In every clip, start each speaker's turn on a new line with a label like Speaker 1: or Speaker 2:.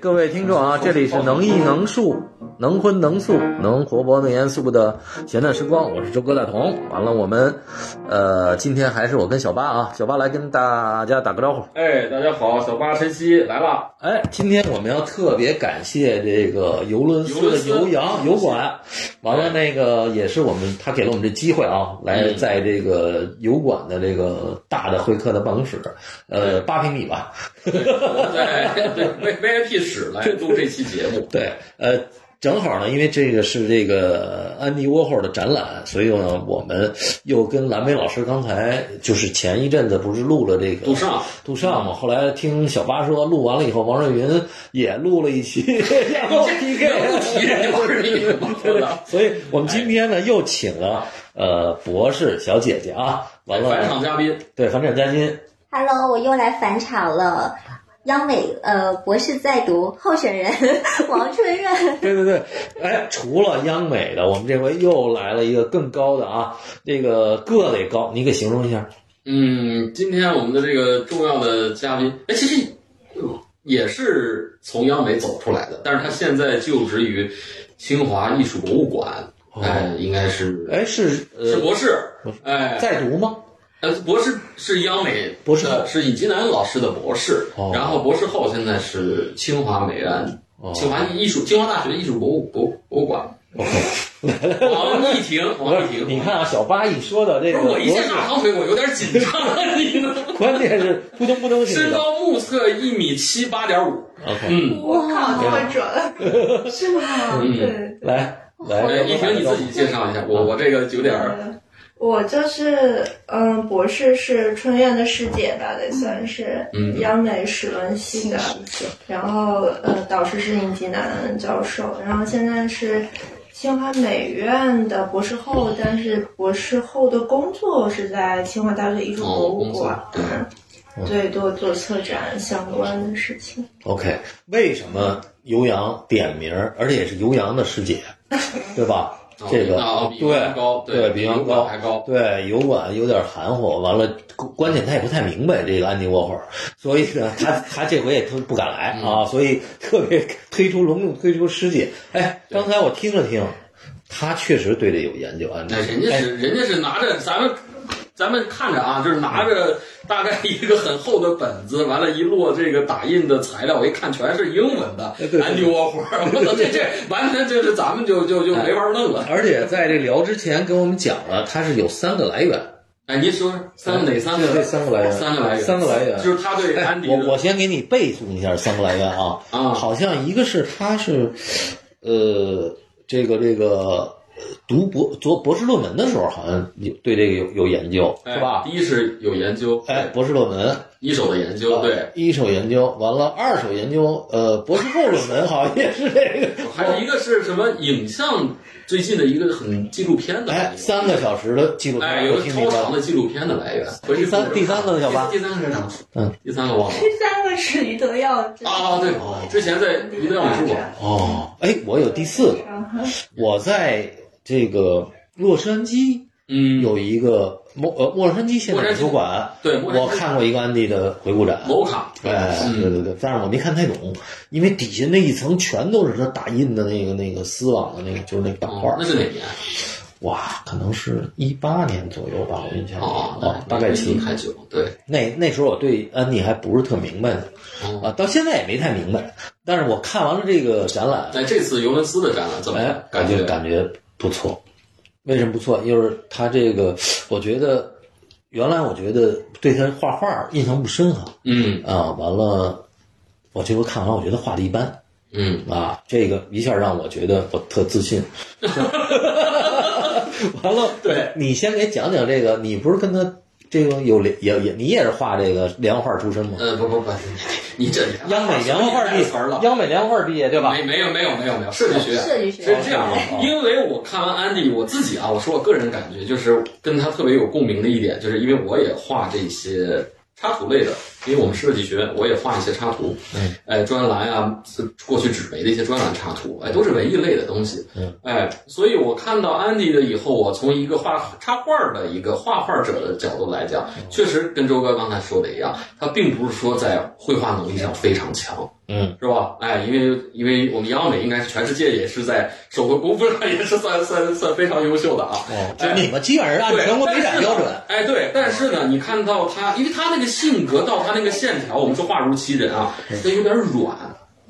Speaker 1: 各位听众啊，这里是能艺能术、能荤能素、能活泼能严肃的闲谈时光，我是周哥大同。完了，我们，呃，今天还是我跟小八啊，小八来跟大家打个招呼。
Speaker 2: 哎，大家好，小八晨曦来了。
Speaker 1: 哎，今天我们要特别感谢这个游轮啊司的游洋游馆，完了那个也是我们他给了我们这机会啊，来在这个游馆的这个大的会客的办公室，呃，八平米吧，
Speaker 2: 对对，V V I P 室来录这期节目。
Speaker 1: 对，呃，正好呢，因为这个是这个安迪沃霍尔的展览，所以呢，我们又跟蓝莓老师刚才就是前一阵子不是录了这个
Speaker 2: 杜尚，
Speaker 1: 杜尚嘛，后来听小八说录完了以后，王瑞云也录了一 期然后 PK，
Speaker 2: 不提人家王瑞云吧，真的。
Speaker 1: 所以我们今天呢又请了呃博士小姐姐啊，完
Speaker 2: 返
Speaker 1: 了
Speaker 2: 场嘉宾，
Speaker 1: 对返场嘉 宾
Speaker 3: Hello，我又来返场了。央美呃博士在读，候选人 王春润。
Speaker 1: 对对对，哎，除了央美的，我们这回又来了一个更高的啊，这个个子也高，你给形容一下。
Speaker 2: 嗯，今天我们的这个重要的嘉宾，哎，其实也是从央美走出来的，但是他现在就职于清华艺术博物馆，哎，应该是
Speaker 1: 哎，是
Speaker 2: 是
Speaker 1: 呃
Speaker 2: 博士，哎，
Speaker 1: 在读吗？
Speaker 2: 呃，博士是央美
Speaker 1: 博士后
Speaker 2: 的呃是尹吉南老师的博士，
Speaker 1: 哦
Speaker 2: 然后博士后现在是清华美院、
Speaker 1: 哦
Speaker 2: 清华艺术、清华大学艺术博物博博物馆。王艺婷，王艺婷，
Speaker 1: 你看啊，小八一说到这个
Speaker 2: 不是我
Speaker 1: 博
Speaker 2: 一见大
Speaker 1: 士，
Speaker 2: 长腿，我有点紧张，你呢？
Speaker 1: 关键是扑通扑通型
Speaker 2: 身
Speaker 1: 的。
Speaker 2: 高目测一米七八点五，
Speaker 1: OK，
Speaker 2: 嗯，
Speaker 4: 我靠，这么准，是吗？
Speaker 2: 嗯
Speaker 4: 对，
Speaker 1: 来来，
Speaker 2: 哎，艺婷你自己介绍一下，
Speaker 1: 啊
Speaker 2: 我我这个有点儿，
Speaker 4: 呃我就是嗯，博士是春院的师姐吧，得算是
Speaker 2: 嗯
Speaker 4: 央美史伦系的，然后呃，导师是尹吉南教授，然后现在是。清华美院的博士后，但是博士后的工作是在清华大学艺术博
Speaker 2: 哦工
Speaker 4: 物
Speaker 2: 作
Speaker 4: 馆，嗯对，多做策展相关的事情。
Speaker 1: OK，为什么尤洋点名儿，而且也是尤洋的师姐，对吧？这个
Speaker 2: 啊比
Speaker 1: 对
Speaker 2: 杨高，
Speaker 1: 对比
Speaker 2: 比
Speaker 1: 杨
Speaker 2: 杨
Speaker 1: 高
Speaker 2: 还高，
Speaker 1: 对，油管有点含糊，完了，关关键他也不太明白这个安迪沃霍尔，所以呢，他他这回也特不敢来
Speaker 2: 嗯
Speaker 1: 啊，所以特别推出隆重推出师姐。哎，刚才我听了听，他确实对这有研究啊。
Speaker 2: 那人家
Speaker 1: 哎
Speaker 2: 是人家是拿着咱们，咱们看着啊，就是拿着大概一个很厚的本子，完了，一摞这个打印的材料，我一看全是英文的
Speaker 1: 哎对对，
Speaker 2: 安迪沃霍尔，我操，这这完全就是咱们就就就
Speaker 1: 哎
Speaker 2: 没法弄了。
Speaker 1: 而且在这聊之前跟我们讲了，他是有三个来源，
Speaker 2: 哎，您说三哪三个
Speaker 1: 这？三个来源，
Speaker 2: 三个来源，
Speaker 1: 三个来源。
Speaker 2: 就是他对
Speaker 1: 哎
Speaker 2: 安，迪
Speaker 1: 我
Speaker 2: 的
Speaker 1: 我先给你背诵一下三个来源啊。
Speaker 2: 啊，
Speaker 1: 好像一个是他是，呃，这个这个呃读博做博士论文的时候，好像有对这个有有研究，
Speaker 2: 哎
Speaker 1: 是吧？
Speaker 2: 第一是有研究，
Speaker 1: 哎，，啊博士论文，
Speaker 2: 一手的研究，哦对，
Speaker 1: 一手研究完了，二手研究，呃，博士后论文 好像也是这 个，
Speaker 2: 还有一个是什么影像最近的一个很纪录片的来
Speaker 1: 哎，
Speaker 2: 源。
Speaker 1: 三个小时的纪录
Speaker 2: 哎，
Speaker 1: 片，
Speaker 2: 有
Speaker 1: 我
Speaker 2: 个
Speaker 1: 听
Speaker 2: 超
Speaker 1: 明白
Speaker 2: 长
Speaker 1: 了。
Speaker 2: 的纪录片的来源。回去
Speaker 1: 第三
Speaker 2: 看
Speaker 1: 第三个呢小八
Speaker 2: 第三个是啥？
Speaker 1: 嗯，
Speaker 2: 第三个忘了。
Speaker 4: 第三个是余德耀，就是
Speaker 2: 啊，对，之前在一定要说过。
Speaker 1: 哦，哎，我有第四个，
Speaker 4: 然后
Speaker 1: 我在这个洛杉矶
Speaker 2: 嗯，
Speaker 1: 有一个莫呃洛杉矶现代美术馆，
Speaker 2: 对，
Speaker 1: 我看过一个安迪的回顾展，
Speaker 2: 某卡，嗯
Speaker 1: 哎，对对对，但是我没看太懂，因为底下那一层全都是他打印的那个那个丝网的那个，就是那个版画
Speaker 2: 哦，。那是哪年？
Speaker 1: 哇，可能是一八年左右吧，我印象里
Speaker 2: 哦，
Speaker 1: 啊
Speaker 2: 那，
Speaker 1: 大概
Speaker 2: 七
Speaker 1: 七。
Speaker 2: 太久，对，
Speaker 1: 那那时候我对安妮还不是特明白呢，
Speaker 2: 哦，
Speaker 1: 啊，到现在也没太明白。但是我看完了这个展览，
Speaker 2: 那这次尤伦斯的展览怎么
Speaker 1: 哎
Speaker 2: 样，
Speaker 1: 感
Speaker 2: 觉
Speaker 1: 觉？感觉不错。为什么不错？就是他这个，我觉得原来我觉得对他画画印象不深哈，
Speaker 2: 嗯
Speaker 1: 啊，完了，我这回看完我觉得画的一般。
Speaker 2: 嗯，
Speaker 1: 啊，这个一下让我觉得我特自信。 完了，
Speaker 2: 对，
Speaker 1: 你先给讲讲这个，你不是跟他这个有联也也，你也是画这个莲花画出身吗？
Speaker 2: 呃，不不不，你这
Speaker 1: 央美莲花画毕
Speaker 2: 这词儿了，
Speaker 1: 央美莲花画毕业对吧
Speaker 2: 没？没有没有没有没有，设计学院。
Speaker 3: 设计
Speaker 2: 是
Speaker 3: 学
Speaker 2: 这样的
Speaker 1: 哦，
Speaker 2: 因为我看完安迪，我自己啊，我说我个人感觉就是跟他特别有共鸣的一点，就是因为我也画这些插图类的，因为我们设计学院我也画一些插图，
Speaker 1: 嗯，
Speaker 2: 哎，专栏啊，过去纸媒的一些专栏插图，哎，都是文艺类的东西，
Speaker 1: 嗯，
Speaker 2: 哎，所以我看到安迪的以后，我从一个画插画的一个画画者的角度来讲，确实跟周哥刚才说的一样，他并不是说在绘画能力上非常强，
Speaker 1: 嗯，
Speaker 2: 是吧？哎，因为因为我们央美应该是全世界也是在手绘功夫上也是算算算非常优秀的啊。
Speaker 1: 哦，
Speaker 2: 哎
Speaker 1: 就你们基本上按
Speaker 2: 对
Speaker 1: 全国美
Speaker 2: 但
Speaker 1: 展
Speaker 2: 是
Speaker 1: 标准，
Speaker 2: 呢哎，对，但是呢，你看到他，因为他那个性格到他那个线条，我们说画如其人啊，他有点软。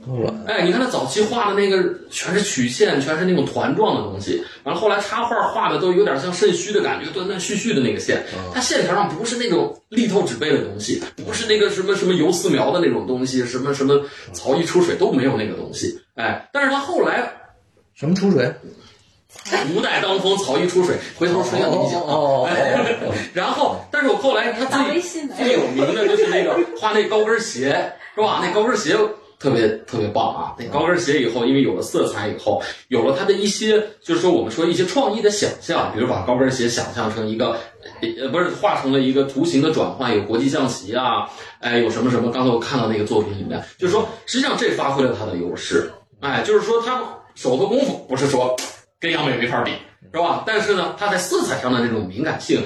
Speaker 1: 嗯
Speaker 2: 哎，你看他早期画的那个全是曲线，全是那种团状的东西，完了后来插画画的都有点像肾虚的感觉，断断续续的那个线，
Speaker 1: 嗯
Speaker 2: 它线条上不是那种力透纸背的东西，不是那个什么什么游丝描的那种东西，什么什么草一出水都没有那个东西。哎，但是他后来
Speaker 1: 什么出水？
Speaker 2: 无奈当风，草一出水，回头水要理解
Speaker 1: 哦哦哦哦哦
Speaker 2: 然后，但是我后来他
Speaker 5: 打微
Speaker 2: 最
Speaker 5: 信呢。
Speaker 2: 最有名的就是那个画那高跟鞋，是吧？那高跟鞋特别特别棒啊！那高跟鞋以后，因为有了色彩以后，有了它的一些，就是说我们说一些创意的想象，比如把高跟鞋想象成一个，呃，不是画成了一个图形的转换，有国际象棋啊，哎，有什么什么。刚才我看到那个作品里面，就是说，实际上这发挥了它的优势，哎，就是说他手头功夫不是说跟央美没法比。是吧？但是呢，它在色彩上的这种敏感性，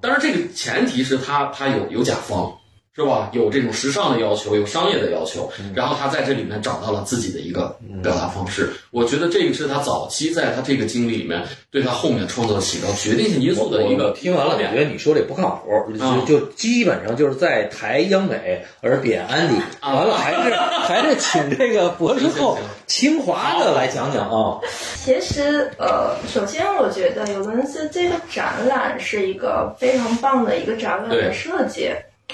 Speaker 2: 当然这个前提是它它有有甲方，是吧？有这种时尚的要求，有商业的要求，
Speaker 1: 嗯
Speaker 2: 然后他在这里面找到了自己的一个表达方式。我觉得这个是他早期在他这个经历里面对他后面创作起到决定性因素的一
Speaker 1: 我
Speaker 2: 个
Speaker 1: 我听完了，我
Speaker 2: 点
Speaker 1: 觉。得你说这不靠谱，
Speaker 2: 啊
Speaker 1: 就就基本上就是在抬央美而贬安迪，
Speaker 2: 啊
Speaker 1: 完了还是还是请这个博士后
Speaker 2: 行行
Speaker 1: 清华的来讲讲啊，
Speaker 4: 其实，呃，首先我觉得尤伦斯这个展览是一个非常棒的一个展览
Speaker 2: 对
Speaker 4: 的设计，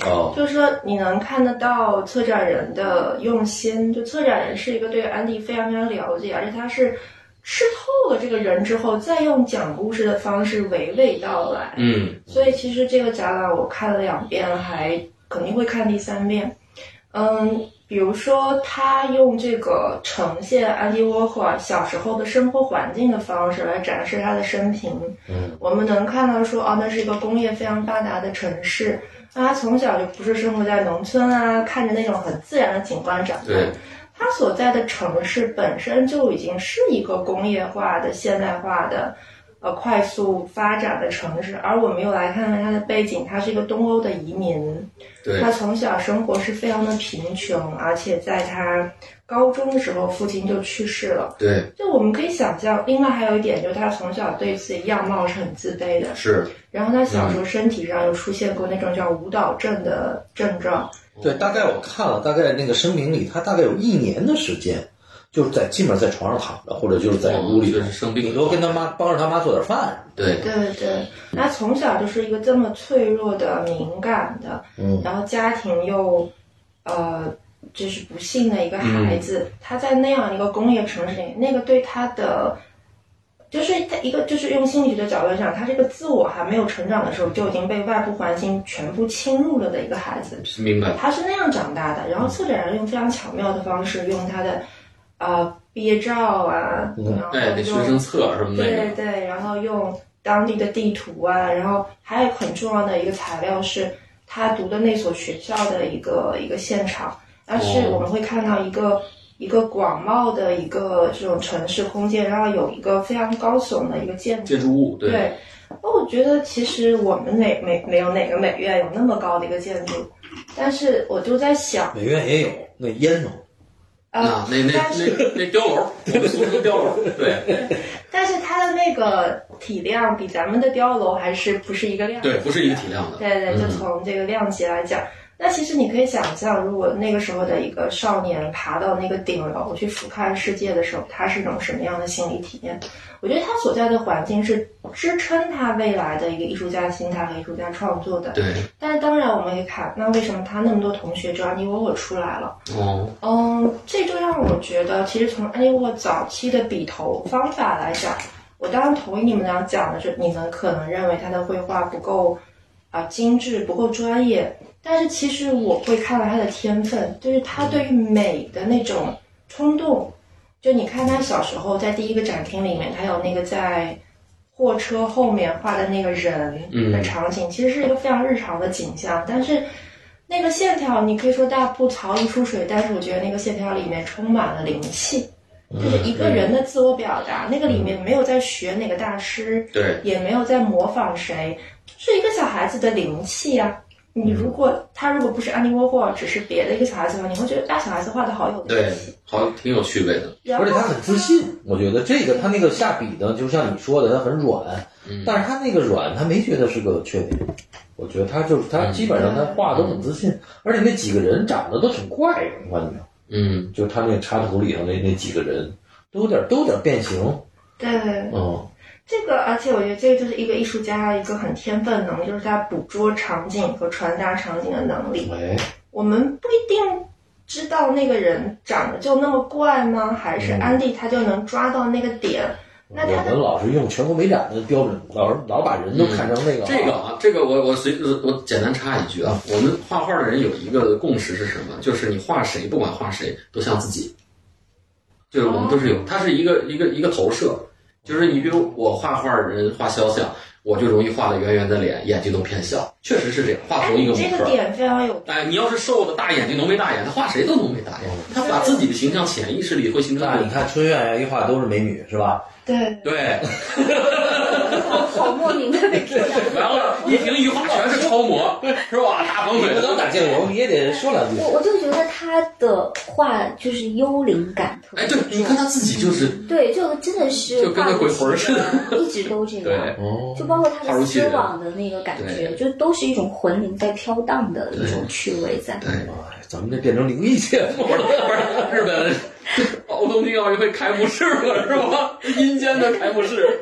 Speaker 1: 哦，
Speaker 4: 就是说你能看得到策展人的用心。就策展人是一个对安迪非常非常了解，而且他是吃透了这个人之后，再用讲故事的方式娓娓道来。
Speaker 2: 嗯，
Speaker 4: 所以其实这个展览我看了两遍了，还肯定会看第三遍。嗯，比如说他用这个呈现安迪沃霍尔小时候的生活环境的方式来展示他的生平。
Speaker 1: 嗯，
Speaker 4: 我们能看到说，哦，那是一个工业非常发达的城市，那他从小就不是生活在农村啊，看着那种很自然的景观长大
Speaker 2: 对。
Speaker 4: 他所在的城市本身就已经是一个工业化的、现代化的、呃快速发展的城市，而我们又来看看他的背景，他是一个东欧的移民，
Speaker 2: 对
Speaker 4: 他从小生活是非常的贫穷，而且在他高中的时候，父亲就去世了。
Speaker 2: 对
Speaker 4: 就我们可以想象，另外还有一点就是他从小对自己样貌是很自卑的，
Speaker 2: 是，
Speaker 4: 然后他小时候身体上又出现过那种叫舞蹈症的症状，
Speaker 1: 对，大概我看了，大概那个声明里，他大概有一年的时间，就是在基本上在床上躺着，或者就是在屋里，
Speaker 2: 就是生病
Speaker 1: 顶多跟他妈帮着他妈做点饭，
Speaker 2: 对
Speaker 4: 对对，他从小就是一个这么脆弱的、敏感的，
Speaker 1: 嗯
Speaker 4: 然后家庭又，呃，就是不幸的一个孩子，他在那样一个工业城市里，那个对他的，就是他一个就是用心理学的角度讲，他这个自我还没有成长的时候，就已经被外部环境全部侵入了的一个孩子，
Speaker 2: 明白，
Speaker 4: 他是那样长大的。然后策展人用非常巧妙的方式，用他的，呃，毕业照啊，
Speaker 1: 嗯
Speaker 4: 然后
Speaker 2: 哎，那学
Speaker 4: 用
Speaker 2: 生册什么那
Speaker 4: 对
Speaker 2: 个，
Speaker 4: 对，然后用当地的地图啊，然后还有很重要的一个材料是他读的那所学校的一个一个现场，但是
Speaker 2: 哦
Speaker 4: 我们会看到一个、一个广袤的一个这种城市空间，然后有一个非常高耸的一个建筑。
Speaker 2: 建筑物，对
Speaker 4: 对，那我觉得其实我们哪没没有哪个美院有那么高的一个建筑，但是我就在想，
Speaker 1: 美院也有那烟囱，
Speaker 4: 呃
Speaker 2: 啊，，那那
Speaker 4: 但是
Speaker 2: 那那碉楼，我们俗称碉楼， 对
Speaker 4: 但是它的那个体量比咱们的碉楼还是不是一个量级的。
Speaker 2: 对，不是一个体量的，
Speaker 4: 对对，就
Speaker 2: 嗯
Speaker 4: 从这个量级来讲，那其实你可以想象，如果那个时候的一个少年爬到那个顶楼去俯瞰世界的时候，他是一种什么样的心理体验？我觉得他所在的环境是支撑他未来的一个艺术家心态和艺术家创作的。
Speaker 2: 对，
Speaker 4: 但是当然，我们也看，那为什么他那么多同学知道你我我出来了？
Speaker 2: 哦，
Speaker 4: 嗯，这就让我觉得，其实从安利沃早期的笔头方法来讲，我当然同意你们俩讲的是，你们可能认为他的绘画不够啊、精致，不够专业，但是其实我会看到他的天分，就是他对于美的那种冲动。就你看他小时候在第一个展厅里面，他有那个在货车后面画的那个人的
Speaker 2: 嗯
Speaker 4: 场景，其实是一个非常日常的景象，但是。那个线条，你可以说大步槽一出水，但是我觉得那个线条里面充满了灵气，就是一个人的自我表达。那个里面没有在学哪个大师，
Speaker 1: 嗯
Speaker 2: 对，
Speaker 4: 也没有在模仿谁，是一个小孩子的灵气啊。你
Speaker 1: 嗯
Speaker 4: 如果他如果不是安妮沃霍尔，只是别的一个小孩子画，你会觉得哎大小孩子画的好有趣。
Speaker 2: 对，好，挺有趣味的。
Speaker 4: 然后
Speaker 1: 而且他很自信，我觉得这个他那个下笔呢，就像你说的，他很软，
Speaker 2: 嗯，
Speaker 1: 但是他那个软，他没觉得是个缺点。我觉得他就是
Speaker 2: 嗯
Speaker 1: 他，基本上他画都很自信，而且那几个人长得都挺怪的，你看见没有？
Speaker 2: 嗯，
Speaker 1: 就是他那个插图里头那那几个人，都有点都有点变形，
Speaker 4: 对
Speaker 1: 嗯，
Speaker 4: 这个，而且我觉得这个就是一个艺术家的一个很天分的能力，就是他捕捉场景和传达场景的能力。
Speaker 1: 哎，
Speaker 4: 我们不一定知道那个人长得就那么怪吗？还是
Speaker 1: 嗯
Speaker 4: 安迪他就能抓到那个点？那
Speaker 1: 我
Speaker 4: 他
Speaker 1: 们
Speaker 4: 的
Speaker 1: 老是用全国美展的标准，老是老把人都看成那个
Speaker 2: 这个啊，这个我我随我简单插一句啊，我们画画的人有一个共识是什么？就是你画谁，不管画谁，都像自己。就是我们都是有，它是一个一个一个投射。就是你比如我画画的人画肖像，我就容易画的圆圆的脸，眼睛都偏小，确实是这样，画
Speaker 4: 哎，
Speaker 2: 同一个
Speaker 4: 你
Speaker 2: 模
Speaker 4: 这
Speaker 2: 特
Speaker 4: 个
Speaker 2: 儿。
Speaker 4: 点非常有，
Speaker 2: 哎，你要是瘦的大眼睛浓眉大眼，他画谁都浓眉大眼，他把自己的形象潜意识里会形成
Speaker 1: 那你看春院一画都是美女是吧？
Speaker 4: 对，
Speaker 2: 对，
Speaker 3: 好好莫名的 被 Q 到。
Speaker 2: 完了，一萍一画全是超模，是吧？大鹏
Speaker 1: 你
Speaker 2: 腿
Speaker 1: 不能打酱油，你也得说两 句。
Speaker 3: 我我就觉得他的画就是幽灵感特别
Speaker 2: 哎，对，你看他自己就是，
Speaker 3: 对，就真的是
Speaker 2: 就跟那鬼魂似
Speaker 3: 的，一直都这样
Speaker 2: 对。
Speaker 1: 哦，
Speaker 3: 就包括他
Speaker 2: 画
Speaker 3: 的
Speaker 2: 如其
Speaker 3: 丝
Speaker 2: 人
Speaker 3: 网的那个感觉，就都是一种魂灵在飘荡的一种趣味在。
Speaker 2: 对，
Speaker 1: 哎咱们这变成灵异节目
Speaker 2: 不是
Speaker 1: 了。
Speaker 2: 不是，日本奥东京奥运会开幕式了是吧？阴间的开幕式，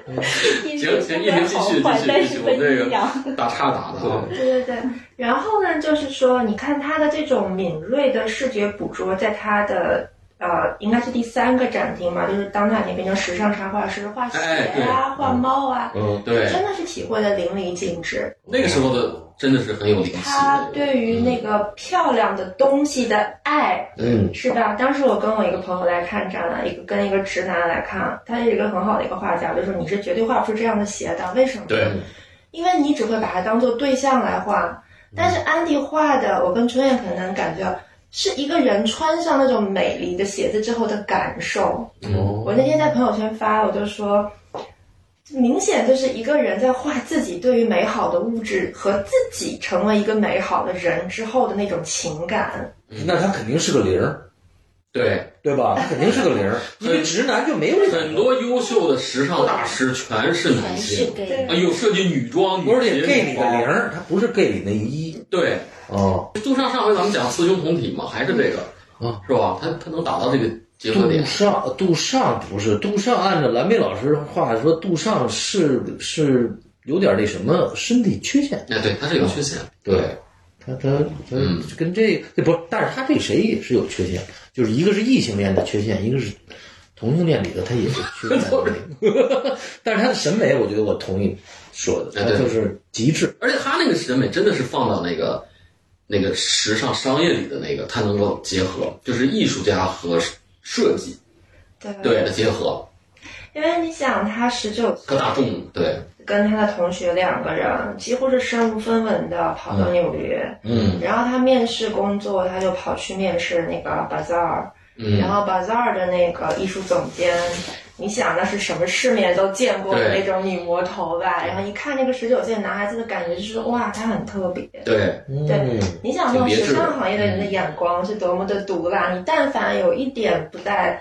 Speaker 3: 行
Speaker 2: 行行一直继续继续
Speaker 3: 但
Speaker 2: 继
Speaker 3: 是
Speaker 2: 续
Speaker 3: 分
Speaker 2: 我这个
Speaker 3: 阴阳。
Speaker 2: 打岔打的啊，
Speaker 4: 对对对。然后呢，就是说，你看他的这种敏锐的视觉捕捉，在他的。呃，应该是第三个展厅吧，就是当他已经变成时尚插画师，画鞋
Speaker 2: 哎对
Speaker 4: 啊，画猫啊，
Speaker 1: 嗯，
Speaker 2: 对，
Speaker 4: 真的是体会的淋漓尽致。
Speaker 2: 那个时候的真的是很有灵气
Speaker 4: 他
Speaker 2: 的，
Speaker 4: 对于那个漂亮的东西的爱，
Speaker 1: 嗯
Speaker 4: 是吧？当时我跟我一个朋友来看展览，一个跟一个直男来看，他是一个很好的一个画家，我就说你是绝对画不出这样的鞋的，为什么？
Speaker 2: 对，
Speaker 4: 因为你只会把它当做对象来画。但是安迪画的，我跟春燕可能能感觉到，是一个人穿上那种美丽的鞋子之后的感受。
Speaker 2: 嗯
Speaker 4: 我那天在朋友圈发，我就说，明显就是一个人在画自己对于美好的物质和自己成为一个美好的人之后的那种情感。
Speaker 1: 那他肯定是个零儿，
Speaker 2: 对。
Speaker 1: 对吧？ 他肯定是个零儿，因为直男就没有
Speaker 2: 很多优秀的时尚大师全是男
Speaker 3: 全是
Speaker 2: 性，
Speaker 3: 给
Speaker 2: 啊，有设计女装，
Speaker 1: 不是
Speaker 2: 女
Speaker 1: 这
Speaker 2: 鞋
Speaker 1: gay 里
Speaker 2: 女
Speaker 1: 的零
Speaker 2: 装
Speaker 1: 儿，他不是 gay 里那一。
Speaker 2: 对，
Speaker 1: 哦，
Speaker 2: 就像上回咱们讲雌雄同体嘛，还是这个，
Speaker 1: 嗯
Speaker 2: 是吧？他他能达到这个结合
Speaker 1: 杜
Speaker 2: 点，
Speaker 1: 尚，杜尚不是杜尚，按照蓝莓老师话说，杜尚是是有点那什么身体缺陷。
Speaker 2: 哎，对，他是有缺陷，
Speaker 1: 嗯对，他他他
Speaker 2: 嗯
Speaker 1: 跟这个这不是，但是他对谁也是有缺陷，就是一个是异性恋的缺陷，一个是同性恋里的他也是缺 陷
Speaker 2: 都是
Speaker 1: 的。 但是他的审美，我觉得我同意说的，
Speaker 2: 哎
Speaker 1: 他
Speaker 2: 对
Speaker 1: 就是极致。
Speaker 2: 而且他那个审美真的是放到那个那个时尚商业里的那个，他能够结合，就是艺术家和设计
Speaker 4: 对，
Speaker 2: 对的结合，
Speaker 4: 因为你想，他十九
Speaker 2: 和
Speaker 4: 岁
Speaker 2: 大众对，
Speaker 4: 跟他的同学两个人几乎是身无分文的跑到纽约，
Speaker 1: 嗯
Speaker 4: 然后他面试工作，他就跑去面试那个 Bazaar，、然
Speaker 2: 嗯，
Speaker 4: 后 Bazaar 的那个艺术总监，你想那是什么世面都见过的
Speaker 2: 对
Speaker 4: 那种女魔头吧？然后一看那个十九岁男孩子的感觉，就是哇，他很特别。
Speaker 2: 对，
Speaker 1: 嗯
Speaker 4: 对，你想那种
Speaker 2: 挺别致
Speaker 4: 时
Speaker 2: 的嗯
Speaker 4: 尚行业的人的眼光是多么的毒辣，你但凡有一点不在，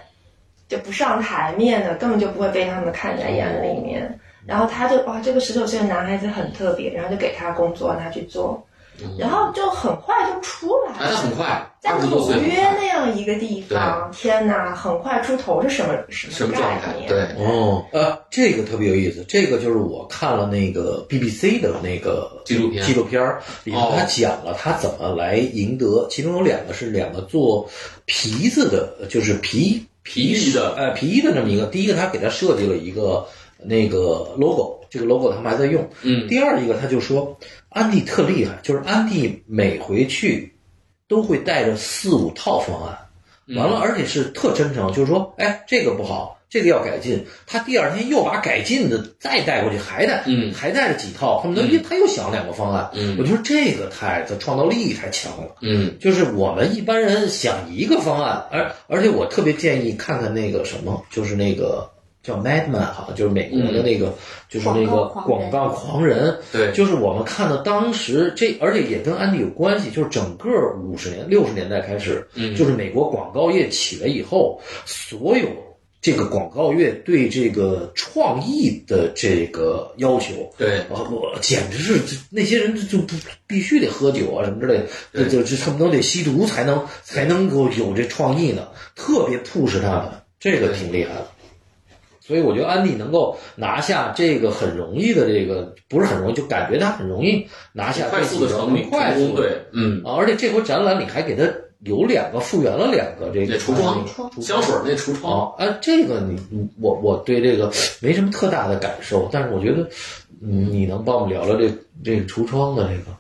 Speaker 4: 就不上台面的，根本就不会被他们看在眼
Speaker 2: 哦
Speaker 4: 里面。然后他就哇，这个十九岁的男孩子很特别，然后就给他工作，让他去做，
Speaker 2: 嗯
Speaker 4: 然后就很快就出来
Speaker 2: 哎，
Speaker 4: 了
Speaker 2: 他。很快，
Speaker 4: 在
Speaker 2: 二十多
Speaker 4: 纽
Speaker 2: 岁很
Speaker 4: 约
Speaker 2: 快，
Speaker 4: 那样一个地方，天哪，很快出头是什么
Speaker 2: 什
Speaker 4: 什
Speaker 2: 么
Speaker 4: 么
Speaker 2: 状
Speaker 4: 概
Speaker 2: 态？
Speaker 4: 念？
Speaker 2: 对，
Speaker 1: 哦，呃，
Speaker 2: 啊
Speaker 1: 这个特别有意思。这个就是我看了那个 BBC 的那个
Speaker 2: 纪录片
Speaker 1: 纪录片儿里头
Speaker 2: 哦
Speaker 1: 他讲了他怎么来赢得，其中有两个是两个做皮子的，就是皮
Speaker 2: 皮衣的
Speaker 1: 呃皮衣的这么一个。第一个他给他设计了一个那个 logo，这个 logo 他们还在用。
Speaker 2: 嗯
Speaker 1: 第二一个他就说，安迪特厉害，就是安迪每回去都会带着四五套方案。
Speaker 2: 嗯
Speaker 1: 完了，而且是特真诚，就是说，哎，这个不好，这个要改进。他第二天又把改进的再带过去，还带，
Speaker 2: 嗯
Speaker 1: 还带了几套，恨不得
Speaker 2: 嗯
Speaker 1: 他又想两个方案。
Speaker 2: 嗯
Speaker 1: 我觉得这个太，他创造力太强了。
Speaker 2: 嗯，
Speaker 1: 就是我们一般人想一个方案，而而且我特别建议看看那个什么，就是那个叫 Madman 好像就是美国
Speaker 2: 嗯
Speaker 1: 的那个，就是那个
Speaker 3: 广告狂人
Speaker 1: 广告狂人，
Speaker 2: 对
Speaker 1: 就是我们看到当时这，而且也跟安迪有关系，就是整个五十年、六十年代开始，
Speaker 2: 嗯
Speaker 1: 就是美国广告业起来以后，所有这个广告业对这个创意的这个要求，
Speaker 2: 对
Speaker 1: 啊，我简直是这那些人就不必须得喝酒啊什么之类的，
Speaker 2: 对
Speaker 1: 就就就恨不得得吸毒才能才能够有这创意呢，特别 push 他们，这个挺厉害的。所以我觉得安迪能够拿下这个很容易的这个不是很容易，就感觉他很容易拿下
Speaker 2: 快速的
Speaker 1: 这几个
Speaker 2: 成功，
Speaker 1: 快速的
Speaker 2: 对，嗯，
Speaker 1: 啊！而且这回展览里还给他留两个复原了两个啊这
Speaker 2: 那
Speaker 1: 个
Speaker 2: 橱窗
Speaker 3: 橱窗
Speaker 2: 香水那橱窗，
Speaker 1: 啊，啊，这个你你我我对这个没什么特大的感受，但是我觉得，嗯，你能帮我们聊聊这这个橱窗的这个？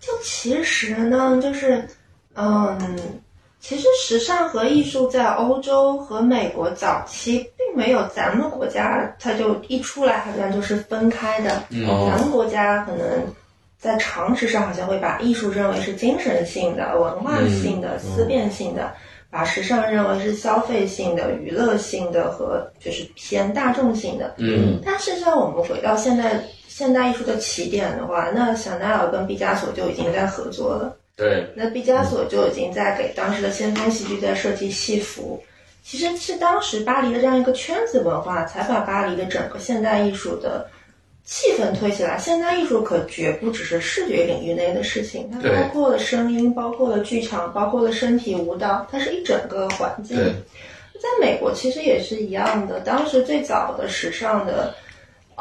Speaker 4: 就其实呢，就是，嗯，其实时尚和艺术在欧洲和美国早期并没有咱们国家，它就一出来好像就是分开的。
Speaker 2: 嗯
Speaker 1: 哦
Speaker 4: 咱们国家可能在常识上好像会把艺术认为是精神性的、文化性的、思辨性的，把时尚认为是消费性的、娱乐性的和就是偏大众性的。
Speaker 2: 嗯
Speaker 4: 但事实上，我们回到现代现代艺术的起点的话，那香奈儿跟毕加索就已经在合作了。
Speaker 2: 对，
Speaker 4: 那毕加索就已经在给当时的先锋戏剧在设计戏服，其实是当时巴黎的这样一个圈子文化，才把巴黎的整个现代艺术的气氛推起来。现代艺术可绝不只是视觉领域内的事情，它
Speaker 2: 对
Speaker 4: 包括了声音，包括了剧场，包括了身体舞蹈，它是一整个环境
Speaker 2: 对。
Speaker 4: 在美国其实也是一样的，当时最早的时尚的。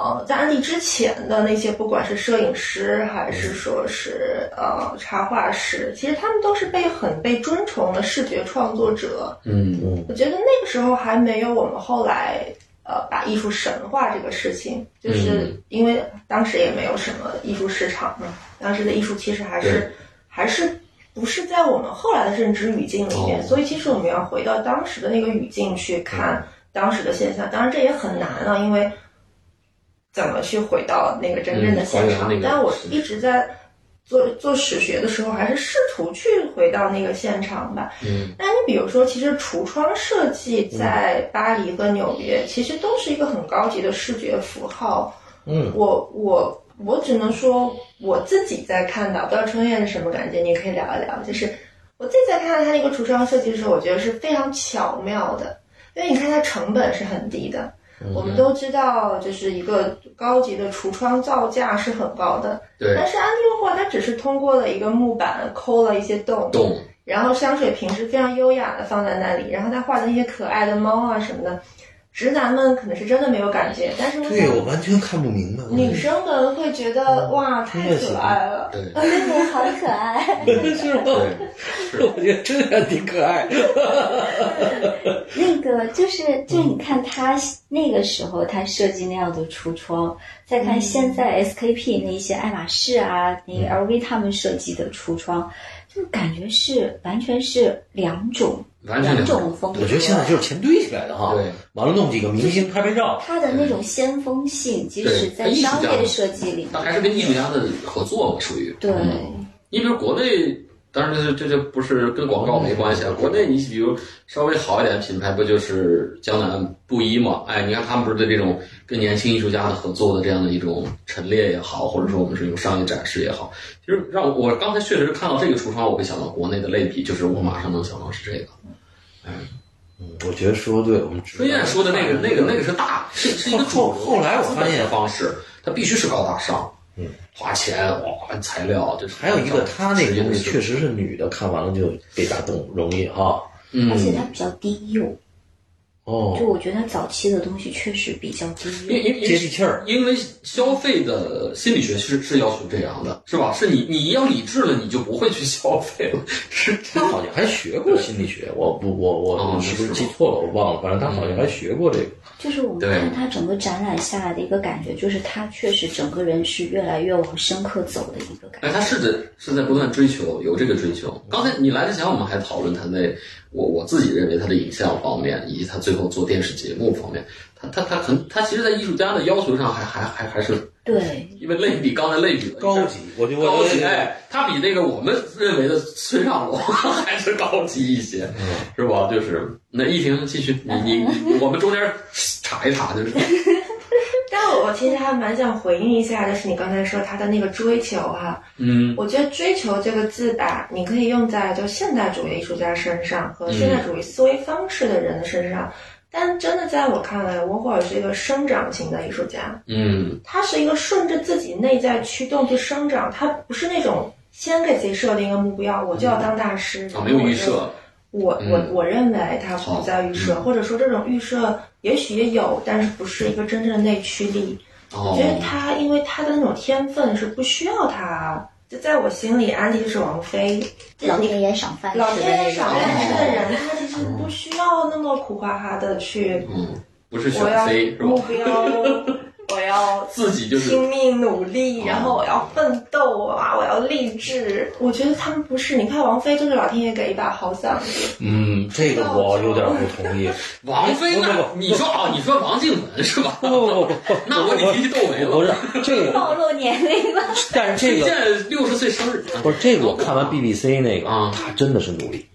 Speaker 4: 呃，在安利之前的那些，不管是摄影师还是说是呃插画师，其实他们都是被很被尊崇的视觉创作者。
Speaker 2: 嗯
Speaker 1: 嗯
Speaker 4: 我觉得那个时候还没有我们后来呃把艺术神化这个事情，就是
Speaker 2: 嗯
Speaker 4: 因为当时也没有什么艺术市场嘛，当时的艺术其实还
Speaker 2: 对
Speaker 4: 是还是不是在我们后来的认知语境里面，
Speaker 2: 哦
Speaker 4: 所以其实我们要回到当时的那个语境去
Speaker 2: 嗯
Speaker 4: 看当时的现象，当然这也很难啊，因为怎么去回到那个真正的
Speaker 2: 嗯
Speaker 4: 现场？
Speaker 2: 还原那个
Speaker 4: 但我
Speaker 2: 是
Speaker 4: 一直在。做做史学的时候，还是试图去回到那个现场吧。
Speaker 2: 嗯
Speaker 4: 那你比如说，其实橱窗设计在巴黎和纽约，其实都是一个很高级的视觉符号。
Speaker 1: 嗯，
Speaker 4: 我我我只能说我自己在看到，不知道春燕是什么感觉，你可以聊一聊。就是我自己在看到它那个橱窗设计的时候，我觉得是非常巧妙的，因为你看它成本是很低的。我们都知道，就是一个高级的橱窗造价是很高的，
Speaker 2: 对
Speaker 4: 但，是安迪沃霍他只是通过了一个木板抠了一些洞，
Speaker 2: 懂，
Speaker 4: 然后香水瓶是非常优雅的放在那里，然后他画的那些可爱的猫啊什么的，直男们可能是真的没有感觉，但是我
Speaker 1: 对我
Speaker 4: 想
Speaker 1: 完全看不明白。
Speaker 4: 女生们会觉得哇
Speaker 1: 真
Speaker 4: 太
Speaker 1: 的喜
Speaker 4: 可
Speaker 1: 欢
Speaker 4: 爱了。
Speaker 2: 对
Speaker 3: 对对，好可爱。
Speaker 1: 是吗？
Speaker 2: 对，
Speaker 1: 我觉得真的挺可爱。
Speaker 3: 那个就是就是你看他那个时候他设计那样的橱窗，再
Speaker 2: 嗯
Speaker 3: 看现在 SKP 那一些爱马仕啊、那个 LV 他们设计的橱窗，就感觉是完全是两种
Speaker 2: 完全
Speaker 3: 两
Speaker 2: 两种
Speaker 3: 种风格。
Speaker 1: 我觉得现在就是钱堆起来的哈，
Speaker 2: 对，
Speaker 1: 完了弄几个明星拍拍照，
Speaker 3: 它的那种先锋性，即
Speaker 2: 对
Speaker 3: 使在
Speaker 2: 艺术家
Speaker 3: 商业
Speaker 2: 嘛
Speaker 3: 设计里
Speaker 2: 那
Speaker 3: 面，
Speaker 2: 还是跟艺术家的合作嘛，属于嗯
Speaker 3: 对，
Speaker 2: 你比如国内，当然这这这不是跟广告没关系啊。国内你比如稍微好一点的品牌，不就是江南布衣嘛？哎，你看他们不是对这种跟年轻艺术家的合作的这样的一种陈列也好，或者说我们是一种商业展示也好，其实让我我刚才确实是看到这个橱窗，我会想到国内的类比，就是我马上能想到是这个。
Speaker 1: 嗯我觉得说对，我们
Speaker 2: 春燕说的那个那个那个是大，是是一个
Speaker 1: 后
Speaker 2: 主
Speaker 1: 后来我发现
Speaker 2: 方式，它必须是高大上，嗯，花钱哇，材料这是
Speaker 1: 还有一个，他那个东西
Speaker 2: 实验室
Speaker 1: 确实是女的，看完了就被打动，容易哈。
Speaker 2: 嗯
Speaker 3: 而且它比较低幼，
Speaker 1: 哦，
Speaker 3: 就我觉得它早期的东西确实比较低
Speaker 2: 因为
Speaker 3: 幼。
Speaker 2: 因为
Speaker 1: 接地气儿
Speaker 2: 因为消费的心理学是是要求这样的，是吧？是你你要理智了，你就不会去消费了， 是这
Speaker 1: 他
Speaker 2: 样。
Speaker 1: 好像还学过心理学，我不我我
Speaker 2: 哦
Speaker 1: 我是不
Speaker 2: 是
Speaker 1: 是
Speaker 2: 吗嗯
Speaker 1: 记错了？我忘了，反正他好像还学过这个。
Speaker 3: 就是我们
Speaker 2: 对
Speaker 3: 看它整个展览下来的一个感觉，就是它确实整个人是越来越往深刻走的一个感
Speaker 2: 哎，
Speaker 3: 觉。
Speaker 2: 他是在是在不断追求，有这个追求。刚才你来之前，我们还讨论他在我我自己认为他的影像方面，以及他最后做电视节目方面，他他他很他其实，在艺术家的要求上还还还还是
Speaker 3: 对，
Speaker 2: 因为类比刚才类比了一
Speaker 1: 高
Speaker 2: 下
Speaker 1: 级，我就我
Speaker 2: 高
Speaker 1: 觉
Speaker 2: 级，
Speaker 1: 得
Speaker 2: 哎，它比那个我们认为的村上龙 还是高级一些，
Speaker 1: 嗯
Speaker 2: 是吧？就是那依婷继续，你你你
Speaker 4: 嗯
Speaker 2: 我们中间插一插，就是
Speaker 4: 但我其实还蛮想回应一下，就是你刚才说他的那个追求哈、
Speaker 2: 嗯
Speaker 4: 我觉得“追求”这个字吧，你可以用在就现代主义艺术家身上
Speaker 1: 嗯
Speaker 4: 和现代主义思维方式的人的身上。但真的在我看来，沃霍尔是一个生长型的艺术家，
Speaker 2: 嗯
Speaker 4: 他是一个顺着自己内在驱动去生长，他不是那种先给自己设定一个目标，我就要当大师，
Speaker 2: 啊，没有预设，
Speaker 4: 我我
Speaker 2: 嗯
Speaker 4: 我认为它不在预设，或者说这种预设也许也有，但是不是一个真正的内驱力。我觉得
Speaker 2: 哦，
Speaker 4: 他因为他的那种天分是不需要他，就在我心里，安迪就是王菲，
Speaker 3: 老天爷赏饭吃的
Speaker 4: 老
Speaker 3: 那种
Speaker 4: 天爷赏饭吃的
Speaker 2: 哦
Speaker 4: 人，他其实不需要那么苦哈哈的去，
Speaker 2: 嗯，不是选
Speaker 4: 我要
Speaker 2: 妃是吧
Speaker 4: 目？ 标，我 要
Speaker 2: 自己就是
Speaker 4: 拼命努力，
Speaker 2: 哦
Speaker 4: 然后我要奋斗啊，我要励志。我觉得他们不是，你看王菲就是老天爷给一把好嗓子，
Speaker 1: 嗯，这个我有点不同意。
Speaker 2: 王菲
Speaker 1: 不
Speaker 2: 那
Speaker 1: 不，不
Speaker 2: 你说哦，你说王静雯是吧？
Speaker 1: 不不不不，
Speaker 2: 那我得提起窦唯
Speaker 1: 不
Speaker 2: 了，
Speaker 1: 是 这个，
Speaker 3: 暴露年龄了。
Speaker 1: 但是这
Speaker 2: 推
Speaker 1: 个
Speaker 2: 荐六十岁生日，
Speaker 1: 不是这个，我看完 BBC 那个，
Speaker 2: 啊
Speaker 1: 他真的是努力，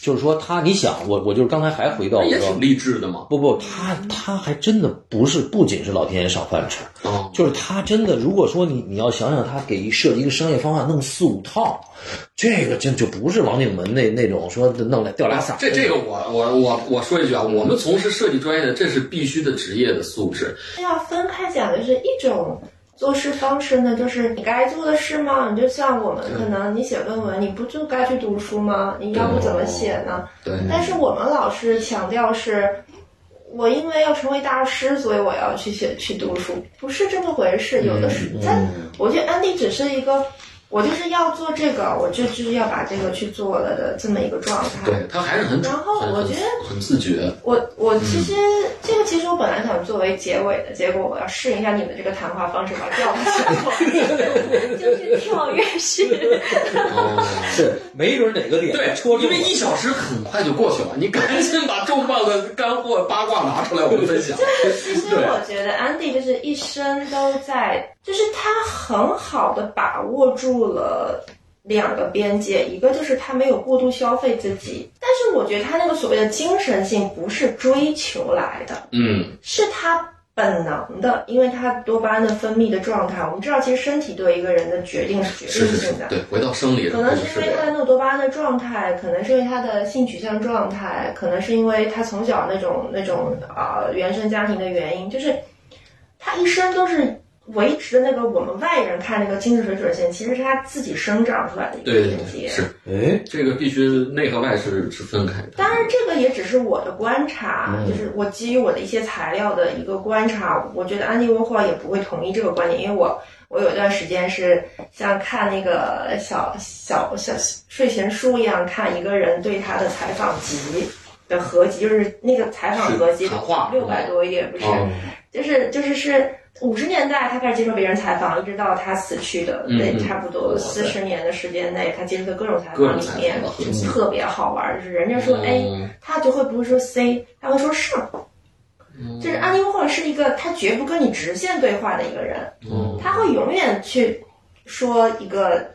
Speaker 1: 就是说他，你想，我我就是刚才还回到
Speaker 2: 那
Speaker 1: 我
Speaker 2: 也
Speaker 1: 说
Speaker 2: 挺，励志的嘛，
Speaker 1: 不不，他他还真的不是，不仅是老天爷赏饭吃，
Speaker 2: 哦，
Speaker 1: 就是他真的，如果说你你要想想，他给一设计一个商业方案，弄四五套，这个真就不是王景门那那种说弄来吊俩嗓子，
Speaker 2: 这这个我我我我说一句啊，我们从事设计专业的，这是必须的职业的素质。
Speaker 4: 这要分开讲的是一种。做事方式呢，就是你该做的事吗？你就像我们可能你写论文，你不就该去读书吗？你要不怎么写呢？
Speaker 2: 对，
Speaker 4: 但是我们老师强调是，我因为要成为大师，所以我要去写去读书，不是这么回事。有的是，他，我觉得安迪只是一个，我就是要做这个，我就就是要把这个去做了的这么一个状态。
Speaker 2: 对他还是很，
Speaker 4: 然后
Speaker 2: 很
Speaker 4: 我觉得
Speaker 2: 很很自觉。
Speaker 4: 我我其实、这个其实我本来想作为结尾的，结果我要试一下你们这个谈话方式，把它调起来，就是跳跃 式。
Speaker 2: 哦，
Speaker 1: 是没准哪个点
Speaker 2: 对
Speaker 1: 戳，中
Speaker 2: 因为
Speaker 1: 了
Speaker 2: 一小时很快就过去了，你赶紧把重磅的干货八卦拿出来，我们分 享。
Speaker 4: 其实我觉得安迪就是一生都在，就是他很好的把握住了两个边界，一个就是他没有过度消费自己，但是我觉得他那个所谓的精神性不是追求来的，
Speaker 2: 嗯，
Speaker 4: 是他。本能的，因为他多巴胺的分泌的状态，我们知道，其实身体对一个人的决定是决
Speaker 2: 是
Speaker 4: 定
Speaker 2: 是
Speaker 4: 性
Speaker 2: 是
Speaker 4: 的，。
Speaker 2: 对，回到生理
Speaker 4: 可
Speaker 2: 上，
Speaker 4: 能
Speaker 2: 就是是
Speaker 4: 因
Speaker 2: 这
Speaker 4: 为他的
Speaker 2: 样。
Speaker 4: 那种多巴胺的状态，可能是因为他的性取向状态，可能是因为他从小那种那种啊、呃原生家庭的原因，就是他一生都是维持的那个我们外人看那个精神水准线，其实是他自己生长出来的一
Speaker 2: 对
Speaker 4: 个
Speaker 2: 对
Speaker 4: 境
Speaker 2: 对，
Speaker 4: 界。
Speaker 2: 是
Speaker 1: 哎，
Speaker 2: 这个必须内和外是是分开的。
Speaker 4: 当然，这个也只是我的观察，
Speaker 1: 嗯
Speaker 4: 就是我基于我的一些材料的一个观察，我觉得安迪沃霍尔也不会同意这个观点，因为我我有一段时间是像看那个小小小睡前书一样看一个人对他的采访集的合集，就是那个采访合集
Speaker 2: 是谈话
Speaker 4: 六百多一点，不是，
Speaker 2: 哦
Speaker 4: 就是就是是五十年代他开始接受别人采访，一直到他死去的
Speaker 2: 嗯
Speaker 4: 那、
Speaker 2: 嗯
Speaker 4: 差不多四十年的时间内，他接受的各种采
Speaker 2: 各
Speaker 4: 访
Speaker 2: 种
Speaker 4: 里
Speaker 2: 采
Speaker 4: 面
Speaker 2: 访的合集
Speaker 4: 特别好玩，就是人家说
Speaker 2: 嗯
Speaker 4: A，、他就会不会说 C，他会说上。
Speaker 2: 嗯
Speaker 4: 就是安迪沃霍尔是一个他绝不跟你直线对话的一个人，
Speaker 2: 嗯
Speaker 4: 他会永远去说一个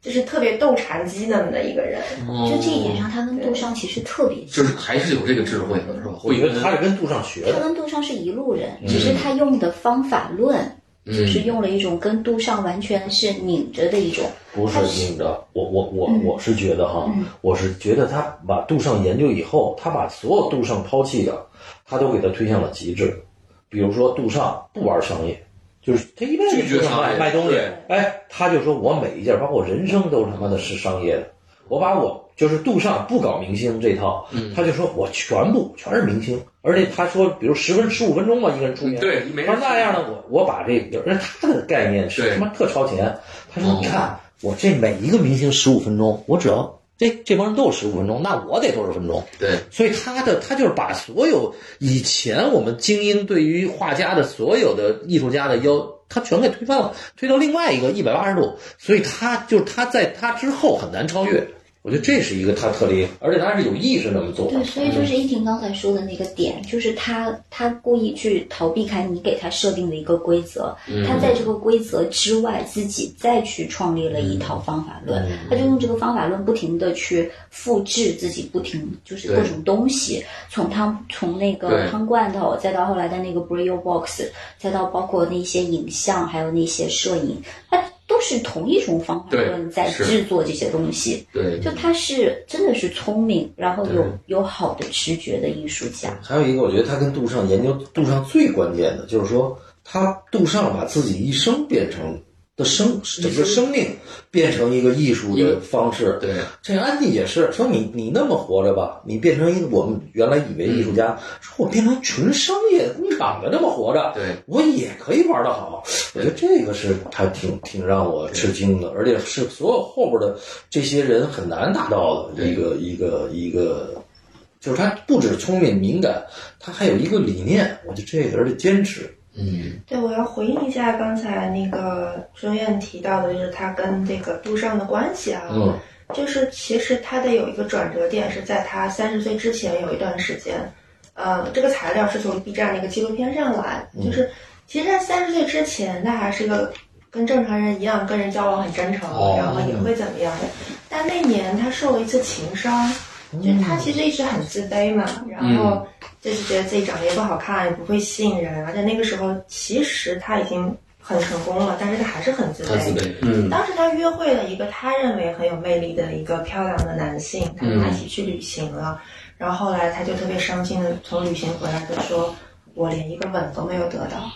Speaker 4: 就是特别斗禅机那么的一个人。
Speaker 2: 嗯
Speaker 3: 就这一点上，他跟杜尚其实特别
Speaker 2: 哦就
Speaker 3: 像，
Speaker 2: 是还是有这个智慧的，是吧？
Speaker 1: 我
Speaker 2: 会
Speaker 1: 觉得
Speaker 2: 跟
Speaker 1: 他是跟杜尚学
Speaker 3: 他
Speaker 1: 的，
Speaker 3: 跟杜尚是一路人，
Speaker 2: 嗯
Speaker 3: 只是他用的方法论，就是用了一种跟杜尚完全是拧着的一种。
Speaker 1: 不是那个，我我我
Speaker 3: 嗯
Speaker 1: 我是觉得哈，我是觉得他把杜尚研究以后，他把所有杜尚抛弃的，他都给他推向了极致。比如说杜尚不玩商业，就是他一辈子
Speaker 2: 拒绝
Speaker 1: 不想
Speaker 2: 商
Speaker 1: 卖
Speaker 2: 业
Speaker 1: 卖东西
Speaker 2: 对，
Speaker 1: 哎，他就说我每一件，包括人生都他妈的是商业的。我把我就是杜尚不搞明星这套，
Speaker 2: 嗯
Speaker 1: 他就说我全部全是明星，而且他说，比如十分十五分钟吧，一个人出名，
Speaker 2: 对没人
Speaker 1: 他说那样呢，我我把这个，人家他的概念是
Speaker 2: 对
Speaker 1: 他妈特超前，他说
Speaker 2: 哦
Speaker 1: 你看我这每一个明星十五分钟，我只要这这帮人都有十五分钟，那我得多少分钟？
Speaker 2: 对，
Speaker 1: 所以他的他就是把所有以前我们精英对于画家的所有的艺术家的要，他全给推翻了，推到另外一个一百八十度，所以他就是他在他之后很难超越。我觉得这是一个他特例，而且他是有意识那么做的。
Speaker 3: 对，所以
Speaker 2: 嗯
Speaker 3: 就是依婷刚才说的那个点，就是他他故意去逃避开你给他设定的一个规则，
Speaker 2: 嗯
Speaker 3: 他在这个规则之外自己再去创立了一套
Speaker 2: 嗯
Speaker 3: 方法论，他就用这个方法论不停的去复制自己，不停就是各种东西，从汤从那个
Speaker 2: 对
Speaker 3: 汤罐头，再到后来的那个 Brio Box，再到包括那些影像，还有那些摄影，它都是同一种方法
Speaker 2: 对
Speaker 3: 论在
Speaker 2: 是
Speaker 3: 制作这些东西。
Speaker 2: 对，
Speaker 3: 就他是真的是聪明，然后有
Speaker 2: 对
Speaker 3: 有好的直觉的艺术家。
Speaker 1: 还有一个，我觉得他跟杜尚研究杜尚最关键的就是说，他杜尚把自己一生变成的生整个生命变成一个艺术的方式。
Speaker 2: 对，
Speaker 1: 这安迪也是说你你那么活着吧，你变成一个我们原来以为艺术家，说我变成纯商业工厂的那么活着，
Speaker 2: 对，
Speaker 1: 我也可以玩得好。我觉得这个是他挺挺让我吃惊的，而且是所有后边的这些人很难达到的一个一个一个，就是他不止聪明敏感，他还有一个理念。我觉得这个人的坚持，
Speaker 2: 嗯，
Speaker 4: 对，我要回应一下刚才那个钟燕提到的，就是他跟这个杜尚的关系啊。
Speaker 1: 嗯，
Speaker 4: 就是其实他的有一个转折点是在他三十岁之前有一段时间，呃，这个材料是从 B 站的一个纪录片上来，
Speaker 2: 嗯
Speaker 4: 就是其实，在三十岁之前，他还是个跟正常人一样跟人交往很真诚，
Speaker 2: 哦
Speaker 4: 然后也会怎么样的。但那年他受了一次情伤，
Speaker 2: 嗯
Speaker 4: 就是他其实一直很自卑嘛，然后就是觉得自己长得也不好看，也不会吸引人，而且那个时候其实他已经很成功了，但是他还是很自
Speaker 2: 他自卑，嗯
Speaker 4: 当时她约会了一个她认为很有魅力的一个漂亮的男性，他们
Speaker 2: 嗯
Speaker 4: 一起去旅行了。然后后来她就特别伤心的从旅行回来的说：“我连一个吻都没有得到。”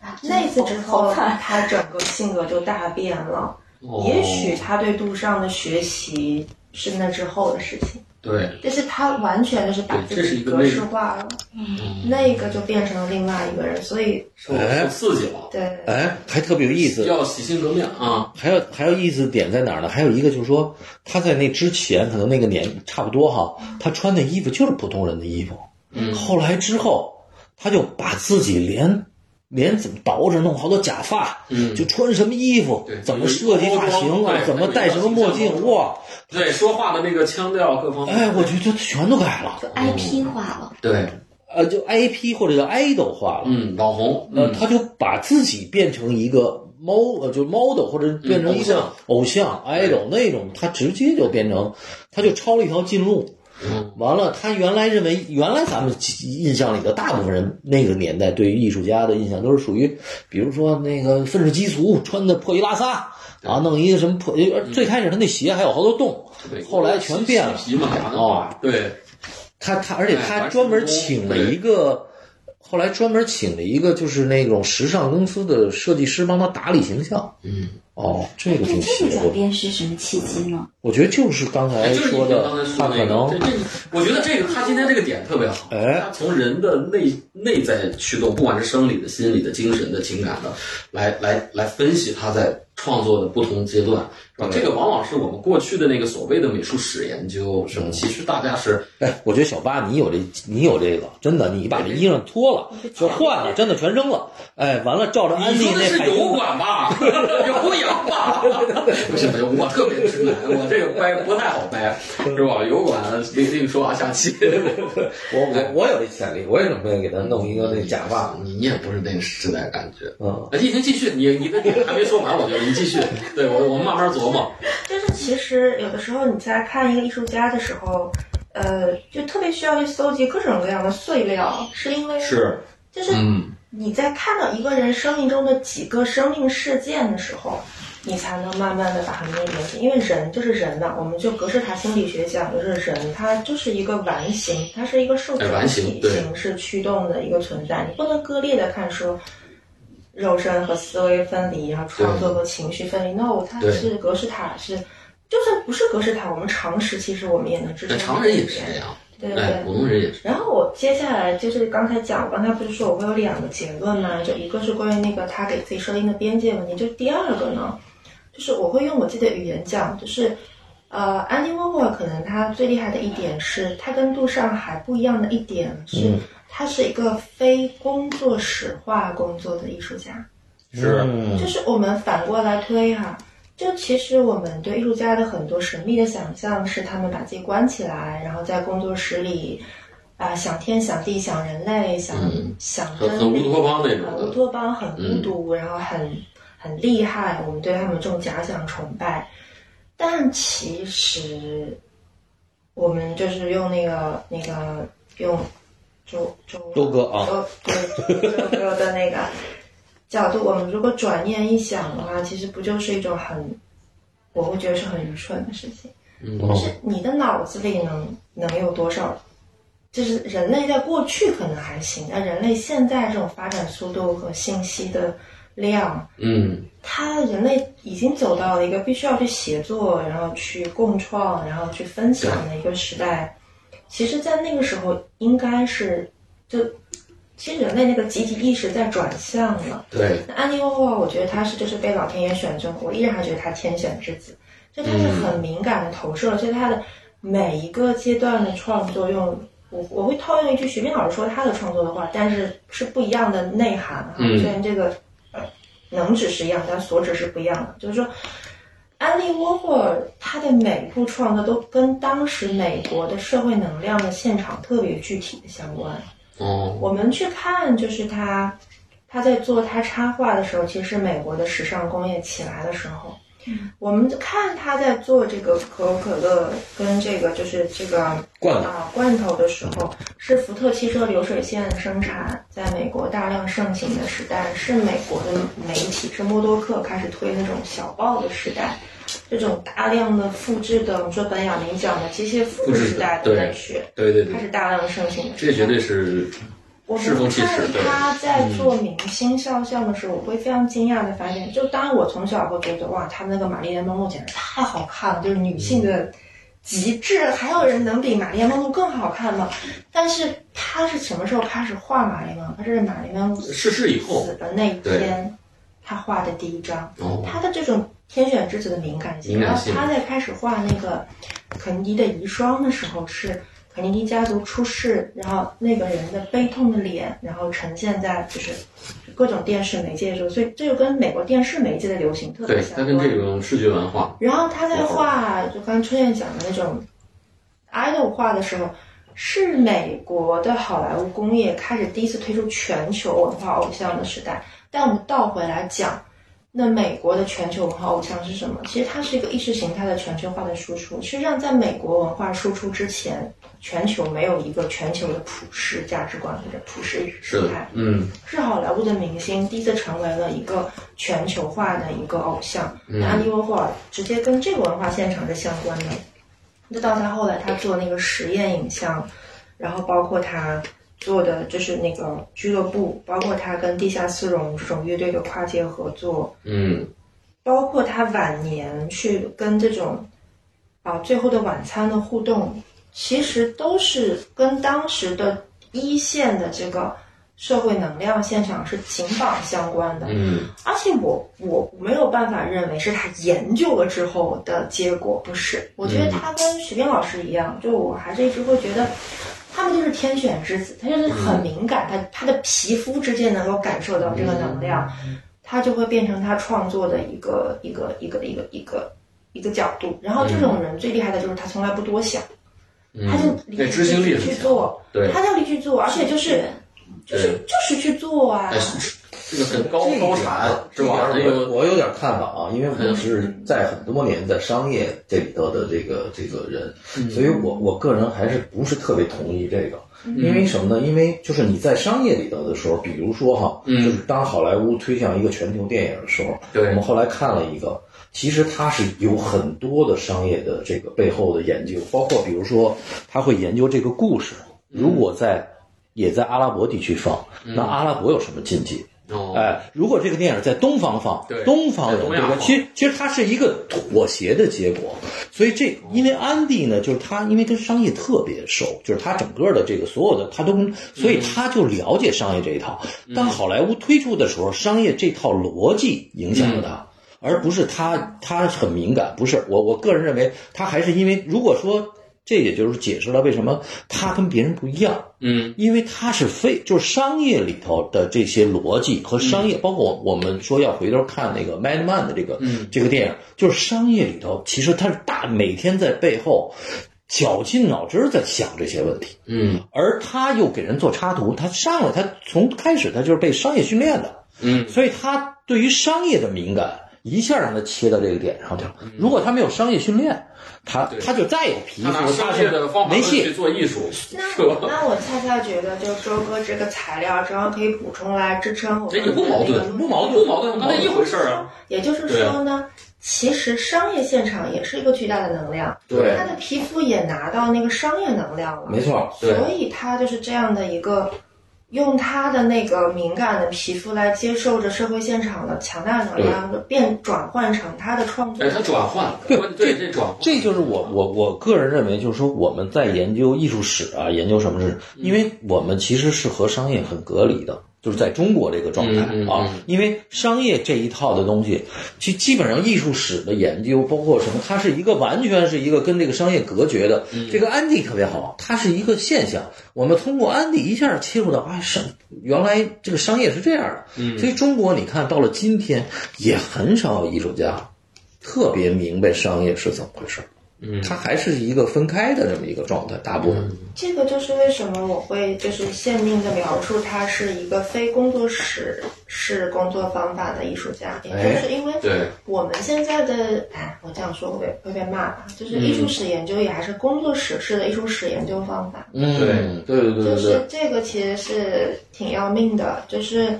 Speaker 3: 啊
Speaker 4: 那次之后，
Speaker 3: 好 惨
Speaker 4: 她整个性格就大变了。
Speaker 2: 哦
Speaker 4: 也许她对杜尚的学习是那之后的事情，
Speaker 2: 对，
Speaker 4: 但是她完全就是把
Speaker 2: 对
Speaker 4: 自
Speaker 2: 这是
Speaker 4: 己
Speaker 2: 一个
Speaker 4: 格
Speaker 2: 内
Speaker 4: 式化了，
Speaker 3: 嗯
Speaker 4: 那个就变成了另外一个人。所以，
Speaker 2: 受受刺激了，
Speaker 4: 对，
Speaker 1: 哎，还特别有意思。
Speaker 2: 要洗心革面啊，
Speaker 1: 还有还有意思的点在哪儿呢？还有一个就是说，他在那之前可能那个年差不多哈，他穿的衣服就是普通人的衣服。
Speaker 2: 嗯
Speaker 1: 后来之后，他就把自己连连怎么捯饬，弄好多假发，
Speaker 2: 嗯
Speaker 1: 就穿什么衣服
Speaker 2: 对，
Speaker 1: 怎么设计发型啊，
Speaker 2: 对
Speaker 1: 怎么戴什么墨镜，哇，
Speaker 2: 对，说话的那个腔调各方面，
Speaker 1: 哎，我觉得全都改了
Speaker 3: 就，IP 化了，
Speaker 2: 对，
Speaker 1: 呃，就 IP 或者叫 idol 化了。
Speaker 2: 嗯，网红，
Speaker 1: 呃，
Speaker 2: 嗯，
Speaker 1: 他就把自己变成一个 mo 呃，就是 model 或者变成一个偶像 idol 那种，他直接就变成，他就抄了一条近路。
Speaker 2: 嗯
Speaker 1: 完了，他原来认为，原来咱们印象里的大部分人那个年代对于艺术家的印象都是属于，比如说那个愤世嫉俗，穿的破衣拉撒。啊，弄一个什么破？呃最开始他那鞋还有好多洞，
Speaker 2: 对
Speaker 1: 后来全变了
Speaker 2: 嬉皮嘛，讲的
Speaker 1: 哦
Speaker 2: 话，对，
Speaker 1: 他他，而且
Speaker 2: 哎
Speaker 1: 他
Speaker 2: 玩
Speaker 1: 专门
Speaker 2: 手工
Speaker 1: 请了
Speaker 2: 对
Speaker 1: 一个，后来专门请了一个就是那种时尚公司的设计师帮他打理形象。
Speaker 2: 嗯，
Speaker 1: 哦，这个
Speaker 3: 那
Speaker 1: 挺
Speaker 3: 这
Speaker 1: 邪
Speaker 3: 个转
Speaker 1: 乎。
Speaker 3: 变是什么契机呢？
Speaker 1: 我觉得就是刚才
Speaker 2: 哎就是你
Speaker 1: 说
Speaker 2: 刚
Speaker 1: 的
Speaker 2: 才，说
Speaker 1: 他
Speaker 2: 的
Speaker 1: 可
Speaker 2: 那个，这
Speaker 1: 能
Speaker 2: 这，我觉得这个他今天这个点特别好，
Speaker 1: 哎
Speaker 2: 他从人的内内在驱动，不管是生理的、心理的、精神的、情感的，来来来分析他在创作的不同阶段，是吧？这个往往是我们过去的那个所谓的美术史研究什
Speaker 1: 嗯
Speaker 2: 么，其实大家是
Speaker 1: 哎，我觉得小八你有这，你有这个，真的，你把这衣裳脱了就换了，真的全扔了。哎，完了，照着安
Speaker 2: 你
Speaker 1: 利
Speaker 2: 说的
Speaker 1: 那
Speaker 2: 是
Speaker 1: 海
Speaker 2: 油
Speaker 1: 军
Speaker 2: 管 吧？油羊吧？不是，不是，我特别直男，我这个掰不太好掰，是吧？油管另另说啊，下期。
Speaker 1: 我我我有这潜力，我也准备给他弄一个那假发。
Speaker 2: 你你也不是那个时代感觉。
Speaker 1: 嗯，
Speaker 2: 哎，你能继续，你你的点还没说完，我觉得你继续。对我我慢慢琢磨。
Speaker 4: 就是其实有的时候你在看一个艺术家的时候，呃，就特别需要去搜集各种各样的碎料，是因为
Speaker 2: 是，
Speaker 4: 就是
Speaker 2: 嗯，
Speaker 4: 你在看到一个人生命中的几个生命事件的时候，你才能慢慢的把它们连接，因为人就是人呐、我们就格式塔心理学讲，就是人他就是一个完形，它是一个受
Speaker 2: 哎
Speaker 4: 整
Speaker 2: 完形
Speaker 4: 体
Speaker 2: 对
Speaker 4: 形式驱动的一个存在，你不能割裂的看说。肉身和思维分离，然后创作和情绪分离。no，它
Speaker 2: 对
Speaker 4: 是格式塔是，就算不是格式塔，我们常识其实我们也能知道
Speaker 2: 那
Speaker 4: 它
Speaker 2: 哎常
Speaker 4: 的
Speaker 2: 人也
Speaker 4: 语
Speaker 2: 是
Speaker 4: 言
Speaker 2: 这样，
Speaker 4: 对对
Speaker 2: 哎，普通人也是。
Speaker 4: 然后我接下来就是刚才讲，我刚才不是说我会有两个结论吗？就一个是关于那个他给自己设定的边界问题，就第二个呢，就是我会用我自己的语言讲，就是呃，安妮沃霍可能他最厉害的一点是，他跟杜尚还不一样的一点是，他是一个非工作室化工作的艺术家，
Speaker 2: 是
Speaker 1: 嗯
Speaker 4: 就是我们反过来推哈、就其实我们对艺术家的很多神秘的想象是他们把自己关起来，然后在工作室里啊、想天想地想人类想、
Speaker 2: 嗯
Speaker 4: 想
Speaker 2: 很
Speaker 4: 真
Speaker 2: 很乌
Speaker 4: 理
Speaker 2: 托邦那
Speaker 4: 啊
Speaker 2: 种
Speaker 4: 乌
Speaker 2: 的。嗯
Speaker 4: 托邦很孤独，然后很很厉害，我们对他们这种假想崇拜。但其实，我们就是用那个那个用周周
Speaker 1: 周哥啊
Speaker 4: 周对周哥的那个角度，我们如果转念一想的话，其实不就是一种很，我会觉得是很愚蠢的事情。
Speaker 1: 哦
Speaker 2: 嗯
Speaker 4: 是你的脑子里能能有多少？就是人类在过去可能还行，但人类现在这种发展速度和信息的量，
Speaker 2: 嗯，
Speaker 4: 它人类已经走到了一个必须要去协作，然后去共创，然后去分享的一个时代。其实，在那个时候，应该是就其实人类那个集体意识在转向了。
Speaker 2: 对，
Speaker 4: 那安妮沃霍尔，我觉得他是就是被老天爷选中，我依然还觉得他天选之子，就他是很敏感的投射了，所以他的每一个阶段的创作用，我我会套用一句徐冰老师说他的创作的话，但是是不一样的内涵哈，
Speaker 2: 嗯
Speaker 4: 虽然这个呃能指是一样，但所指是不一样的，就是说。安利沃霍尔他的每一部创作都跟当时美国的社会能量的现场特别具体的相关，
Speaker 2: 哦，
Speaker 4: 我们去看，就是他他在做他插画的时候，其实是美国的时尚工业起来的时候。我们看他在做这个可口可乐跟这个就是这个
Speaker 1: 罐头
Speaker 4: 啊罐头的时候，是福特汽车流水线生产在美国大量盛行的时代，是美国的媒体是默多克开始推那种小报的时代，这种大量的复制的，我们说本雅明奖的机械复
Speaker 2: 复制
Speaker 4: 制时代
Speaker 2: 对
Speaker 4: 的美学，
Speaker 2: 对对
Speaker 4: 它
Speaker 2: 对，
Speaker 4: 是大量盛行的时
Speaker 2: 这
Speaker 4: 代。
Speaker 2: 绝对是
Speaker 4: 我
Speaker 2: 世风
Speaker 4: 们
Speaker 2: 气
Speaker 4: 看
Speaker 2: 势对嗯
Speaker 4: 他在做明星肖像的时候，我会非常惊讶的发现，就当然我从小会觉得哇，他们那个玛丽莲梦露简直太好看了，就是女性的极
Speaker 2: 嗯
Speaker 4: 致，还有人能比玛丽莲梦露更好看吗？但是他是什么时候开始画玛丽莲梦露？他是玛丽莲梦露死
Speaker 2: 逝世以后，
Speaker 4: 的那一
Speaker 2: 对
Speaker 4: 天，他画的第一张，
Speaker 2: 哦，
Speaker 4: 他的这种天选之子的敏感性，
Speaker 2: 敏感
Speaker 4: 然后
Speaker 2: 性
Speaker 4: 他在开始画那个肯尼迪的遗孀的时候，是肯尼迪家族出事，然后那个人的悲痛的脸，然后呈现在就是各种电视媒介的时候，所以这就跟美国电视媒介的流行特别
Speaker 2: 对，
Speaker 4: 相
Speaker 2: 它跟
Speaker 4: 关。
Speaker 2: 这种视觉文化，
Speaker 4: 然后他在画，就刚春燕讲的那种 idol 画的时候，是美国的好莱坞工业开始第一次推出全球文化偶像的时代。但我们倒回来讲，那美国的全球文化偶像是什么？其实它是一个意识形态的全球化的输出。实际上，在美国文化输出之前，全球没有一个全球的普世价值观或者普世意识
Speaker 2: 是
Speaker 4: 形态
Speaker 2: 的。，嗯，
Speaker 4: 是好莱坞的明星第一次成为了一个全球化的一个偶像。那安迪沃霍尔直接跟这个文化现场是相关的。就到他后来，他做那个实验影像，然后包括他做的就是那个俱乐部，包括他跟地下丝绒这种乐队的跨界合作，
Speaker 2: 嗯，
Speaker 4: 包括他晚年去跟这种啊《最后的晚餐》的互动，其实都是跟当时的一线的这个社会能量现场是紧绑相关的。
Speaker 2: 嗯，
Speaker 4: 而且我我没有办法认为是他研究了之后的结果，不是。我觉
Speaker 2: 嗯
Speaker 4: 得他跟许斌老师一样，就我还是一直会觉得。他们就是天选之子，他就是
Speaker 2: 嗯
Speaker 4: 很敏感，他他的皮肤之间能够感受到这个能量，
Speaker 2: 嗯
Speaker 4: 他就会变成他创作的一个一个一个一个一个一个角度。然后这种人最厉害的就是他从来不多想，他就
Speaker 2: 嗯，
Speaker 4: 离
Speaker 2: 那执行力
Speaker 4: 去
Speaker 2: 很强，
Speaker 4: 做，
Speaker 2: 对，
Speaker 4: 他就离去做，而且就是就是就是去做啊
Speaker 2: 哎，。是这个很高
Speaker 1: 这一
Speaker 2: 高
Speaker 1: 点
Speaker 2: 产是
Speaker 1: 这点
Speaker 2: 吧？这
Speaker 1: 我
Speaker 2: 个嗯
Speaker 1: 我有点看法啊，因为我是在很多年在商业这里头的这个这个人，
Speaker 2: 嗯
Speaker 1: 所以我我个人还是不是特别同意这个。
Speaker 2: 嗯
Speaker 1: 因为什么呢？因为就是你在商业里头的时候，比如说哈，
Speaker 2: 嗯
Speaker 1: 就是当好莱坞推向一个全球电影的时候，
Speaker 2: 对
Speaker 1: 我们后来看了一个，其实它是有很多的商业的这个背后的研究，包括比如说他会研究这个故事，
Speaker 2: 嗯
Speaker 1: 如果在也在阿拉伯地区放，那阿拉伯有什么禁忌？
Speaker 2: 哦，
Speaker 1: 哎，如果这个电影在东方放，
Speaker 2: 对
Speaker 1: 东方人
Speaker 2: 在东
Speaker 1: 对
Speaker 2: 亚
Speaker 1: 吧？
Speaker 2: 放
Speaker 1: 其实其实它是一个妥协的结果，所以这因为安迪呢，就是他因为跟商业特别熟，就是他整个的这个所有的他都跟，所以他就了解商业这一套。
Speaker 2: 嗯
Speaker 1: 当好莱坞推出的时候，商业这套逻辑影响了他。
Speaker 2: 嗯
Speaker 1: 而不是他他很敏感，不是我我个人认为他还是因为如果说。这也就是解释了为什么他跟别人不一样，
Speaker 2: 嗯
Speaker 1: 因为它是非就是商业里头的这些逻辑和商业，包括我我们说要回头看那个《Mad Man》的这个、
Speaker 2: 嗯
Speaker 1: 这个电影，就是商业里头其实它是大每天在背后绞尽脑汁在想这些问题，
Speaker 2: 嗯
Speaker 1: 而他又给人做插图，他上来他从开始他就是被商业训练的，
Speaker 2: 嗯
Speaker 1: 所以他对于商业的敏感。一下让他切到这个点上去了。如果他没有商业训练，他
Speaker 2: 嗯对
Speaker 1: 他就再有皮
Speaker 2: 他拿
Speaker 1: 肤，他
Speaker 2: 商业的
Speaker 1: 是
Speaker 2: 方法
Speaker 1: 没
Speaker 2: 论
Speaker 1: 戏
Speaker 2: 去。做艺术，
Speaker 4: 那
Speaker 2: 是
Speaker 4: 我
Speaker 2: 吧？
Speaker 4: 那我恰恰觉得，就周哥这个材料正好可以补充来支撑我
Speaker 2: 哎
Speaker 4: 们。
Speaker 2: 也不矛盾
Speaker 1: 不矛
Speaker 2: 不
Speaker 1: 盾，
Speaker 2: 矛盾，刚才一回事儿啊。
Speaker 4: 也就是
Speaker 2: 对啊
Speaker 4: 说呢，其实商业现场也是一个巨大的能量，
Speaker 2: 对
Speaker 4: 他的皮肤也拿到那个商业能量了，
Speaker 1: 没错，
Speaker 2: 对
Speaker 4: 所以他就是这样的一个，用他的那个敏感的皮肤来接受着社会现场的强大能量，变转换成他的创作
Speaker 2: 哎，。他转换，
Speaker 1: 对
Speaker 2: 对，这转换，
Speaker 1: 啊这就是我我我个人认为，就是说我们在研究艺术史啊，研究什么是，因为我们其实是和商业很隔离的，就是在中国这个状态
Speaker 2: 嗯嗯
Speaker 1: 啊
Speaker 2: 嗯，
Speaker 1: 因为商业这一套的东西，其基本上艺术史的研究，包括什么，它是一个完全是一个跟这个商业隔绝的。这个安迪特别好，它是一个现象，我们通过安迪一下切入到啊，商原来这个商业是这样的，所以中国你看到了今天也很少有艺术家特别明白商业是怎么回事儿。
Speaker 2: 嗯
Speaker 1: 它还是一个分开的这么一个状态，大部分。
Speaker 4: 这个就是为什么我会就是限定的描述他是一个非工作室式工作方法的艺术家，也
Speaker 1: 哎
Speaker 4: 就是因为
Speaker 2: 对，
Speaker 4: 我们现在的，哎，我这样说会被会被骂吧？就是
Speaker 1: 嗯
Speaker 4: 艺术史研究也还是工作室式的艺术史研究方法，
Speaker 1: 嗯，对对
Speaker 4: 就，是这个其实是挺要命的，就是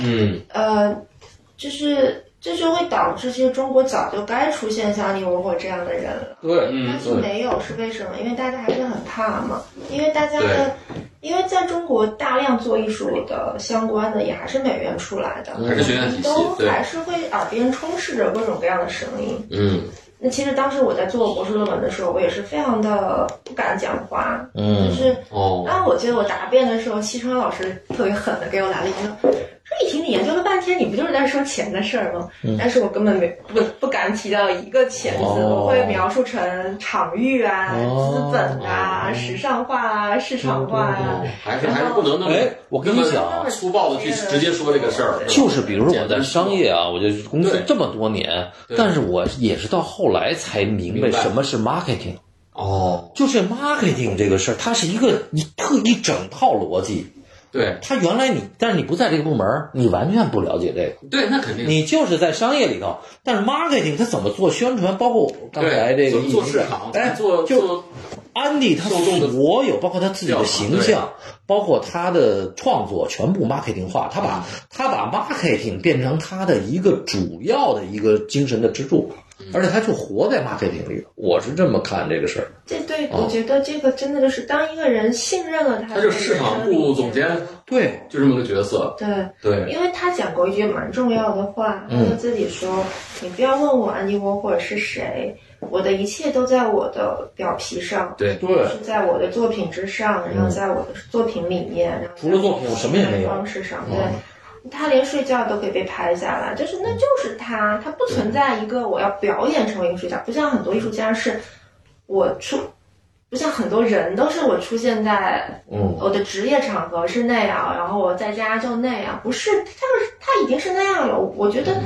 Speaker 2: 嗯
Speaker 4: 呃，就是这就会导致其实中国早就该出现像李文火这样的人了。
Speaker 1: 对，
Speaker 2: 嗯
Speaker 4: 但是没有是为什么？因为大家还是很怕嘛，因为大家的，因为在中国大量做艺术的相关的也还是美院出来的，
Speaker 2: 还是学院体系
Speaker 4: 都
Speaker 2: 嗯对
Speaker 4: 还是会耳边充斥着各种各样的声音。
Speaker 2: 嗯
Speaker 4: 那其实当时我在做博士论文的时候，我也是非常的不敢讲话，就
Speaker 1: 嗯，
Speaker 4: 是
Speaker 2: 哦，
Speaker 4: 啊当我记得我答辩的时候，西川老师特别狠的给我来了一个，说一婷，你研究了半天，你不就是在说钱的事儿吗？
Speaker 2: 嗯
Speaker 4: 但是我根本没不不敢提到一个钱字，
Speaker 1: 哦
Speaker 4: 我会描述成场域啊、
Speaker 1: 哦
Speaker 4: 资本
Speaker 2: 哦
Speaker 4: 啊、时尚化啊、市场化啊。
Speaker 2: 还是还是不能那么，
Speaker 1: 哎我跟你讲
Speaker 2: 那么粗暴的去直接说这个事儿，
Speaker 1: 就是比如说我在
Speaker 2: 简单说
Speaker 1: 商业啊，我就公司
Speaker 2: 对
Speaker 1: 这么多年，
Speaker 2: 对
Speaker 1: 但是我也是到后来才明白
Speaker 2: 明白
Speaker 1: 什么是 marketing，
Speaker 2: 哦，
Speaker 1: 就是 marketing 这个事儿，它是一个一特一整套逻辑。
Speaker 2: 对
Speaker 1: 它原来你，但是你不在这个部门儿，你完全不了解这个，
Speaker 2: 对，那肯定，
Speaker 1: 你就是在商业里头。但是 marketing 它怎么做宣传，包括我刚才这
Speaker 2: 对，
Speaker 1: 个
Speaker 2: 做
Speaker 1: 疫
Speaker 2: 做
Speaker 1: 情
Speaker 2: 市
Speaker 1: 的
Speaker 2: 场，
Speaker 1: 哎，
Speaker 2: 做
Speaker 1: 就
Speaker 2: 做
Speaker 1: 安迪他
Speaker 2: 受众的
Speaker 1: 所有，包括他自己的形
Speaker 2: 调
Speaker 1: 象，包括他的创作，全部 marketing 化。他把他把 marketing 变成他的一个主要的一个精神的支柱，而且他就活在 marketing 里。嗯我是这么看这个事儿。
Speaker 4: 这对，
Speaker 1: 哦
Speaker 4: 我觉得这个真的就是当一个人信任了他，
Speaker 2: 他就是市场部总监，
Speaker 1: 对，
Speaker 2: 就这么个角色，
Speaker 4: 对。
Speaker 2: 对，
Speaker 4: 因为他讲过一句蛮重要的话，他
Speaker 2: 嗯
Speaker 4: 就自己说：“你不要问我安迪沃霍尔是谁，我的一切都在我的表皮上，
Speaker 2: 对
Speaker 1: 对嗯
Speaker 4: 是在我的作品之上，然后在我的作品里面，然后
Speaker 1: 除了作品我什么也没有嗯
Speaker 4: 方式上，对。他连睡觉都可以被拍下来，就是那就是
Speaker 1: 嗯
Speaker 4: 他，他不存在一个我要表演成为艺术家，不像很多艺术家是，我出，不像很多人都是我出现在
Speaker 1: 嗯，
Speaker 4: 我的职业场合是那样，然后我在家就那样，不是，他是他已经是那样了。我我觉得
Speaker 1: 嗯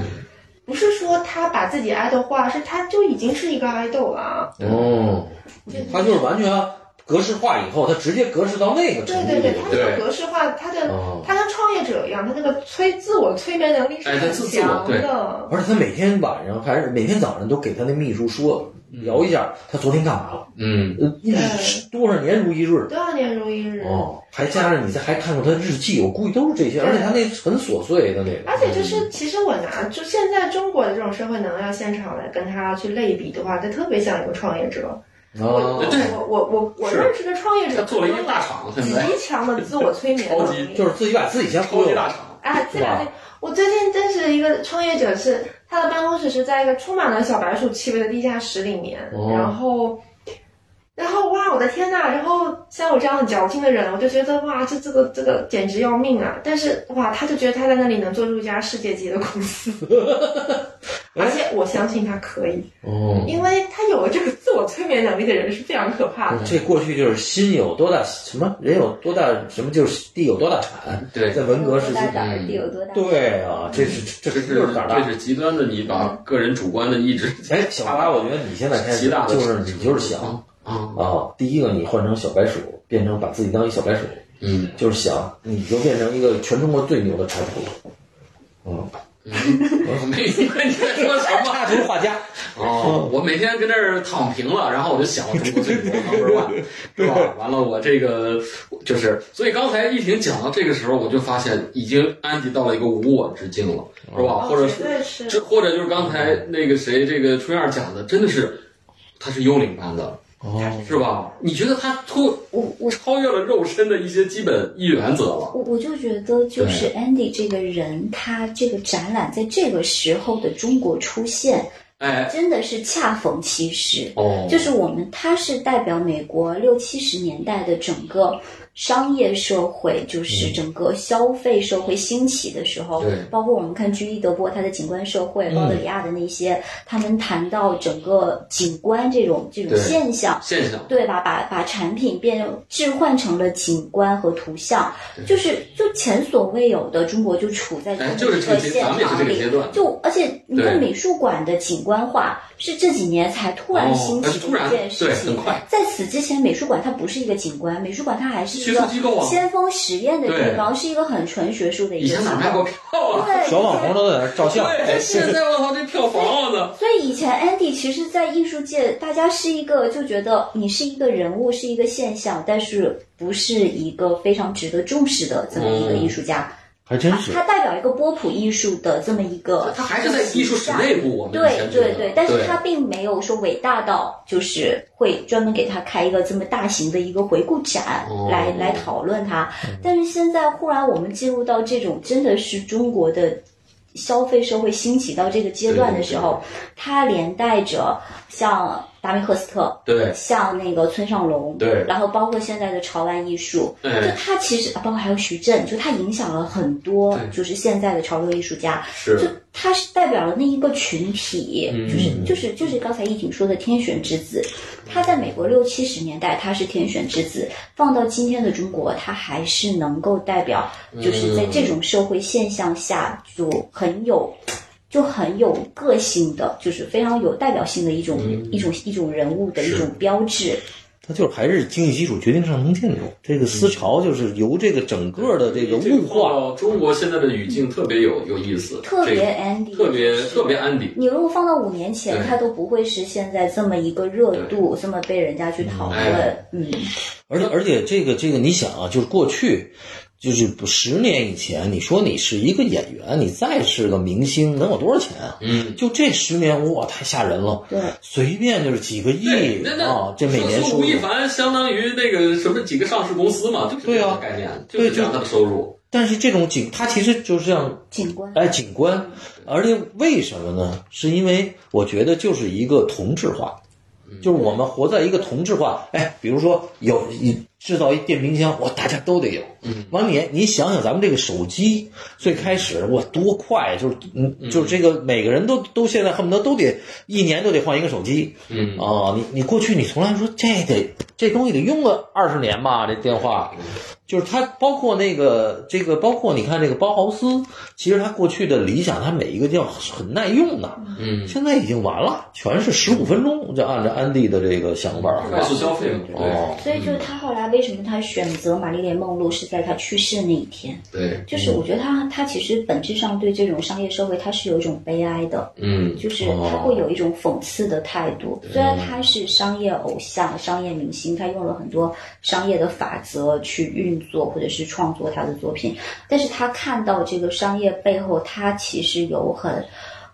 Speaker 4: 不是说他把自己爱豆化，是他就已经是一个爱豆了。啊
Speaker 1: 哦，
Speaker 4: 对
Speaker 1: 他就是完全格式化以后，他直接格式到那个程
Speaker 4: 对
Speaker 1: 度里
Speaker 4: 对对，他
Speaker 1: 了。
Speaker 4: 这个格式化，他的
Speaker 1: 哦
Speaker 4: 他跟创业者一样，他那个催自我催眠能力是
Speaker 2: 哎他
Speaker 4: 很
Speaker 2: 自自我
Speaker 4: 强
Speaker 2: 对
Speaker 4: 的。
Speaker 1: 而且他每天晚上还是每天早上都给他那秘书说聊一下他昨天干嘛了，
Speaker 2: 嗯，
Speaker 1: 呃，一直多少年如一日。
Speaker 4: 多少年如一日。
Speaker 1: 哦，还加上你这还看过他日记，我估计都是这些，而且他那很琐碎的那个。
Speaker 4: 而且
Speaker 2: 嗯
Speaker 4: 就是，其实我拿就现在中国的这种社会能量现场来跟他去类比的话，他特别像一个创业者。我
Speaker 1: 啊，
Speaker 4: 我我我我
Speaker 2: 哦是
Speaker 4: 认识的创业
Speaker 2: 他
Speaker 4: 者，
Speaker 2: 做了一个大厂，现在
Speaker 4: 极强的自我催 眠
Speaker 2: 超
Speaker 4: 能
Speaker 2: 级
Speaker 4: 力，
Speaker 1: 就是自己把自己先忽
Speaker 2: 超级
Speaker 1: 悠了。
Speaker 2: 大厂，
Speaker 4: 啊，这两
Speaker 1: 是
Speaker 4: 天我最近认识一个创业者是，他的办公室是在一个充满了小白鼠气味的地下室里面，
Speaker 1: 哦
Speaker 4: 然后，然后哇，我的天呐！然后像我这样很矫情的人，我就觉得哇，这这个这个简直要命啊！但是哇，他就觉得他在那里能做出一家世界级的公司，而且我相信他可以，
Speaker 1: 哦，
Speaker 4: 因为他有了这个自我催眠能力的人是非常可怕的。
Speaker 1: 这过去就是心有多大什么人有多大什么就是地有多大产，
Speaker 2: 对，
Speaker 1: 在文革时期，
Speaker 3: 大胆儿地有多大？
Speaker 1: 对啊，这是这
Speaker 2: 这是
Speaker 1: 是就是胆
Speaker 2: 这
Speaker 1: 大。
Speaker 2: 是极端的，你把个人主观的意志
Speaker 1: 哎，小八，我觉得你现在开始
Speaker 2: 极大的
Speaker 1: 就是你就是想
Speaker 2: 啊，
Speaker 1: 啊，第一个你换成小白鼠，变成把自己当一小白鼠，
Speaker 2: 嗯，
Speaker 1: 就是想你就变成一个全中国最牛的插图，嗯，
Speaker 2: 我每天你在说什么？
Speaker 1: 插图画家，
Speaker 2: 哦，我每天跟这儿躺平了，然后我就想我中国最牛 number one，是吧？完了，我这个就是，所以刚才一婷讲到这个时候，我就发现已经安迪到了一个无我之境了，是
Speaker 1: 哦
Speaker 2: 吧？或者
Speaker 4: 绝哦对是
Speaker 2: 这或者就是刚才那个谁，这个春燕讲的，真的是，他是幽灵般的，
Speaker 1: 哦，
Speaker 2: 是吧？你觉得他突
Speaker 3: 我我
Speaker 2: 超越了肉身的一些基本原则了？
Speaker 3: 我我就觉得，就是 Andy 这个人，他这个展览在这个时候的中国出现，
Speaker 2: 哎，
Speaker 3: 真的是恰逢其时。
Speaker 2: 哦，
Speaker 3: 就是我们，它是代表美国六七十年代的整个商业社会，就是整个消费社会兴起的时候，
Speaker 2: 嗯对嗯
Speaker 3: 包括我们看居伊德波他的景观社会，鲍德里亚的那些，他们谈到整个景观这种这种
Speaker 2: 对
Speaker 3: 现象，
Speaker 2: 现象，
Speaker 3: 对吧？把把产品变置换成了景观和图像，就是就前所未有的中国就处在这
Speaker 2: 哎
Speaker 3: 么，
Speaker 2: 就是
Speaker 3: 一
Speaker 2: 这个
Speaker 3: 个
Speaker 2: 阶，
Speaker 3: 现
Speaker 2: 咱们也是这
Speaker 3: 场
Speaker 2: 个
Speaker 3: 里。
Speaker 2: 阶段，
Speaker 3: 就而且你
Speaker 2: 对
Speaker 3: 看美术馆的景观化是这几年才突然兴
Speaker 2: 哦
Speaker 3: 起
Speaker 2: 是突
Speaker 3: 的
Speaker 2: 然
Speaker 3: 一件事
Speaker 2: 对很
Speaker 3: 情
Speaker 2: 快，
Speaker 3: 在此之前，美术馆它不是一个景观，美术馆它还是
Speaker 2: 学
Speaker 3: 一
Speaker 2: 术
Speaker 3: 个
Speaker 2: 机构啊
Speaker 3: 先锋实验的
Speaker 2: 对
Speaker 3: 地方，是一个很纯学术的
Speaker 2: 以
Speaker 3: 一个
Speaker 2: 前
Speaker 3: 机
Speaker 2: 哪卖过
Speaker 3: 构。
Speaker 2: 票啊？
Speaker 3: 对，
Speaker 1: 小网红都在那儿照相，
Speaker 2: 对，现在我操，这票房啊呢？
Speaker 3: 所以以前 Andy 其实，在艺术界，大家是一个就觉得你是一个人物，是一个现象，但是不是一个非常值得重视的这么一个艺术家。
Speaker 1: 还真
Speaker 3: 他
Speaker 1: 是
Speaker 3: 他代表一个波普艺术的这么一个，
Speaker 2: 他还是在艺术史内部，我们以
Speaker 3: 对
Speaker 2: 前觉得
Speaker 3: 对对，但是他并没有说伟大到就是会专门给他开一个这么大型的一个回顾展
Speaker 2: 哦嗯
Speaker 3: 来、来讨论他。但是现在忽然我们进入到这种真的是中国的消费社会兴起到这个阶段的时候，它连带着像达米赫斯特。
Speaker 2: 对
Speaker 3: 像那个村上隆，
Speaker 2: 对
Speaker 3: 然后包括现在的潮玩艺术，
Speaker 2: 哎
Speaker 3: 就它其实啊包括还有徐震，就它影响了很多
Speaker 2: 对，，
Speaker 3: 就是现在的潮流艺术家，就是它是代表了那一个群体，
Speaker 2: 嗯
Speaker 3: 就是就是就是刚才一婷说的天选之子，他在美国六七十年代他是天选之子，放到今天的中国，他还是能够代表，就是在这种社会现象下就很有。就很有个性的，就是非常有代表性的一种、
Speaker 2: 嗯
Speaker 3: 一种一种人物的一种标志。
Speaker 1: 他就是还是经济基础决定上层建筑，这个思潮就是由这个整个的这个物化，
Speaker 2: 化，中国现在的语境特别有有意思，
Speaker 3: 特别
Speaker 2: 这个
Speaker 3: Andy，
Speaker 2: 特别
Speaker 3: 就是
Speaker 2: 特别安迪。
Speaker 3: 你如果放到五年前，
Speaker 2: 对
Speaker 3: 它都不会是现在这么一个热度，这么被人家去讨论
Speaker 2: 哎。
Speaker 3: 嗯，
Speaker 1: 而且而且这个这个你想啊，就是过去。就是十年以前，你说你是一个演员，你再是个明星，能有多少钱啊？
Speaker 2: 嗯，
Speaker 1: 就这十年，哇，太吓人了！
Speaker 3: 对，
Speaker 1: 随便就是几个亿
Speaker 2: 那
Speaker 1: 啊
Speaker 2: 那，
Speaker 1: 这每年
Speaker 2: 说
Speaker 1: 收
Speaker 2: 吴亦
Speaker 1: 入。
Speaker 2: 凡相当于那个什么几个上市公司嘛，就是这样的概念，就
Speaker 1: 对啊
Speaker 2: 是这样他的收入。
Speaker 1: 但是这种景，它其实就是这样
Speaker 3: 景观。
Speaker 1: 哎，景观，而且为什么呢？是因为我觉得就是一个同质化，
Speaker 2: 嗯
Speaker 1: 就是我们活在一个同质化。哎，比如说有你制造一电冰箱，我大家都得有。
Speaker 2: 嗯，
Speaker 1: 王你你想想咱们这个手机最开始哇多快，就是嗯，就是这个每个人都都现在恨不得都得一年都得换一个手机。
Speaker 2: 嗯
Speaker 1: 啊，你你过去你从来说这得这东西得用个二十年吧，这电话，
Speaker 2: 嗯
Speaker 1: 就是它包括那个这个包括你看这个包豪斯，其实他过去的理想，他每一个叫很耐用的，
Speaker 2: 嗯，
Speaker 1: 现在已经完了，全是十五分钟，就按照安迪的这个想法啊，
Speaker 2: 快速消费嘛，
Speaker 1: 哦，
Speaker 3: 所
Speaker 2: 嗯
Speaker 3: 以就是他后来为什么他选择玛丽莲梦露是在他去世那一天？
Speaker 2: 对对，
Speaker 3: 就是我觉得他他其实本质上对这种商业社会他是有一种悲哀的，
Speaker 2: 嗯，
Speaker 3: 就是他会有一种讽刺的态度。虽然他是商业偶像、商业明星，他用了很多商业的法则去运作或者是创作他的作品，但是他看到这个商业背后，他其实有很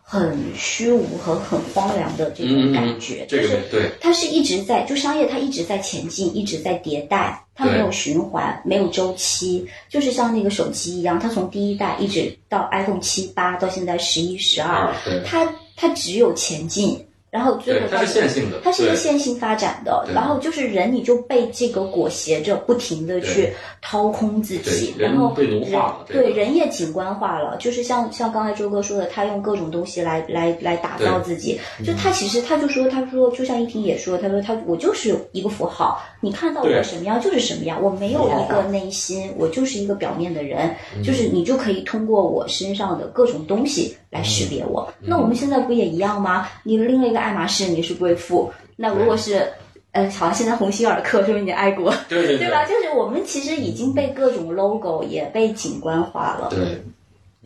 Speaker 3: 很虚无和很荒凉的这种
Speaker 2: 嗯嗯嗯
Speaker 3: 感觉，
Speaker 2: 这
Speaker 3: 就是
Speaker 2: 个对，
Speaker 3: 它是一直在，就商业它一直在前进，一直在迭代，它
Speaker 2: 对
Speaker 3: 没有循环，没有周期，就是像那个手机一样，它从第一代一
Speaker 2: 啊
Speaker 3: 直到 iPhone 七八，到现在十一、十二，
Speaker 2: 二对，
Speaker 3: 它它只有前进，然后最后
Speaker 2: 对，它是线性的，
Speaker 3: 它是一个
Speaker 2: 对
Speaker 3: 线性发展的，
Speaker 2: 对
Speaker 3: 然后就是人你就被这个裹挟着，不停的去
Speaker 2: 对
Speaker 3: 掏空自己，
Speaker 2: 对
Speaker 3: 然后
Speaker 2: 人被奴化了
Speaker 3: 人
Speaker 2: 这个
Speaker 3: 对人也景观化了，就是像像刚才周哥说的，他用各种东西来来来打造自己，就他其实他就说他说就像一婷也说，他说他我就是一个符号，你看到我
Speaker 2: 对
Speaker 3: 什么样就是什么样，我没有一个内心，我就是一个表面的人，
Speaker 2: 嗯
Speaker 3: 就是你就可以通过我身上的各种东西来识别我。
Speaker 2: 嗯
Speaker 3: 那我们现在不也一样吗？你拎了一个爱马仕，你是贵妇。那如果是，呃，好，现在鸿星尔克说明你爱国，
Speaker 2: 对对
Speaker 3: 对吧？就是我们其实已经被各种 logo 也被景观化了，
Speaker 2: 对，嗯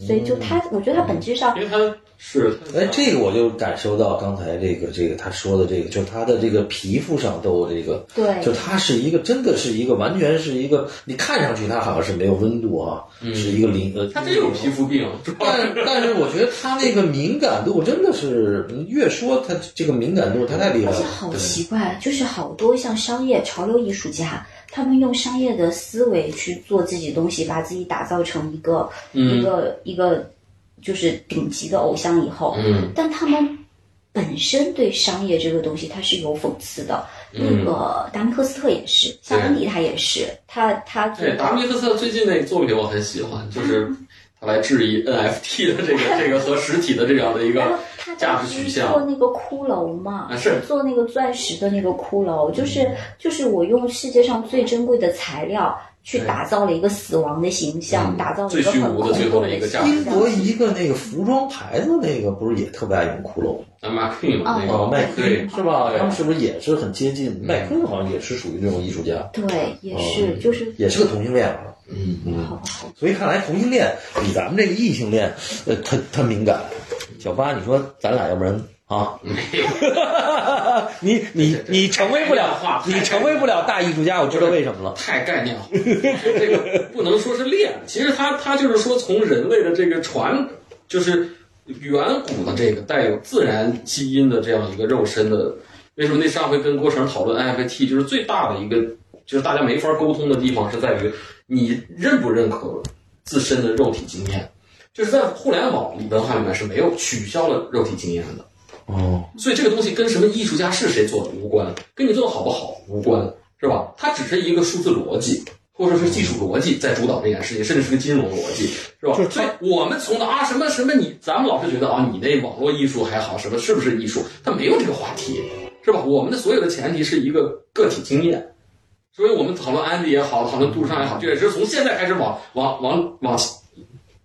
Speaker 3: 所以就它，我觉得它本质上
Speaker 2: 因为它是
Speaker 1: 哎，
Speaker 2: 它
Speaker 1: 这个我就感受到刚才这个这个他说的这个，就是他的这个皮肤上都有这个，
Speaker 3: 对
Speaker 1: 就他是一个真的是一个完全是一个，你看上去他好像是没有温度啊，是一个零呃，
Speaker 2: 它真有皮肤 病，主要
Speaker 1: 但但是我觉得他那个敏感度真的是，越说他这个敏感度他太厉害
Speaker 3: 而且
Speaker 1: 了。
Speaker 3: 好奇怪，就是好多像商业潮流艺术家，他们用商业的思维去做自己东西，把自己打造成一个、
Speaker 2: 嗯
Speaker 3: 一个一个就是顶级的偶像以后，
Speaker 2: 嗯
Speaker 3: 但他们本身对商业这个东西它是有讽刺的。那个达米克斯特也是，像
Speaker 2: 嗯对
Speaker 3: 安迪他也是，他他做
Speaker 2: 对，达米克特最近那个作品我很喜欢，就是他来质疑 NFT 的这个这个和实体的这样的一
Speaker 3: 然
Speaker 2: 个
Speaker 3: 后他
Speaker 2: 价
Speaker 3: 当
Speaker 2: 值取
Speaker 3: 时
Speaker 2: 向
Speaker 3: 做。那个骷髅嘛，
Speaker 2: 啊是
Speaker 3: 做那个钻石的那个骷
Speaker 2: 嗯
Speaker 3: 髅，就是就是我用世界上最珍贵的材料去
Speaker 2: 对
Speaker 3: 打造了一个死亡的形象，
Speaker 2: 嗯
Speaker 3: 打造了一个
Speaker 2: 最虚
Speaker 3: 很
Speaker 2: 无的
Speaker 3: 恐
Speaker 2: 最
Speaker 3: 怖
Speaker 2: 后的一个价值
Speaker 1: 英
Speaker 3: 形
Speaker 1: 国
Speaker 3: 象。
Speaker 1: 一个那个服装牌子那个不是也特别爱用骷髅吗？
Speaker 2: 那 m a q u e e 那
Speaker 1: 啊，
Speaker 2: 个
Speaker 1: 麦
Speaker 2: 对
Speaker 1: 昆是吧？
Speaker 2: 对
Speaker 1: 他们是不是也是很接近？麦
Speaker 2: 嗯
Speaker 1: 昆好像也是属于这种艺术家，
Speaker 3: 对，也是，
Speaker 2: 哦
Speaker 1: 嗯
Speaker 3: 就是
Speaker 1: 也是个同性恋啊。
Speaker 2: 嗯，
Speaker 3: 好吧好吧
Speaker 1: 所以看来同性恋比咱们这个异性恋，呃，他他敏感。小八，你说咱俩要不然啊？ 你你你成为不了，你成为不了大艺术家，我知道为什么了。
Speaker 2: 太概念化， 这个不能说是恋。其实它它就是说从人类的这个传，就是远古的这个带有自然基因的这样一个肉身的，为什么那上回跟郭成讨论 NFT，就是最大的一个就是大家没法沟通的地方是在于你认不认可自身的肉体经验，就是在互联网文化里面是没有取消了肉体经验的。
Speaker 1: 哦，
Speaker 2: 所以这个东西跟什么艺术家是谁做的无关，跟你做的好不好无关，是吧？它只是一个数字逻辑。或者是技术逻辑在主导这件事情，甚至是个金融逻辑，是吧？
Speaker 1: 就是
Speaker 2: 所
Speaker 1: 它
Speaker 2: 以我们从的啊什么什么你，咱们老是觉得啊你那网络艺术还好，什么是不是艺术？它没有这个话题，是吧？我们的所有的前提是一个个体经验，所以我们讨论安迪也好，讨论杜尚也好，就也是从现在开始往往往往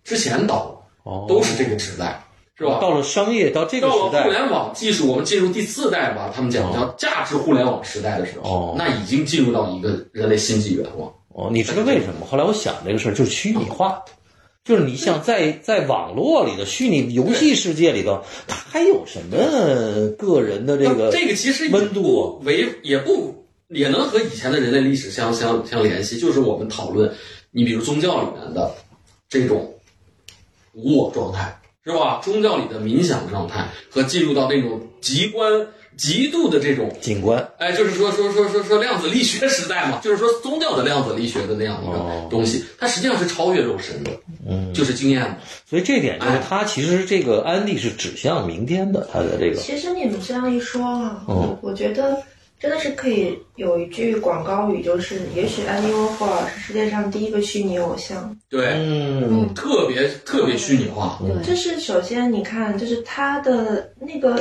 Speaker 2: 之前倒，
Speaker 1: 哦
Speaker 2: 都是这个时代，是吧？
Speaker 1: 到了商业到这个
Speaker 2: 到了
Speaker 1: 时代
Speaker 2: 互，联网技术，我们进入第四代吧，他们讲叫价值互联网时代的时候
Speaker 1: 哦，
Speaker 2: 那已经进入到一个人类新纪元了。
Speaker 1: 哦，你知道为什么？后来我想这个事儿，就是虚拟化，就是你像在在网络里的虚拟游戏世界里头，它还有什么个人的这个
Speaker 2: 这个其实也不
Speaker 1: 温度
Speaker 2: 为也不也能和以前的人类历史相相相联系，就是我们讨论，你比如宗教里面的这种无我状态，是吧？宗教里的冥想状态和进入到那种极观极度的这种
Speaker 1: 景观？
Speaker 2: 哎，就是说说说说说量子力学时代嘛，就是说宗教的量子力学的那样一
Speaker 1: 哦
Speaker 2: 个东西，它实际上是超越肉身的，
Speaker 1: 嗯，
Speaker 2: 就是经验嘛。
Speaker 1: 所以这点就是它其实这个安利是指向明天的，它的这个。
Speaker 4: 其实你们这样一说啊，
Speaker 1: 嗯
Speaker 4: 我我觉得真的是可以有一句广告语，就是也许安迪沃霍尔是世界上第一个虚拟偶像。
Speaker 2: 对，
Speaker 1: 嗯，
Speaker 2: 特别特别虚拟化。
Speaker 3: 对，
Speaker 4: 就是首先你看，就是他的那个，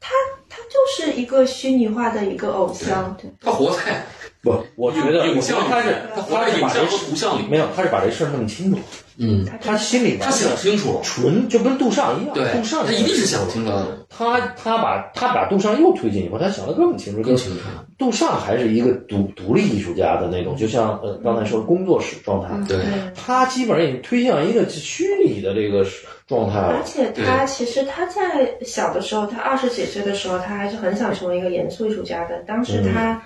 Speaker 4: 他他就是一个虚拟化的一个偶像。
Speaker 2: 他活在
Speaker 1: 不，我觉得
Speaker 2: 影
Speaker 1: 我觉
Speaker 2: 像
Speaker 1: 得他
Speaker 2: 里
Speaker 1: 是
Speaker 2: 面，他活
Speaker 1: 他
Speaker 2: 在
Speaker 1: 是
Speaker 2: 影
Speaker 1: 把这
Speaker 2: 像和
Speaker 1: 事
Speaker 2: 图像里
Speaker 1: 没
Speaker 2: 面。
Speaker 1: 有，他是把这事儿弄清楚，
Speaker 2: 嗯，
Speaker 1: 他心里面
Speaker 2: 他想清楚了，
Speaker 1: 纯就跟杜尚一样，
Speaker 2: 对，
Speaker 1: 杜尚
Speaker 2: 他一定是想清楚了，
Speaker 1: 他他把他把杜尚又推进一步，他想的更清楚，
Speaker 2: 更清楚。
Speaker 1: 杜尚还是一个独独立艺术家的
Speaker 4: 嗯
Speaker 1: 那种，就像呃刚才说的工作室状态，
Speaker 2: 对，
Speaker 1: 他基本上已经推向一个虚拟的这个状态
Speaker 4: 而
Speaker 1: 了。
Speaker 4: 且他其实他在小的时候，他二十几岁的时候，他还是很想成为一个严肃艺术家的。当时他，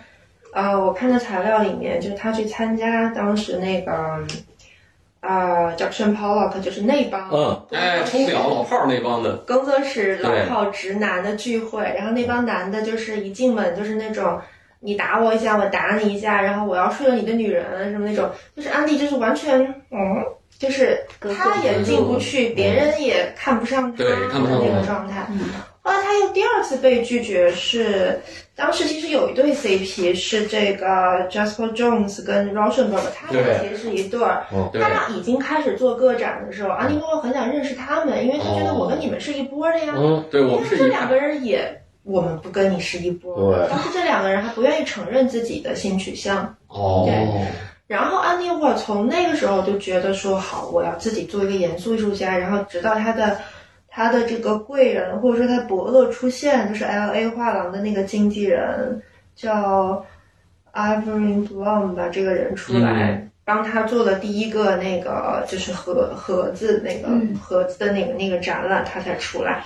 Speaker 4: 呃，我看的材料里面，就是他去参加当时那个，啊、呃、，Jackson Pollock，就是那帮
Speaker 1: 嗯
Speaker 2: 哎，冲表老炮儿那帮的，
Speaker 4: 工作室老
Speaker 2: 对
Speaker 4: 炮直男的聚会，然后那帮男的就是一进门就是那种。你打我一下，我打你一下，然后我要睡了你的女人啊什么那种，就是安迪就是完全，嗯，就是
Speaker 3: 格格
Speaker 4: 他也
Speaker 2: 不入
Speaker 4: 进不去，别人也看不上他
Speaker 2: 对看不上
Speaker 4: 那个
Speaker 2: 他
Speaker 4: 状态。后来他又第二次被拒绝是，当时其实有一对 CP 是这个 Jasper Jones 跟 Rauschenberg，他俩
Speaker 2: 对
Speaker 4: 其实是一对儿。
Speaker 2: 对
Speaker 4: 他俩已经开始做个展的时候，安妮沃很想认识他们，因为他觉得
Speaker 2: 哦
Speaker 4: 我跟你们是一波的呀。
Speaker 1: 嗯，
Speaker 2: 对我
Speaker 4: 但
Speaker 2: 们
Speaker 4: 是
Speaker 2: 是
Speaker 4: 这
Speaker 2: 一
Speaker 4: 两个人也，我们不跟你是一波。
Speaker 1: 对
Speaker 4: 当时这两个人还不愿意承认自己的性取向。
Speaker 2: 哦，
Speaker 4: 然后安妮沃从那个时候就觉得说好，我要自己做一个严肃艺术家。然后直到他的他的这个贵人或者说他伯乐出现，就是 L A 画廊的那个经纪人叫 Ivory Blum 吧，这个人出来。帮他做了第一个那个就是盒盒子那个
Speaker 3: 嗯
Speaker 4: 盒子的那个那个展览，他才出来。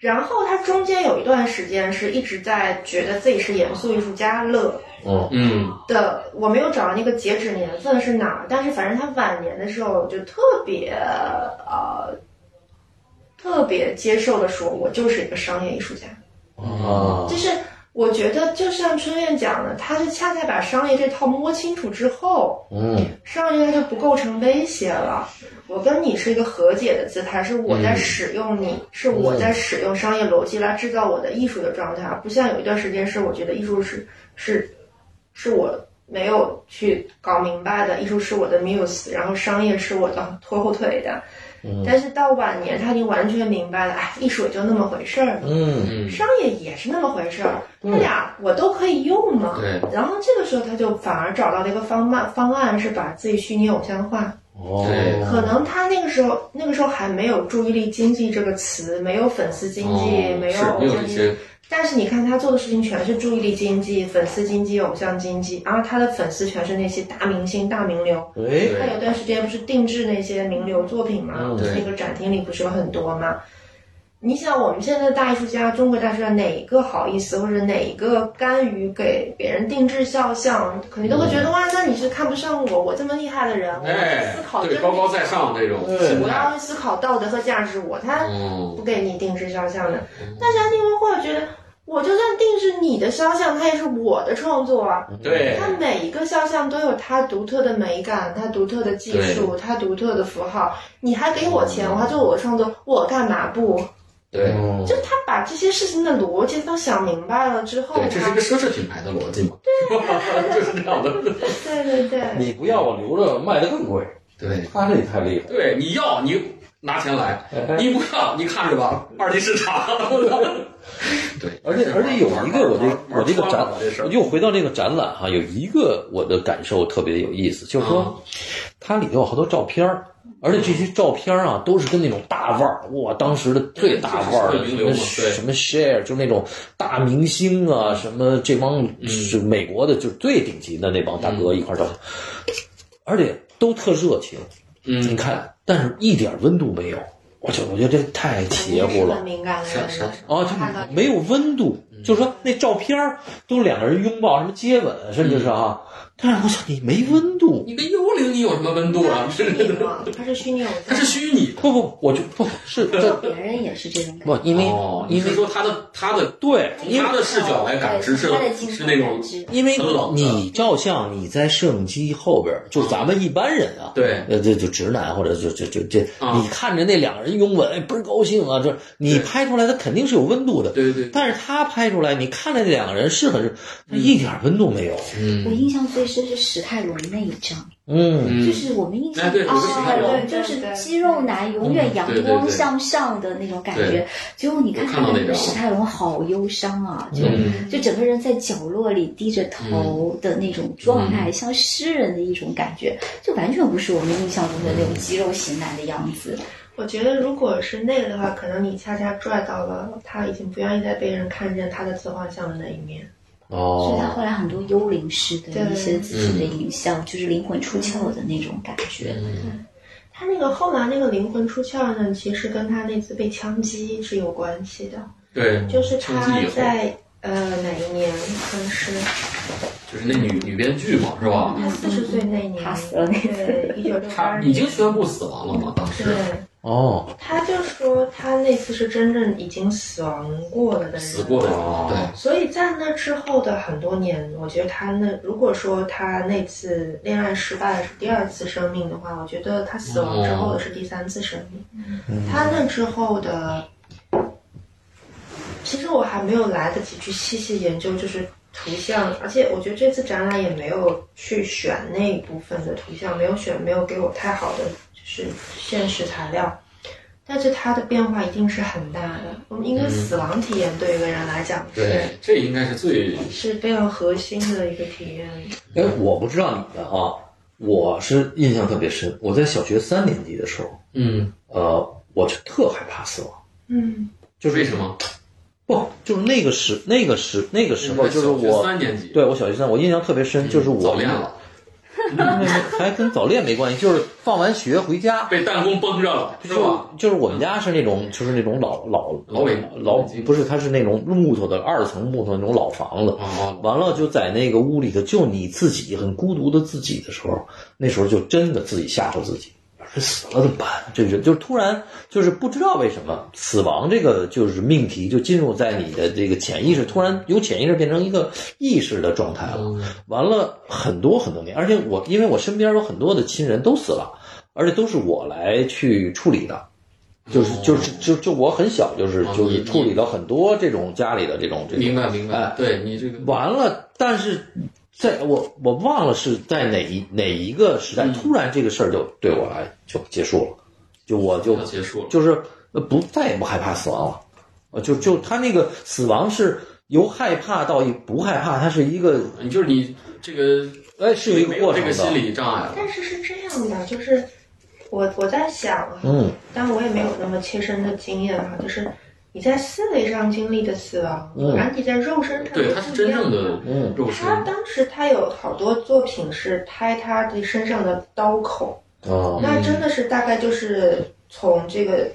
Speaker 4: 然后他中间有一段时间是一直在觉得自己是严肃艺术家了，
Speaker 1: 嗯，
Speaker 2: 嗯，
Speaker 4: 的，我没有找到那个截止年份是哪儿，但是反正他晚年的时候就特别呃，特别接受的说，我就是一个商业艺术家，
Speaker 1: 啊
Speaker 4: 就，是。我觉得就像春燕讲的，他是恰恰把商业这套摸清楚之后，
Speaker 1: 嗯，
Speaker 4: 商业它就不构成威胁了。我跟你是一个和解的姿态，是我在
Speaker 2: 嗯
Speaker 4: 使用你，是我在使用商业逻辑来制造我的艺术的状态，不像有一段时间是我觉得艺术是是是我没有去搞明白的，艺术是我的 muse，然后商业是我的拖后腿的。但是到晚年，他已经完全明白了，哎，艺术也就那么回事儿嘛，
Speaker 1: 嗯，
Speaker 2: 嗯，
Speaker 4: 商业也是那么回事儿，他
Speaker 1: 嗯
Speaker 4: 俩我都可以用嘛。
Speaker 2: 对，
Speaker 4: 然后这个时候，他就反而找到了一个方案，方案是把自己虚拟偶像化。
Speaker 1: 哦，
Speaker 2: 对
Speaker 4: 可能他那个时候，那个时候还没有“注意力经济”这个词，没有粉丝经济，
Speaker 2: 哦
Speaker 4: 没有
Speaker 2: 是没
Speaker 4: 偶
Speaker 2: 有这
Speaker 4: 像经济。
Speaker 2: 些，
Speaker 4: 但是你看他做的事情全是注意力经济、粉丝经济、偶像经济，然后他的粉丝全是那些大明星、大名流。
Speaker 1: 哎，
Speaker 4: 他有段时间不是定制那些名流作品嘛，
Speaker 1: 嗯
Speaker 2: 对
Speaker 4: 那个展厅里不是有很多吗？你想我们现在的大艺术家，中国大艺术家哪一个好意思，或者哪一个甘于给别人定制肖像，肯定都会觉得、哇，那你是看不上我，我这么厉害的人，我
Speaker 2: 嗯哎
Speaker 4: 要思，考
Speaker 2: 对，
Speaker 4: 真
Speaker 2: 高
Speaker 4: 理嗯
Speaker 2: 高在上这种
Speaker 1: 对
Speaker 2: 心
Speaker 4: 我
Speaker 2: 态，
Speaker 4: 要思考道德和价值，我才
Speaker 2: 嗯，
Speaker 4: 不给你定制肖像的。但是安迪沃霍尔觉得，我就算定制你的肖像，它也是我的创作啊，
Speaker 2: 对，
Speaker 4: 它每一个肖像都有它独特的美感、它独特的技术、它独特的符号。你还给我
Speaker 2: 嗯
Speaker 4: 钱，我还做我的创作，我干嘛不？
Speaker 2: 对，
Speaker 1: 嗯
Speaker 4: 就他把这些事情的逻辑都想明白了之后，
Speaker 2: 对，这是一个
Speaker 4: 他
Speaker 2: 奢侈品牌的逻辑嘛，对， 就是这样的，
Speaker 4: 对对对，
Speaker 1: 你不要我留着卖的更贵，
Speaker 2: 对，
Speaker 1: 他这也太厉害了，
Speaker 2: 对，你要你拿钱来，你不要你看着吧，二级市场， 对，
Speaker 1: 而且而且有一个我这我这个展
Speaker 2: 展这事儿，
Speaker 1: 又回到这个展览哈，有一个我的感受特别有意思，就是
Speaker 2: 嗯
Speaker 1: 说它里头有好多照片儿。而且这些照片儿啊，都是跟那种大腕儿，哇，当时的最大腕儿
Speaker 2: 就是
Speaker 1: 的什
Speaker 2: 名流
Speaker 1: 么
Speaker 2: 嘛对
Speaker 1: 什么 share，就那种大明星啊，什么这帮
Speaker 2: 嗯
Speaker 1: 是美国的，就是最顶级的那帮大哥一块儿照相，而且都特热情，你
Speaker 2: 嗯，
Speaker 1: 看，但是一点温度没有，我就我觉得这太邪乎
Speaker 4: 是
Speaker 1: 了
Speaker 4: 很。敏感的
Speaker 2: 是是
Speaker 4: 人
Speaker 2: 是。
Speaker 1: 啊，
Speaker 4: 看到
Speaker 1: 就没有温度，就是说那照片儿都是两个人拥抱，什么接吻，甚至是啊，但是我想你没温度，
Speaker 2: 你跟幽灵你有什么温度啊
Speaker 4: 他？ 是虚拟嘛，他是虚拟偶
Speaker 2: 它
Speaker 4: 像，
Speaker 2: 是虚拟的。
Speaker 1: 不不，我就不是这
Speaker 3: 别人也是这种感
Speaker 1: 不
Speaker 3: 觉。，
Speaker 1: 因为
Speaker 2: 哦，你
Speaker 1: 因
Speaker 2: 是
Speaker 1: 为
Speaker 2: 说他的他的
Speaker 1: 对，
Speaker 2: 从
Speaker 1: 因为
Speaker 2: 他的视角来感知是
Speaker 3: 对他的镜头
Speaker 2: 是那种
Speaker 3: 感知
Speaker 1: 因为
Speaker 2: 很冷的
Speaker 1: 你照相，你在摄影机后边儿，就咱们一般人啊，
Speaker 2: 对
Speaker 1: 呃，这就直男或者就就就这，
Speaker 2: 啊
Speaker 1: 你看着那两个人拥吻，哎倍儿高兴啊，这你
Speaker 2: 对
Speaker 1: 拍出来，它肯定是有温度的，
Speaker 2: 对对对
Speaker 1: 但是他拍出来，你看着那两个人是很，他一点温度没有，
Speaker 3: 我
Speaker 2: 嗯
Speaker 3: 印象最深是史泰龙那一张，
Speaker 1: 嗯，
Speaker 2: 嗯
Speaker 3: 就是我们印象
Speaker 2: 哎对
Speaker 3: 啊，
Speaker 2: 史泰龙嗯
Speaker 3: 就是肌肉男永远阳
Speaker 2: 对对
Speaker 3: 光
Speaker 2: 对
Speaker 3: 向上的那种感
Speaker 2: 对
Speaker 3: 觉。结果你看
Speaker 2: 我看到
Speaker 3: 他
Speaker 2: 那
Speaker 3: 个
Speaker 2: 张
Speaker 3: 史泰龙好忧伤啊，就
Speaker 2: 嗯
Speaker 3: 就整个人在角落里低着头的那种状态，像诗人的一种感觉，就完全不是我们印象中的那种肌肉型男的样子。
Speaker 4: 我觉得，如果是那个的话，可能你恰恰拽到了他已经不愿意再被人看见他的自画像的那一面。
Speaker 3: 所以他
Speaker 1: 哦，
Speaker 3: 后来很多幽灵式的一些自己的影像，就是灵魂出窍的那种感觉。
Speaker 4: 他那个后来那个灵魂出窍呢，其实跟他那次被枪击是有关系的，
Speaker 2: 对，
Speaker 4: 就是
Speaker 2: 枪
Speaker 4: 他
Speaker 2: 击以后
Speaker 4: 在呃哪一年，可能是
Speaker 2: 就是那女女编剧嘛，是吧？
Speaker 4: 他四十岁那年，
Speaker 3: 他嗯死了那次
Speaker 4: 对，一九六八
Speaker 2: 她
Speaker 4: 年，
Speaker 2: 已经宣布死亡了嘛，当时
Speaker 4: 对，
Speaker 1: 哦，
Speaker 4: 他就说他那次是真正已经死亡过了的人，
Speaker 2: 死过的人，对，
Speaker 4: 所以在那之后的很多年，我觉得他那如果说他那次恋爱失败是第二次生命的话，我觉得他死亡
Speaker 2: 哦
Speaker 3: 嗯
Speaker 4: 之后的是第三次生命。他那之后的其实我还没有来得及去细细研究，就是图像，而且我觉得这次展览也没有去选那一部分的图像，没有选，没有给我太好的就是现实材料。但是它的变化一定是很大的。我们应该死亡体验对一个人来讲是、
Speaker 2: 对，这应该是最
Speaker 4: 是非常核心的一个体验。
Speaker 1: 哎，我不知道你们啊，我是印象特别深。我在小学三年级的时候，
Speaker 2: 嗯，
Speaker 1: 呃，我就特害怕死亡，
Speaker 4: 嗯，
Speaker 1: 就是
Speaker 2: 为什么？
Speaker 1: 不就是那个时那个时那个时候，就是
Speaker 2: 小学
Speaker 1: 我
Speaker 2: 三年级，
Speaker 1: 对我小学三，我印象特别深，就是我
Speaker 2: 嗯早恋了，
Speaker 1: 还跟早恋没关系，就是放完学回家，
Speaker 2: 被弹弓崩着了，是
Speaker 1: 就
Speaker 2: 吧？
Speaker 1: 就是我们家是那种就是那种老老
Speaker 2: 老尾
Speaker 1: 老不是，它是那种木头的二层木头那种老房子。
Speaker 2: 哦，
Speaker 1: 完了就在那个屋里头，就你自己很孤独的自己的时候，那时候就真的自己吓唬自己，这死了怎么办？这人就是突然就是不知道为什么死亡这个就是命题就进入在你的这个潜意识，突然由潜意识变成一个意识的状态了。完了很多很多年，而且我因为我身边有很多的亲人都死了，而且都是我来去处理的，就是就是就就我很小就是
Speaker 2: 哦
Speaker 1: 就是
Speaker 2: 你
Speaker 1: 处理了很多这种家里的这种这种
Speaker 2: 明白明白
Speaker 1: 哎，
Speaker 2: 对你这个
Speaker 1: 完了，但是在我我忘了是在哪一哪一个时代，
Speaker 2: 嗯
Speaker 1: 突然这个事儿就对我来就结束了，就我就
Speaker 2: 要结束了，
Speaker 1: 就是呃不再也不害怕死亡了，呃就就他那个死亡是由害怕到一不害怕，它是一个
Speaker 2: 你就是你这个
Speaker 1: 哎是有一个
Speaker 2: 没
Speaker 1: 过
Speaker 2: 这
Speaker 1: 程
Speaker 2: 个心
Speaker 1: 的，
Speaker 2: 理障碍了，
Speaker 4: 但是是这样的，就是我我在想啊，
Speaker 1: 嗯
Speaker 4: 但我也没有那么切身的经验哈、就是你在思维上经历的死亡，
Speaker 1: 嗯
Speaker 4: 然后你在肉身上
Speaker 2: 对，
Speaker 4: 也
Speaker 2: 它是
Speaker 4: 不一
Speaker 2: 真
Speaker 4: 样
Speaker 2: 正的
Speaker 1: 嗯
Speaker 2: 肉身，
Speaker 4: 他当时他有好多作品是拍他的身上的刀口，
Speaker 1: 啊
Speaker 2: 哦
Speaker 4: 那真的是大概就是从这个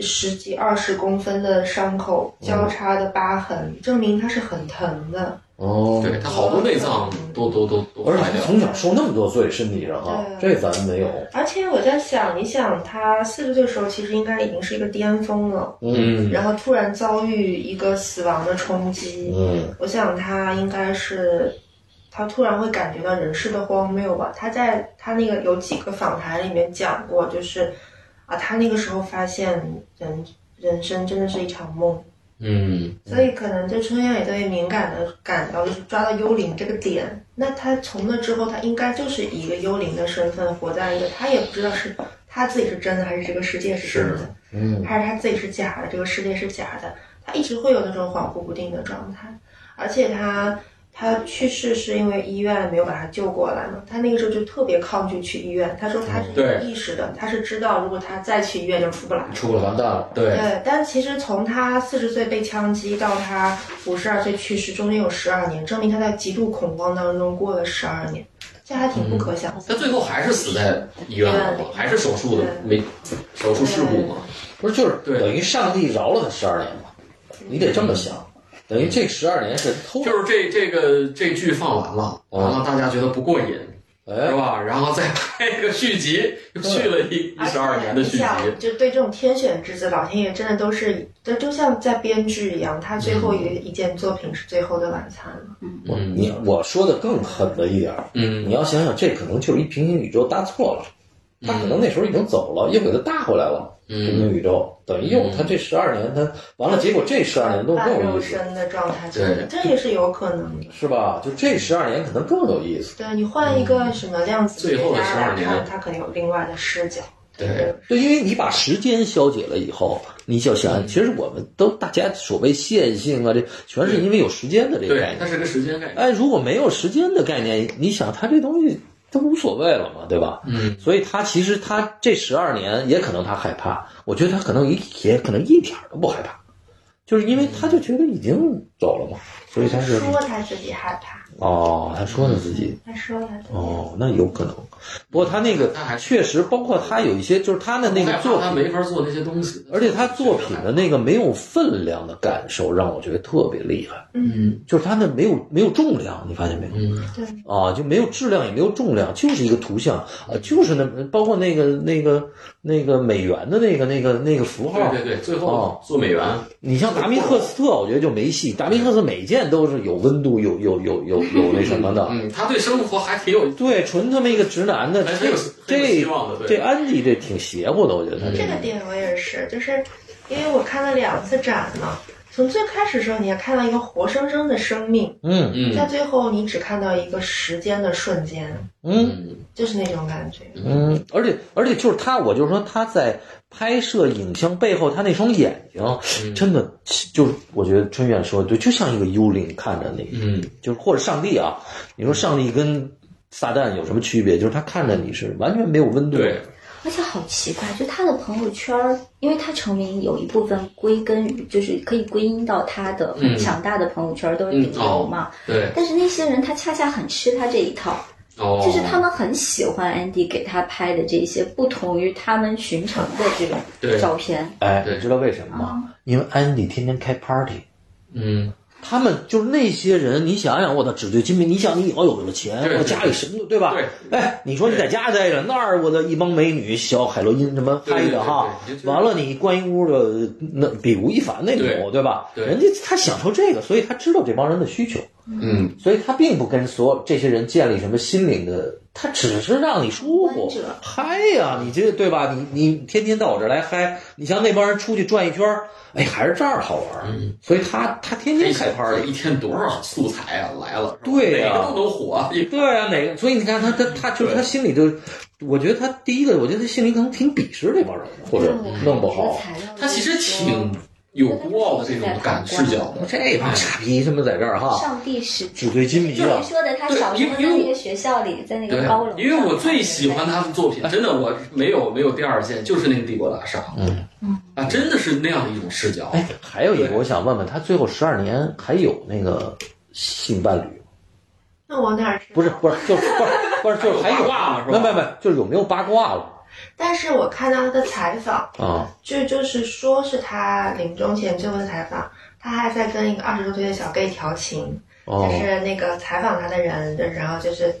Speaker 4: 十几二十公分的伤口交叉的疤痕，证明他是很疼的。
Speaker 1: 哦，
Speaker 2: 对，它好多内脏都都都都
Speaker 1: 而且
Speaker 2: 坏
Speaker 1: 他
Speaker 2: 掉了，
Speaker 1: 从小受那么多罪，身体上啊，
Speaker 4: 对
Speaker 1: 这咱们没有，
Speaker 4: 而且我在想一想，他四十岁的时候其实应该已经是一个巅峰了，
Speaker 2: 嗯，
Speaker 4: 然后突然遭遇一个死亡的冲击，
Speaker 1: 嗯
Speaker 4: 我想他应该是，他突然会感觉到人世的荒谬吧。他在他那个有几个访谈里面讲过，就是啊，他那个时候发现人人生真的是一场梦，
Speaker 2: 嗯，
Speaker 4: 所以可能对春药也特别敏感的感到，就是抓到幽灵这个点。那他从那之后，他应该就是以一个幽灵的身份活在一个，他也不知道是他自己是真的还是这个世界是真的。
Speaker 1: 嗯
Speaker 4: 还是他自己是假的，这个世界是假的，他一直会有那种恍惚不定的状态。而且他他去世是因为医院没有把他救过来嘛，他那个时候就特别抗拒去医院。他说他是
Speaker 2: 嗯
Speaker 4: 有
Speaker 2: 对
Speaker 4: 意识的，他是知道如果他再去医院就出不来了。
Speaker 2: 出了完蛋了，对，
Speaker 4: 对，但其实从他四十岁被枪击到他五十二岁去世，中间有十二年，证明他在极度恐慌当中过了十二年，这还挺不可想象。
Speaker 2: 嗯他最后还是死在医院了嘛，还是手术的没手术事故嘛，
Speaker 1: 不是，就是
Speaker 2: 对
Speaker 1: 等于上帝饶了他十二年嘛，你得这么想，等于这十二年是偷
Speaker 2: 就是这这个这剧放完了，
Speaker 1: 哦
Speaker 2: 完了大家觉得不过瘾，是
Speaker 1: 哎，
Speaker 2: 吧？然后再拍个续集，又续了一一十二年的续集，
Speaker 4: 而且你想就对这种天选之子，老天爷真的都是，就就像在编剧一样，他最后
Speaker 2: 嗯
Speaker 4: 一个一件作品是《最后的晚餐》嘛。
Speaker 1: 我你我说的更狠了一点儿，
Speaker 2: 嗯
Speaker 1: 你要想想，这可能就是一平行宇宙搭错了，他可能那时候已经走了，又给他搭回来了，平
Speaker 2: 嗯，
Speaker 1: 行宇宙等于又他这十二年他完了，结果这十二年都更
Speaker 4: 半
Speaker 1: 有
Speaker 4: 肉
Speaker 1: 意思，
Speaker 4: 身的状态，
Speaker 2: 对
Speaker 4: 这也是有可能的。
Speaker 1: 是吧？就这十二年可能更有意思。
Speaker 4: 对你换一个什么量子
Speaker 2: 嗯最后
Speaker 4: 学
Speaker 2: 的
Speaker 4: 家
Speaker 2: 12
Speaker 4: 来
Speaker 2: 年
Speaker 4: 看，他可能有另外的视角。
Speaker 2: 对，
Speaker 1: 对，因为你把时间消解了以后，你就想，其实我们都大家所谓线性啊，这全是因为有时间的这个概念，。
Speaker 2: 对它是个时间概念，
Speaker 1: 哎，如果没有时间的概念，你想他这东西都无所谓了嘛，对吧？
Speaker 2: 嗯，
Speaker 1: 所以他其实他这十二年也可能他害怕，我觉得他可能一也可能一点儿都不害怕，就是因为他就觉得已经走了嘛，所以他是
Speaker 4: 说他自己害怕，
Speaker 1: 哦，他说呢自己
Speaker 4: 他说他自己。
Speaker 1: 哦，那有可能。不过他那个
Speaker 2: 他还是
Speaker 1: 确实包括他有一些就是他的那个
Speaker 2: 害怕
Speaker 1: 作
Speaker 2: 他
Speaker 1: 品，
Speaker 2: 没法做那些东西，
Speaker 1: 而且他作品的那个没有分量的感受让我觉得特别厉害，
Speaker 2: 嗯
Speaker 1: 就是他那没有没有重量，你发现没有？
Speaker 2: 嗯，
Speaker 4: 对，
Speaker 1: 啊，就没有质量，也没有重量，就是一个图像啊，就是那包括那个那个那个美元的那个那个那个符号。
Speaker 2: 对对对，最后
Speaker 1: 哦
Speaker 2: 做美元，
Speaker 1: 你像达米赫斯特，我觉得就没戏。达米赫斯特每一件都是有温度，有有有有有那什么的。
Speaker 2: 嗯，他对生活还挺有，
Speaker 1: 对，纯他妈一个直男的，
Speaker 2: 还
Speaker 1: 这
Speaker 2: 挺有很有希
Speaker 1: 这
Speaker 2: 望的，
Speaker 1: 这
Speaker 2: 对，
Speaker 1: 安迪这挺邪乎的，我觉得他
Speaker 4: 这
Speaker 1: 这
Speaker 4: 个点我也是，就是因为我看了两次展嘛，从最开始的时候，你还看到一个活生生的生命，
Speaker 1: 嗯
Speaker 4: 在
Speaker 2: 嗯
Speaker 4: 最后你只看到一个时间的瞬间，
Speaker 1: 嗯
Speaker 2: 嗯
Speaker 4: 就是那种感觉。
Speaker 1: 嗯，而且而且就是他，我就是说他在拍摄影像背后，他那双眼睛
Speaker 2: 嗯
Speaker 1: 真的就是，我觉得春远说的对，就像一个幽灵看着你，
Speaker 2: 嗯，
Speaker 1: 就是或者上帝啊，你说上帝跟撒旦有什么区别？就是他看着你是完全没有温度的，
Speaker 2: 对，
Speaker 3: 而且好奇怪，就他的朋友圈儿，因为他成名有一部分归根于，就是可以归因到他的很
Speaker 2: 嗯
Speaker 3: 强大的朋友圈儿都是
Speaker 2: 嗯
Speaker 3: 顶流嘛。
Speaker 2: 对，
Speaker 3: 但是那些人他恰恰很吃他这一套，
Speaker 2: 哦，
Speaker 3: 就是他们很喜欢 Andy 给他拍的这些不同于他们寻常的这
Speaker 2: 对
Speaker 3: 种照片。
Speaker 1: 哎，
Speaker 2: 对啊
Speaker 1: 你知道为什么吗？因为安迪天天开 party。
Speaker 2: 嗯，
Speaker 1: 他们就是那些人，你想想，我的纸醉金迷，你想你以后有了钱，
Speaker 2: 对
Speaker 1: 我家里什么都对吧？
Speaker 2: 对
Speaker 1: 哎，你说你在家待着，那儿我的一帮美女，小海洛因什么
Speaker 2: 对对
Speaker 1: 嗨的哈
Speaker 2: 对对，对
Speaker 1: 完了你关一屋的那比吴亦凡那种，
Speaker 2: 对
Speaker 1: 对吧？
Speaker 2: 对
Speaker 1: 人家他享受这个，所以他知道这帮人的需求，
Speaker 2: 嗯，
Speaker 1: 所以他并不跟所有这些人建立什么心灵的，他只是让你舒服
Speaker 3: 关注
Speaker 1: 嗨呀、你这对吧？你你天天到我这儿来嗨，你像那帮人出去转一圈儿，哎，还是这儿好玩儿，
Speaker 2: 嗯
Speaker 1: 所以他他天天开 party
Speaker 2: 这。一天多少素材啊来了，是吧
Speaker 1: 对呀
Speaker 2: 哪个都能火，
Speaker 1: 对啊，哪个？所以你看他，他他就是
Speaker 2: 对
Speaker 1: 他心里就，我觉得他第一个，我觉得他心里可能挺鄙视这帮人的，或者
Speaker 4: 嗯
Speaker 3: 嗯
Speaker 1: 弄不好。
Speaker 2: 他其实挺有孤傲的这种感视角的，
Speaker 1: 这帮傻逼他妈在这儿哈，
Speaker 3: 上帝视角。
Speaker 1: 纸醉金迷啊
Speaker 3: 就
Speaker 1: 了
Speaker 3: 你。说的，他
Speaker 2: 对
Speaker 3: 小时候在
Speaker 2: 因为
Speaker 3: 那个学校里，在那
Speaker 2: 对啊
Speaker 3: 个高楼，上，
Speaker 2: 因为我最喜欢他们作品，真的，我没有没有第二件，就是那个帝国大厦，
Speaker 1: 嗯
Speaker 2: 啊，真的是那样的一种视角，
Speaker 1: 哎，还有一个，
Speaker 2: 对
Speaker 1: 我想问问他，最后十二年还有那个性伴侣吗？
Speaker 4: 那我哪知道？
Speaker 1: 不是，不是，就是不是不是就是还
Speaker 2: 还有
Speaker 1: 有
Speaker 2: 八卦嘛是
Speaker 1: 没
Speaker 2: 吧
Speaker 1: 没没，就是有没有八卦了
Speaker 4: 但是我看到他的采访，
Speaker 1: 啊？
Speaker 4: 就就是说是他临终前最后的采访，他还在跟一个二十多岁的小 gay 调情，
Speaker 1: 哦
Speaker 4: 就，是那个采访他的人，就是然后就是。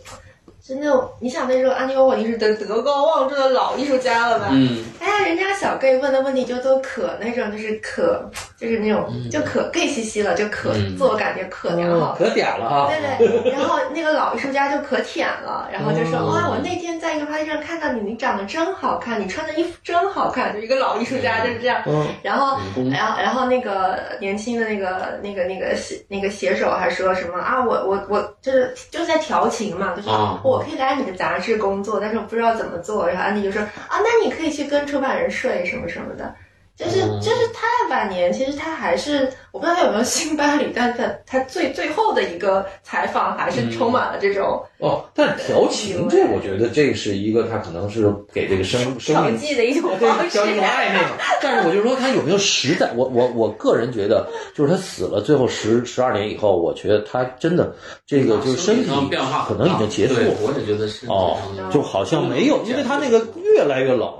Speaker 4: 就那种，你想那时候安妮沃霍已经是德德高望重的老艺术家了吧？
Speaker 2: 嗯，
Speaker 4: 哎呀，人家小 gay 问的问题就都可那种，就是可，就是那种、
Speaker 1: 嗯
Speaker 4: 就可 gay 兮兮了，就可、
Speaker 2: 嗯
Speaker 4: 自我感觉可良好
Speaker 1: 哦
Speaker 4: 了。
Speaker 1: 可嗲了啊！
Speaker 4: 对对，然后那个老艺术家就可舔了，然后就说：“哇，我那天在一个 party 上看到你，你长得真好看，你穿的衣服真好看。”就一个老艺术家就是这样。
Speaker 1: 嗯
Speaker 4: 然后
Speaker 2: 女，工
Speaker 4: 然后，然后那个年轻的那个那个那个写那个写手还说什么啊？我我我就是就是在调情嘛，就说、
Speaker 2: 啊
Speaker 4: 我可以来你的杂志工作，但是我不知道怎么做。然后安迪就说啊，那你可以去跟出版人睡什么什么的。就是
Speaker 2: 嗯
Speaker 4: 就是他在晚年，其实他还是我不知道他有没有性伴侣，但他他最最后的一个采访还
Speaker 2: 嗯
Speaker 4: 是充满了这种
Speaker 1: 哦，但是调情这，我觉得这是一个他可能是给这个生生
Speaker 3: 调
Speaker 1: 命
Speaker 3: 剂的一种方 式
Speaker 1: 交。一种暧昧嘛。但是我就说他有没有实在，我我我个人觉得，就是他死了最后十十二年以后，我觉得他真的这个就是身
Speaker 2: 身
Speaker 1: 体
Speaker 2: 啊上变化
Speaker 1: 可
Speaker 2: 很大
Speaker 1: 能已经结束
Speaker 2: 对
Speaker 1: 了。
Speaker 2: 我也觉得是
Speaker 1: 哦，就好像没有，因为他那个越来越冷，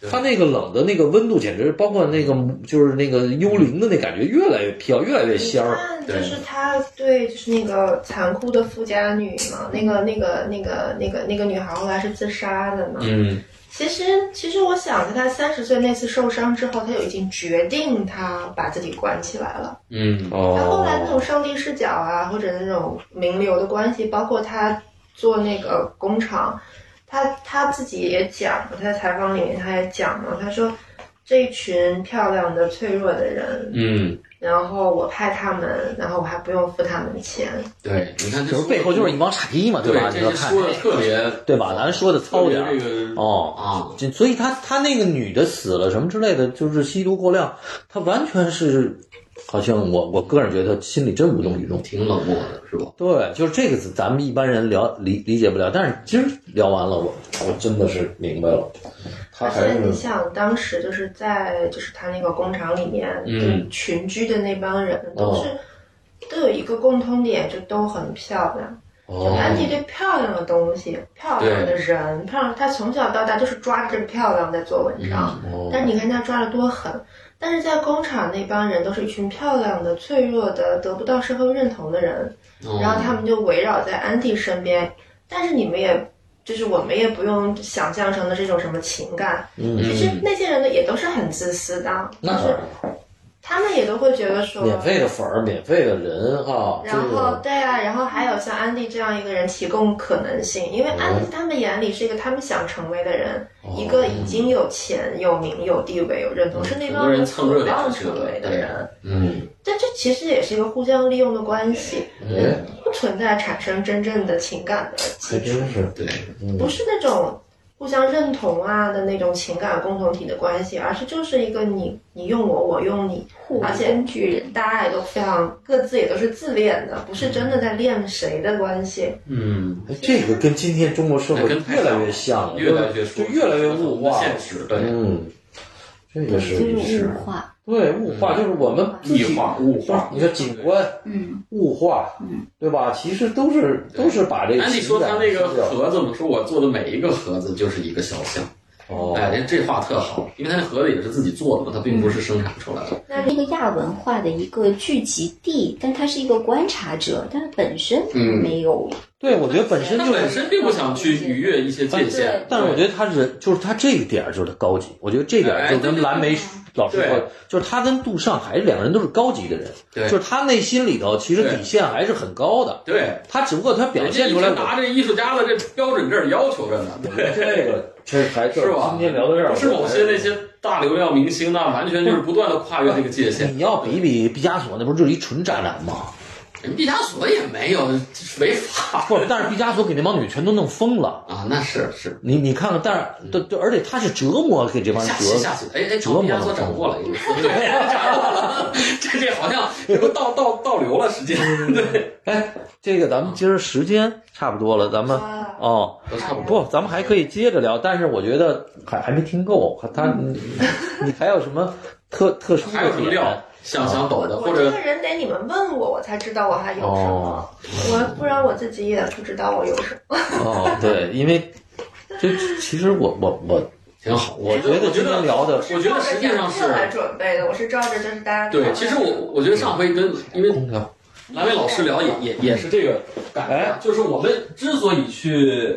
Speaker 2: 对
Speaker 1: 他那个冷的那个温度简直，包括那个就是那个幽灵的那感觉越来越飘，越来越
Speaker 4: 你
Speaker 1: 仙儿。
Speaker 4: 看，就
Speaker 2: 对
Speaker 4: 是他对，就是那个残酷的富家女嘛，那个那个那个那个那个女孩后来是自杀的嘛。
Speaker 2: 嗯，
Speaker 4: 其实，其实我想，在他三十岁那次受伤之后，他就已经决定他把自己关起来了。
Speaker 2: 嗯
Speaker 4: 他后来那
Speaker 1: 哦，
Speaker 4: 种上帝视角啊，或者那种名流的关系，包括他做那个工厂，他他自己也讲，他在采访里面他也讲嘛，他说这一群漂亮的、脆弱的人，
Speaker 2: 嗯，
Speaker 4: 然后我派他们，然后我还不用付他们钱。
Speaker 2: 对，你看，
Speaker 1: 就是背后就是一帮傻逼嘛，
Speaker 2: 对
Speaker 1: 吧？你
Speaker 2: 这
Speaker 1: 说
Speaker 2: 些
Speaker 1: 看，
Speaker 2: 说的特别
Speaker 1: 对吧？咱说的糙点
Speaker 2: 特
Speaker 1: 儿
Speaker 2: 别。这个
Speaker 1: 哦
Speaker 2: 啊，
Speaker 1: 这所以他他那个女的死了什么之类的，就是吸毒过量，他完全是，好像我我个人觉得心里真无动于衷。
Speaker 2: 挺冷漠的是吧？
Speaker 1: 对，就是这个咱们一般人聊理理解不了，但是今儿聊完了，我我真的是明白了，他
Speaker 4: 而
Speaker 1: 还
Speaker 4: 且
Speaker 1: 是
Speaker 4: 你想，当时就是在就是他那个工厂里面，
Speaker 2: 嗯
Speaker 4: 就群居的那帮人都
Speaker 1: 哦
Speaker 4: 是、都有一个共通点，就都很漂亮。就
Speaker 1: 哦，
Speaker 4: 安迪对漂亮的东西、漂亮的人、漂亮，他从小到大就是抓着漂亮在做文章。
Speaker 1: 哦
Speaker 4: 但是你看他抓的多狠，但是在工厂那帮人都是一群漂亮的、脆弱的、得不到社会认同的人。
Speaker 1: 哦
Speaker 2: 哦
Speaker 4: 然后他们就围绕在安迪身边，但是你们也，就是我们也不用想象成的这种什么情感，
Speaker 1: 嗯，
Speaker 4: 其实那些人呢也都是很自私的，啊就
Speaker 1: 那当
Speaker 4: 是
Speaker 1: 然
Speaker 4: 他们也都会觉得说，
Speaker 1: 免费的粉儿，免费的人哈，这
Speaker 4: 然后
Speaker 1: 个
Speaker 4: 对啊，然后还有像
Speaker 2: 哦
Speaker 4: 安迪这样一个人提供可能性，因为安迪在他们眼里是一个他们想成为的人，一个已经有钱、有名、有地位、有认同，是那
Speaker 2: 嗯很
Speaker 4: 帮
Speaker 2: 多人蹭热
Speaker 4: 渴
Speaker 2: 点
Speaker 4: 望
Speaker 2: 去
Speaker 4: 成
Speaker 2: 了
Speaker 4: 为，的人。
Speaker 2: 嗯，
Speaker 4: 但这其实也是一个互相利用的关系，
Speaker 1: 哎，
Speaker 4: 不存在产生真正的情感的
Speaker 1: 还
Speaker 4: 基础，
Speaker 1: 真是，
Speaker 2: 对，
Speaker 1: 嗯
Speaker 4: 不，是那种互相认同啊的那种情感共同体的关系，而是就是一个你你用我，我用你，
Speaker 3: 互为
Speaker 4: 而且
Speaker 3: 工具人，
Speaker 4: 大家也都非常各自也都是自恋的，不是真的在恋谁的关系。
Speaker 2: 嗯，
Speaker 1: 哎这个跟今天中国社会
Speaker 2: 哎跟
Speaker 1: 越来越像了，
Speaker 2: 越来越
Speaker 1: 就
Speaker 2: 说
Speaker 1: 越来越物化了
Speaker 2: 现，实，对，
Speaker 1: 嗯，这
Speaker 3: 对，
Speaker 1: 个是
Speaker 3: 就是物化，
Speaker 1: 对物化，就是我们自己
Speaker 2: 异化嗯物化，
Speaker 1: 你看景观
Speaker 3: 嗯，
Speaker 1: 物化
Speaker 3: 嗯，
Speaker 1: 对吧？其实都是
Speaker 2: 对
Speaker 1: 都是把这个
Speaker 2: 按理说
Speaker 1: 情感
Speaker 2: 他那个
Speaker 1: 吃掉
Speaker 2: 盒子嘛，说我做的每一个盒子就是一个肖像，哎，
Speaker 1: 哦，
Speaker 2: 这这话特好，因为他那盒子也是自己做的嘛，他并
Speaker 1: 嗯
Speaker 2: 不是生产出来的。
Speaker 4: 那
Speaker 3: 那个亚文化的一个聚集地，但他是一个观察者，但是本身他
Speaker 2: 嗯
Speaker 3: 没有，
Speaker 1: 对，我觉得本身
Speaker 2: 他
Speaker 1: 就
Speaker 2: 本
Speaker 1: 是。
Speaker 2: 身并不想去逾越一些界限，
Speaker 1: 但是我觉得他人就是他这一点儿就是高级，我觉得这点儿就跟蓝莓老师说
Speaker 2: 哎对，
Speaker 1: 就是他跟杜尚还是两个人都是高级的人，
Speaker 2: 对
Speaker 1: 就是他内心里头其实底线还是很高的，
Speaker 2: 对，
Speaker 1: 他只不过他表
Speaker 2: 人家
Speaker 1: 现
Speaker 2: 一
Speaker 1: 出来
Speaker 2: 直
Speaker 1: 我
Speaker 2: 拿着艺术家的这标准证要求着呢，对，
Speaker 1: 这个这还
Speaker 2: 是吧？
Speaker 1: 今天聊到这儿，
Speaker 2: 不是某些那些大流量明星那完全就是不断的跨越这个界 限。
Speaker 1: 你要比比毕加索，那不是就是一纯渣男吗？
Speaker 2: 人毕加索也没有这是违法
Speaker 1: 不，但是毕加索给那帮女全都弄疯了。
Speaker 2: 啊，那是是。
Speaker 1: 你你看看，但
Speaker 2: 嗯
Speaker 1: 是对对，而且他是折磨给这帮人
Speaker 2: 下
Speaker 1: 折
Speaker 2: 棋
Speaker 1: 磨。
Speaker 2: 下棋，哎哎，
Speaker 1: 折磨
Speaker 2: 毕加索掌握了，对，掌握了，这这好像这不倒倒倒流了时间，对，
Speaker 1: 哎，这个咱们今儿时间差不多了，咱们
Speaker 4: 啊
Speaker 1: 哦
Speaker 2: 都差不多。
Speaker 1: 不，咱们还可以接着聊，但是我觉得还还没听够，还他你你还有什么特特殊
Speaker 2: 嗯还有
Speaker 1: 的
Speaker 2: 什么
Speaker 1: 点
Speaker 2: 料？想想抖的，
Speaker 4: 我
Speaker 2: 或
Speaker 4: 这
Speaker 2: 者哦
Speaker 4: 个人得你们问我，我才知道我还有什么，我不然我自己也不知道我有什么。
Speaker 1: 哦，对，因为这其实我我我
Speaker 2: 挺好。我
Speaker 1: 我觉得今天聊的
Speaker 2: 我觉得实际上是
Speaker 4: 我照着讲课来准备的，我是照着就是大家
Speaker 2: 对，其实我我觉得上回跟因为
Speaker 1: 空调
Speaker 2: 蓝伟老师聊也也也是这个感觉
Speaker 1: 哎
Speaker 2: 啊，就是我们之所以去，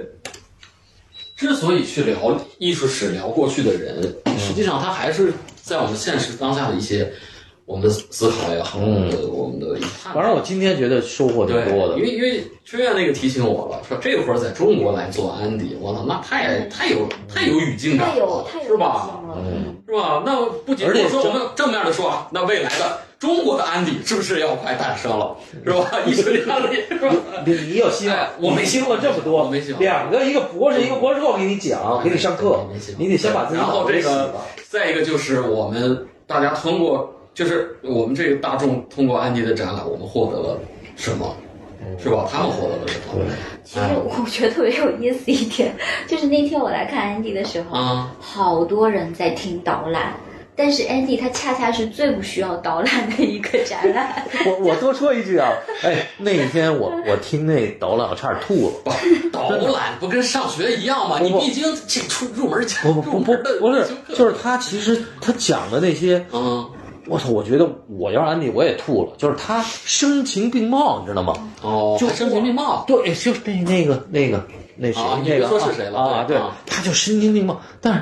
Speaker 2: 之所以去聊艺术史、聊过去的人，
Speaker 1: 嗯
Speaker 2: 实际上他还是在我们现实当下的一些我们的思考也好，我们的我们的判
Speaker 1: 反正我今天觉得收获挺
Speaker 2: 对
Speaker 1: 多，的
Speaker 2: 因。为因为春燕那个提醒我了，说这会儿在中国来做安迪，我操，那太太有太有语境感
Speaker 3: 太有
Speaker 2: 了，
Speaker 3: 太有
Speaker 2: 是
Speaker 3: 意境
Speaker 2: 吧？
Speaker 3: 了，
Speaker 1: 嗯
Speaker 2: 是吧？那不仅
Speaker 1: 而且
Speaker 2: 我说我
Speaker 1: 整
Speaker 2: 们正面的说啊，那未来的中国的安迪是不是要快诞生了？是吧？艺术家的是吧？
Speaker 1: 你你有希望
Speaker 2: 哎？我没
Speaker 1: 听了这么多，
Speaker 2: 我没希望
Speaker 1: 两个，一个博士，一个博士后给你讲，给你上课
Speaker 2: 没希，望
Speaker 1: 你得先把自己
Speaker 2: 然后
Speaker 1: 脑子
Speaker 2: 这
Speaker 1: 给洗
Speaker 2: 个
Speaker 1: 了
Speaker 2: 再一个就是我们大家通过，就是我们这个大众通过安迪的展览，我们获得了什么？
Speaker 1: 嗯
Speaker 2: 是吧？他们获得了什么？
Speaker 3: 其实
Speaker 2: 嗯
Speaker 3: 我觉得特别有意思一点，就是那天我来看 Andy 的时候，
Speaker 2: 啊，
Speaker 3: 好多人在听导览，但是 Andy 他恰恰是最不需要导览的一个展 览。
Speaker 1: 我我多说一句 啊，哎，那一天我我听那导览我差点吐了。
Speaker 2: 不，导览不跟上学一样吗？
Speaker 1: 不
Speaker 2: 你
Speaker 1: 不
Speaker 2: 毕竟这出入门
Speaker 1: 不
Speaker 2: 讲
Speaker 1: 不不不不是，就是他其实他讲的那些，
Speaker 2: 嗯
Speaker 1: 我操，我觉得我要是安迪我也吐了，就是他声情并茂，你知道吗？
Speaker 2: 哦，
Speaker 1: 就
Speaker 2: 还声情并茂。
Speaker 1: 对，就那那个那个那谁
Speaker 2: 啊你
Speaker 1: 那
Speaker 2: 别
Speaker 1: 个
Speaker 2: 说是谁了
Speaker 1: 啊？
Speaker 2: 对
Speaker 1: 对
Speaker 2: 啊，
Speaker 1: 他就声情并茂，但是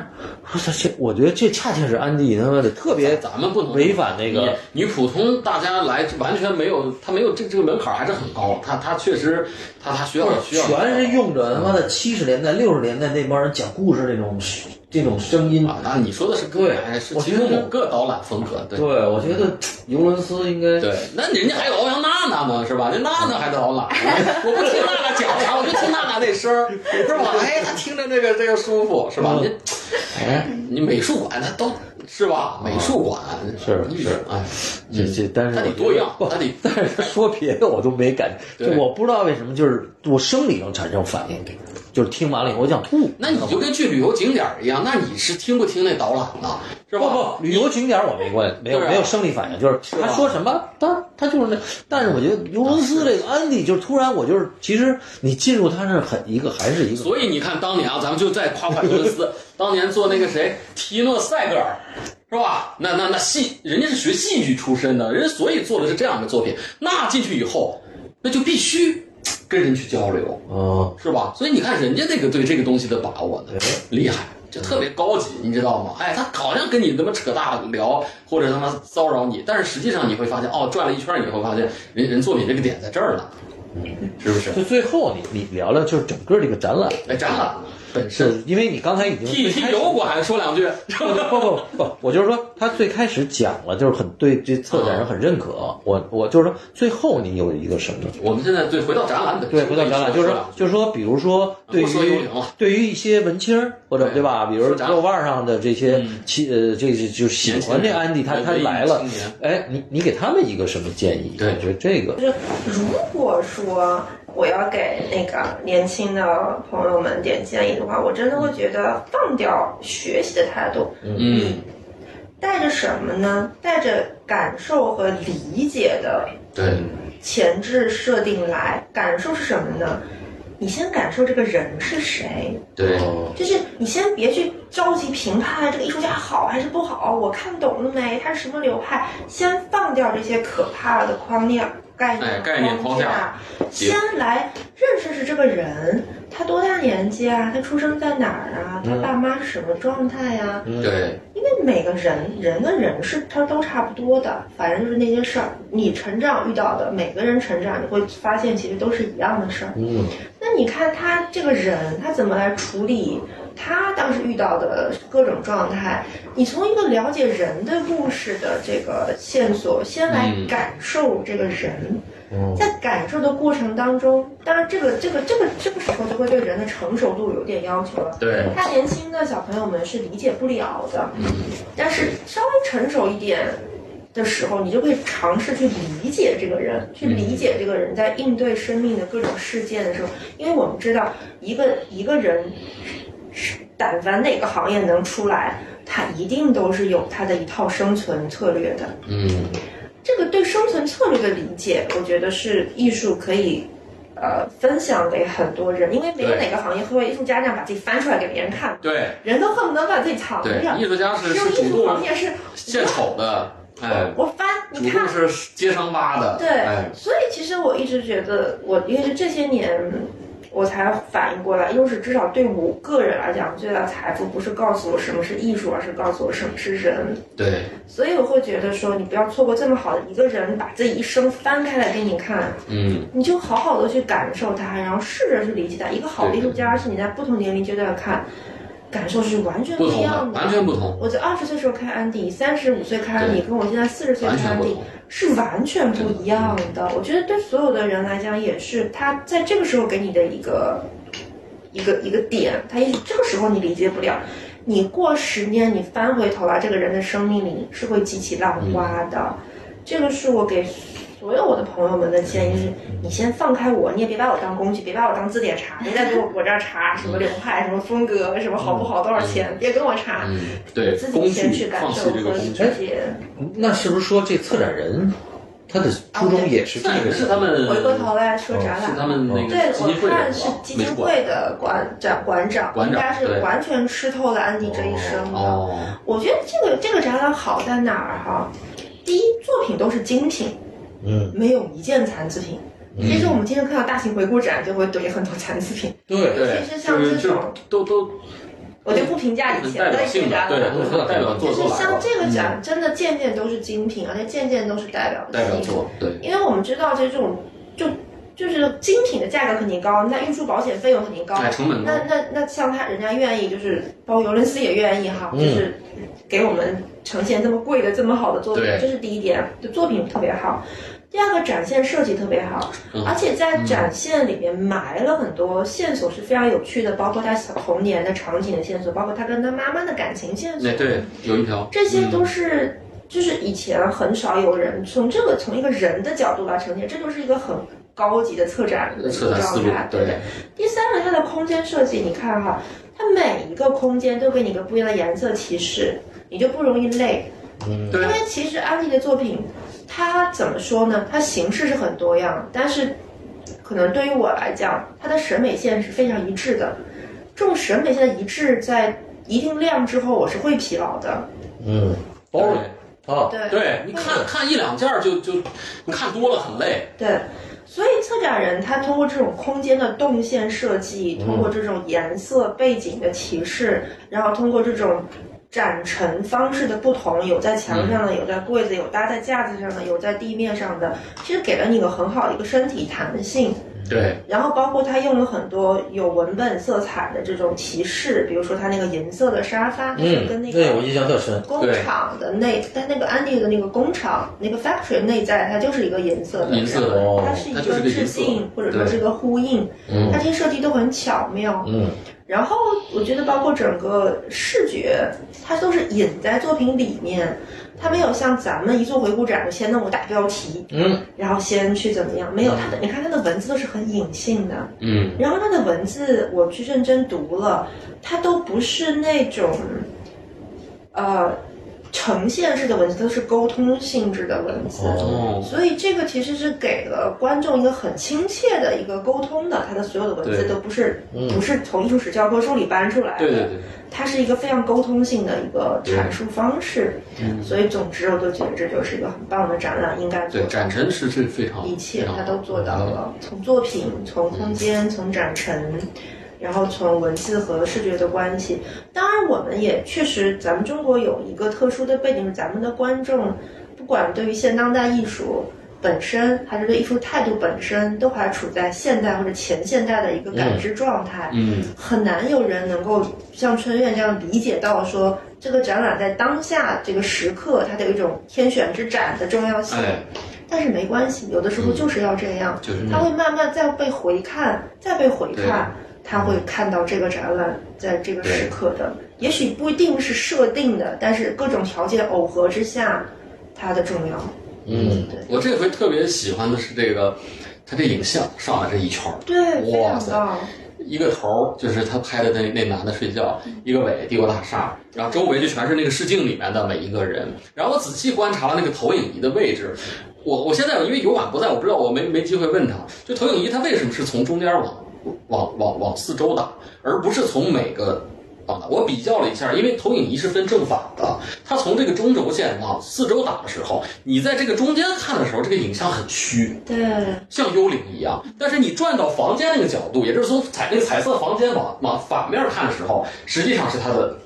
Speaker 1: 我操，这我觉得这恰恰是安迪他妈的特别
Speaker 2: 咱们不能
Speaker 1: 违反那个
Speaker 2: 你，你普通大家来完全没有，他没有这这个门槛儿还是很高，他他确实他他需要需嗯要
Speaker 1: 全是用着他妈的七十年代、六十年代那帮人讲故事那种这种声音
Speaker 2: 嗯啊，那你说的是个
Speaker 1: 对
Speaker 2: 哎是
Speaker 1: 我
Speaker 2: 其
Speaker 1: 觉
Speaker 2: 中
Speaker 1: 得
Speaker 2: 某个导览风格，对嗯
Speaker 1: 对，我觉得尤伦斯应该
Speaker 2: 对，那人家还有欧阳娜娜呢，是吧？那娜娜还导览，我不听娜娜讲啥，我就听娜娜那声儿，是 吧？哎，他听着这个这个舒服，是吧？你
Speaker 1: 哎，
Speaker 2: 你美术馆它都是吧？美术馆
Speaker 1: 是
Speaker 2: 艺术
Speaker 1: 是
Speaker 2: 哎，
Speaker 1: 这这，但是
Speaker 2: 它
Speaker 1: 我
Speaker 2: 得
Speaker 1: 觉
Speaker 2: 多
Speaker 1: 得
Speaker 2: 样，
Speaker 1: 不
Speaker 2: 它得
Speaker 1: 但是他说别的我都没感觉，
Speaker 2: 对
Speaker 1: 就我不知道为什么，就是我生理上产生反应，就是听完了以后我想嗯吐。
Speaker 2: 那你就跟去旅游景点儿一样，那你是听不听那导览呢？是
Speaker 1: 不
Speaker 2: 吧？
Speaker 1: 不，旅游景点我没关系，没有、
Speaker 2: 啊对啊
Speaker 1: 没有生理反应，就是
Speaker 2: 吧啊
Speaker 1: 他说什么，他他就是那。但是我觉得尤文斯这个安迪，就是突然我就是，其实你进入他是很一个还是一个，
Speaker 2: 所以你看，当年啊，咱们就在夸夸尤 文斯，当年做那个谁提诺塞格尔，是吧？那那那戏，人家是学戏剧出身的，人家所以做的是这样的作品。那进去以后，那就必须跟人去交流，
Speaker 1: 嗯，
Speaker 2: 是吧？所以你看人家那个对这个东西的把握呢
Speaker 1: 哎，
Speaker 2: 厉害，就特别高级，你知道吗？哎，他好像跟你他妈扯大聊，或者他妈骚扰你，但是实际上你会发现，哦，转了一圈儿，你会发现人人作品这个点在这儿呢，
Speaker 1: 嗯
Speaker 2: 是不是？
Speaker 1: 就最后你你聊聊就是整个这个展览，
Speaker 2: 哎，展 览本身
Speaker 1: 是因为你刚才已经
Speaker 2: 替
Speaker 1: 最
Speaker 2: 替
Speaker 1: 开始
Speaker 2: 油管说 两句，
Speaker 1: 不不不不，我就是说，他最开始讲了，就是很对这策展人很认可。我我就是说，最后你有一个什么？
Speaker 2: 我们现在对回到展览本身，
Speaker 1: 对，回到展览，就是说，就是说，比如说，对
Speaker 2: 啊不说幽
Speaker 1: 于
Speaker 2: 灵了
Speaker 1: 对于一些文青儿或者
Speaker 2: 对嗯
Speaker 1: 对吧，比如
Speaker 2: 说展览
Speaker 1: 豆瓣上的这些其呃，这是就是喜欢这安迪，他他来了
Speaker 2: 年轻人，
Speaker 1: 哎，你你给他们一个什么建议？
Speaker 2: 对
Speaker 1: 我觉得这个
Speaker 4: 就是如果说我要给那个年轻的朋友们点建议的话，我真的会觉得放掉学习的态度，
Speaker 2: 嗯，
Speaker 4: 带着什么呢？带着感受和理解的
Speaker 2: 对，
Speaker 4: 前置设定来。感受是什么呢？你先感受这个人是谁，
Speaker 2: 对，
Speaker 1: 哦
Speaker 4: 就是你先别去着急评判这个艺术家好还是不好，我看懂了没，他是什么流派，先放掉这些可怕的框架。概
Speaker 2: 哎
Speaker 4: 念
Speaker 2: 概念框架
Speaker 4: 先来认识是这个人，他多大年纪啊？他出生在哪儿啊？
Speaker 2: 嗯
Speaker 4: 他爸妈是什么状态啊呀、
Speaker 2: 对，
Speaker 4: 因为每个人人跟人是他都差不多的，反正就是那些事儿。你成长遇到的，每个人成长你会发现其实都是一样的事儿。
Speaker 1: 嗯
Speaker 4: 那你看他这个人，他怎么来处理他当时遇到的各种状态？你从一个了解人的故事的这个线索，先来
Speaker 2: 嗯
Speaker 4: 感受这个人。
Speaker 1: 嗯
Speaker 4: 在感受的过程当中，当然这个这个这个这个时候就会对人的成熟度有点要求了。
Speaker 2: 对，
Speaker 4: 他年轻的小朋友们是理解不了的，
Speaker 2: 嗯
Speaker 4: 但是稍微成熟一点的时候，你就可以尝试去理解这个人，去理解这个人在应对生命的各种事件的时候，因为我们知道一个一个人，但凡哪个行业能出来，他一定都是有他的一套生存策略的。
Speaker 2: 嗯，
Speaker 4: 这个对生存策略的理解，我觉得是艺术可以。呃，分享给很多人，因为没有
Speaker 2: 对
Speaker 4: 哪个行业会艺术家这样把自己翻出来给别人看，
Speaker 2: 对
Speaker 4: 人都恨不得把自己藏着。
Speaker 2: 对，艺术家是
Speaker 4: 只有
Speaker 2: 是
Speaker 4: 艺
Speaker 2: 主
Speaker 4: 术
Speaker 2: 动
Speaker 4: 行业是
Speaker 2: 献丑的，
Speaker 1: 哦
Speaker 2: 哎，
Speaker 4: 我翻，
Speaker 2: 主
Speaker 4: 你看
Speaker 2: 动，是揭伤疤的，
Speaker 4: 对，
Speaker 2: 哎，
Speaker 4: 所以其实我一直觉得，我也是这些年我才反应过来，又是至少对我个人来讲，最大的财富不是告诉我什么是艺术，而啊是告诉我什么是人。
Speaker 2: 对，
Speaker 4: 所以我会觉得说，你不要错过这么好的一个人，把自己一生翻开来给你看，
Speaker 2: 嗯，
Speaker 4: 你就好好的去感受他，然后试着去理解他。一个好的艺术家是你在不同年龄阶段看，感受是完全
Speaker 2: 不
Speaker 4: 一
Speaker 2: 同的
Speaker 4: 样，
Speaker 2: 完全不同，
Speaker 4: 我在二十岁时候看安迪，三十五岁看安迪，跟我现在四十岁
Speaker 2: 完
Speaker 4: 看
Speaker 2: 全
Speaker 4: 安
Speaker 2: 不
Speaker 4: 迪
Speaker 2: 同，嗯
Speaker 4: 是完全不一样的。我觉得对所有的人来讲，也是他在这个时候给你的一个一个一个点，他也许这个时候你理解不了，你过十年你翻回头来，这个人的生命里是会激起浪花
Speaker 2: 嗯
Speaker 4: 的。这个是我给所有我的朋友们的建议是：你先放开我，你也别把我当工具，别把我当字典查，别再给我我这儿查什么流派、什么风格、什么好不好、多少钱，别跟我查。
Speaker 2: 嗯，对
Speaker 4: 自，
Speaker 2: 工
Speaker 4: 己先去
Speaker 2: 具
Speaker 4: 感
Speaker 2: 放弃这
Speaker 4: 受和
Speaker 2: 个
Speaker 4: 理
Speaker 2: 工具，
Speaker 4: 解。
Speaker 1: 那是不是说这策展人他的初衷也是这
Speaker 2: 但
Speaker 1: 个？
Speaker 2: 是他们
Speaker 4: 回过头来说
Speaker 2: 嗯
Speaker 4: 展
Speaker 2: 哦是
Speaker 4: 览，
Speaker 2: 他们那
Speaker 4: 对
Speaker 2: 个基金
Speaker 4: 我
Speaker 2: 会
Speaker 4: 看
Speaker 2: 的哦
Speaker 4: 是基
Speaker 2: 美
Speaker 4: 金
Speaker 2: 术馆
Speaker 4: 会的馆长馆长，
Speaker 2: 馆长
Speaker 4: 应该是
Speaker 2: 对
Speaker 4: 完全吃透了安迪这一生的。
Speaker 2: 哦，
Speaker 4: 我觉得这个这个展览好在哪儿哈、第一，作品都是精品，
Speaker 1: 嗯，
Speaker 4: 没有一件残次品。
Speaker 2: 嗯
Speaker 4: 其实我们经常看到大型回顾展就会怼很多残次品，
Speaker 1: 对，
Speaker 2: 对，
Speaker 4: 其实像
Speaker 2: 就是就
Speaker 4: 这种
Speaker 2: 都都
Speaker 4: 我就不评价以
Speaker 2: 很
Speaker 4: 前
Speaker 2: 代
Speaker 4: 的
Speaker 2: 表
Speaker 4: 一些
Speaker 2: 性的，
Speaker 4: 展览
Speaker 2: 对，
Speaker 4: 了。
Speaker 2: 都是代表作
Speaker 4: 就
Speaker 2: 都来
Speaker 4: 是像
Speaker 2: 了，
Speaker 4: 这个展，真的件件都是精品，而且件件都是代表
Speaker 2: 嗯代表
Speaker 4: 性
Speaker 2: 作，对，
Speaker 4: 因为我们知道这种就就是精品的价格肯定高，那运输保险费用肯定高，
Speaker 2: 哎，成本高
Speaker 4: 那，那那像他人家愿意就是包括尤伦斯也愿意哈，
Speaker 2: 嗯
Speaker 4: 就是给我们呈现这么贵的这么好的作品
Speaker 2: 对，
Speaker 4: 这是第一点，就作品特别好。第二个展现设计特别好，
Speaker 2: 嗯
Speaker 4: 而且在展现里面埋了很多线索是非常有趣的，包括他小童年的场景的线索，包括他跟他妈妈的感情线索
Speaker 2: 那，哎对，有一条，嗯
Speaker 4: 这些都是就是以前很少有人从这个从一个人的角度来呈现，这就是一个很高级的策展的一
Speaker 2: 策
Speaker 4: 个
Speaker 2: 展思
Speaker 4: 状
Speaker 2: 路
Speaker 4: 态，，对
Speaker 2: 对，
Speaker 4: 第三个，它的空间设计，你看哈，它每一个空间都给你一个不一样的颜色提示，你就不容易累。
Speaker 2: 对
Speaker 4: 因为其实安利的作品，它怎么说呢？它形式是很多样，但是可能对于我来讲，它的审美线是非常一致的。这种审美线的一致，在一定量之后，我是会疲劳的。
Speaker 1: 嗯，包容啊，
Speaker 4: 对
Speaker 2: 对，你看看一两件儿就就看多了很累，
Speaker 4: 对，所以策展人他通过这种空间的动线设计，通
Speaker 1: 嗯
Speaker 4: 过这种颜色背景的提示，然后通过这种展陈方式的不同，有在
Speaker 1: 嗯
Speaker 4: 墙上的，有在柜子，有搭在架子上的，有在地面上的，其实给了你一个很好的一个身体弹性。
Speaker 2: 对，
Speaker 4: 然后包括它用了很多有文本色彩的这种提示，比如说它那个银色的沙发，
Speaker 1: 嗯，
Speaker 4: 跟那
Speaker 1: 那我
Speaker 4: 个
Speaker 1: 印象特深。
Speaker 4: 工厂的内，但那个安迪的那个工厂那个 factory 内在，它就是一个银色的，
Speaker 2: 银色的
Speaker 1: 哦
Speaker 4: 它是一
Speaker 2: 它就是
Speaker 4: 个
Speaker 2: 个
Speaker 4: 致
Speaker 2: 银色
Speaker 4: 敬或者说
Speaker 2: 对
Speaker 4: 是一个呼应，
Speaker 2: 嗯
Speaker 4: 它这些设计都很巧妙。
Speaker 1: 嗯，
Speaker 4: 然后我觉得包括整个视觉，它都是隐在作品里面，它没有像咱们一做回顾展就先弄个大标题，
Speaker 1: 嗯，
Speaker 4: 然后先去怎么样，没有它的，你看它的文字都是很隐性的，
Speaker 2: 嗯，
Speaker 4: 然后它的文字我去认真读了，它都不是那种，呃，呈现式的文字，都是沟通性质的文字。
Speaker 1: 哦
Speaker 4: 所以这个其实是给了观众一个很亲切的一个沟通的，它的所有的文字
Speaker 2: 对
Speaker 4: 都不是、
Speaker 1: 嗯
Speaker 4: 不是从艺术史教科书里搬出来的，
Speaker 2: 对对对，
Speaker 4: 它是一个非常沟通性的一个阐述方式。
Speaker 2: 嗯
Speaker 4: 所以总之，我就觉得这就是一个很棒的展览应该做
Speaker 2: 对，
Speaker 4: 的。
Speaker 2: 展陈是是非常
Speaker 4: 一切
Speaker 2: 非常
Speaker 4: 他都做到
Speaker 2: 嗯
Speaker 4: 了，从作品、从空间、从展陈，然后从文字和视觉的关系。当然，我们也确实，咱们中国有一个特殊的背景，就是咱们的观众，不管对于现当代艺术。本身还是对艺术态度本身，都还处在现代或者前现代的一个感知状态，
Speaker 2: 嗯，
Speaker 4: 很难有人能够像春苑这样理解到说这个展览在当下这个时刻它的有一种天选之展的重要性。
Speaker 2: 哎，
Speaker 4: 但是没关系，有的
Speaker 2: 嗯
Speaker 4: 时候就是要这样，
Speaker 2: 就是
Speaker 4: 他会慢慢再被回看，再被回看，他会看到这个展览在这个时刻的，也许不一定是设定的，但是各种条件耦合之下，它的重要。
Speaker 1: 嗯，
Speaker 2: 我这回特别喜欢的是这个，它这影像上来这一圈儿，
Speaker 4: 对，非
Speaker 2: 哇
Speaker 4: 常
Speaker 2: 塞
Speaker 4: 棒。
Speaker 2: 一个头儿就是他拍的那那男的睡觉，一个尾帝国大厦，然后周围就全是那个试镜里面的每一个人。然后我仔细观察了那个投影仪的位置，我我现在因为有晚不在，我不知道我没没机会问他，就投影仪它为什么是从中间往往往往四周打，而不是从每个。往打？我比较了一下，因为投影仪是分正反的，它从这个中轴线往四周打的时候，你在这个中间看的时候，这个影像很虚，
Speaker 4: 对，
Speaker 2: 像幽灵一样，但是你转到房间那个角度，也就是从彩那个彩色房间往往反面看的时候，实际上是它的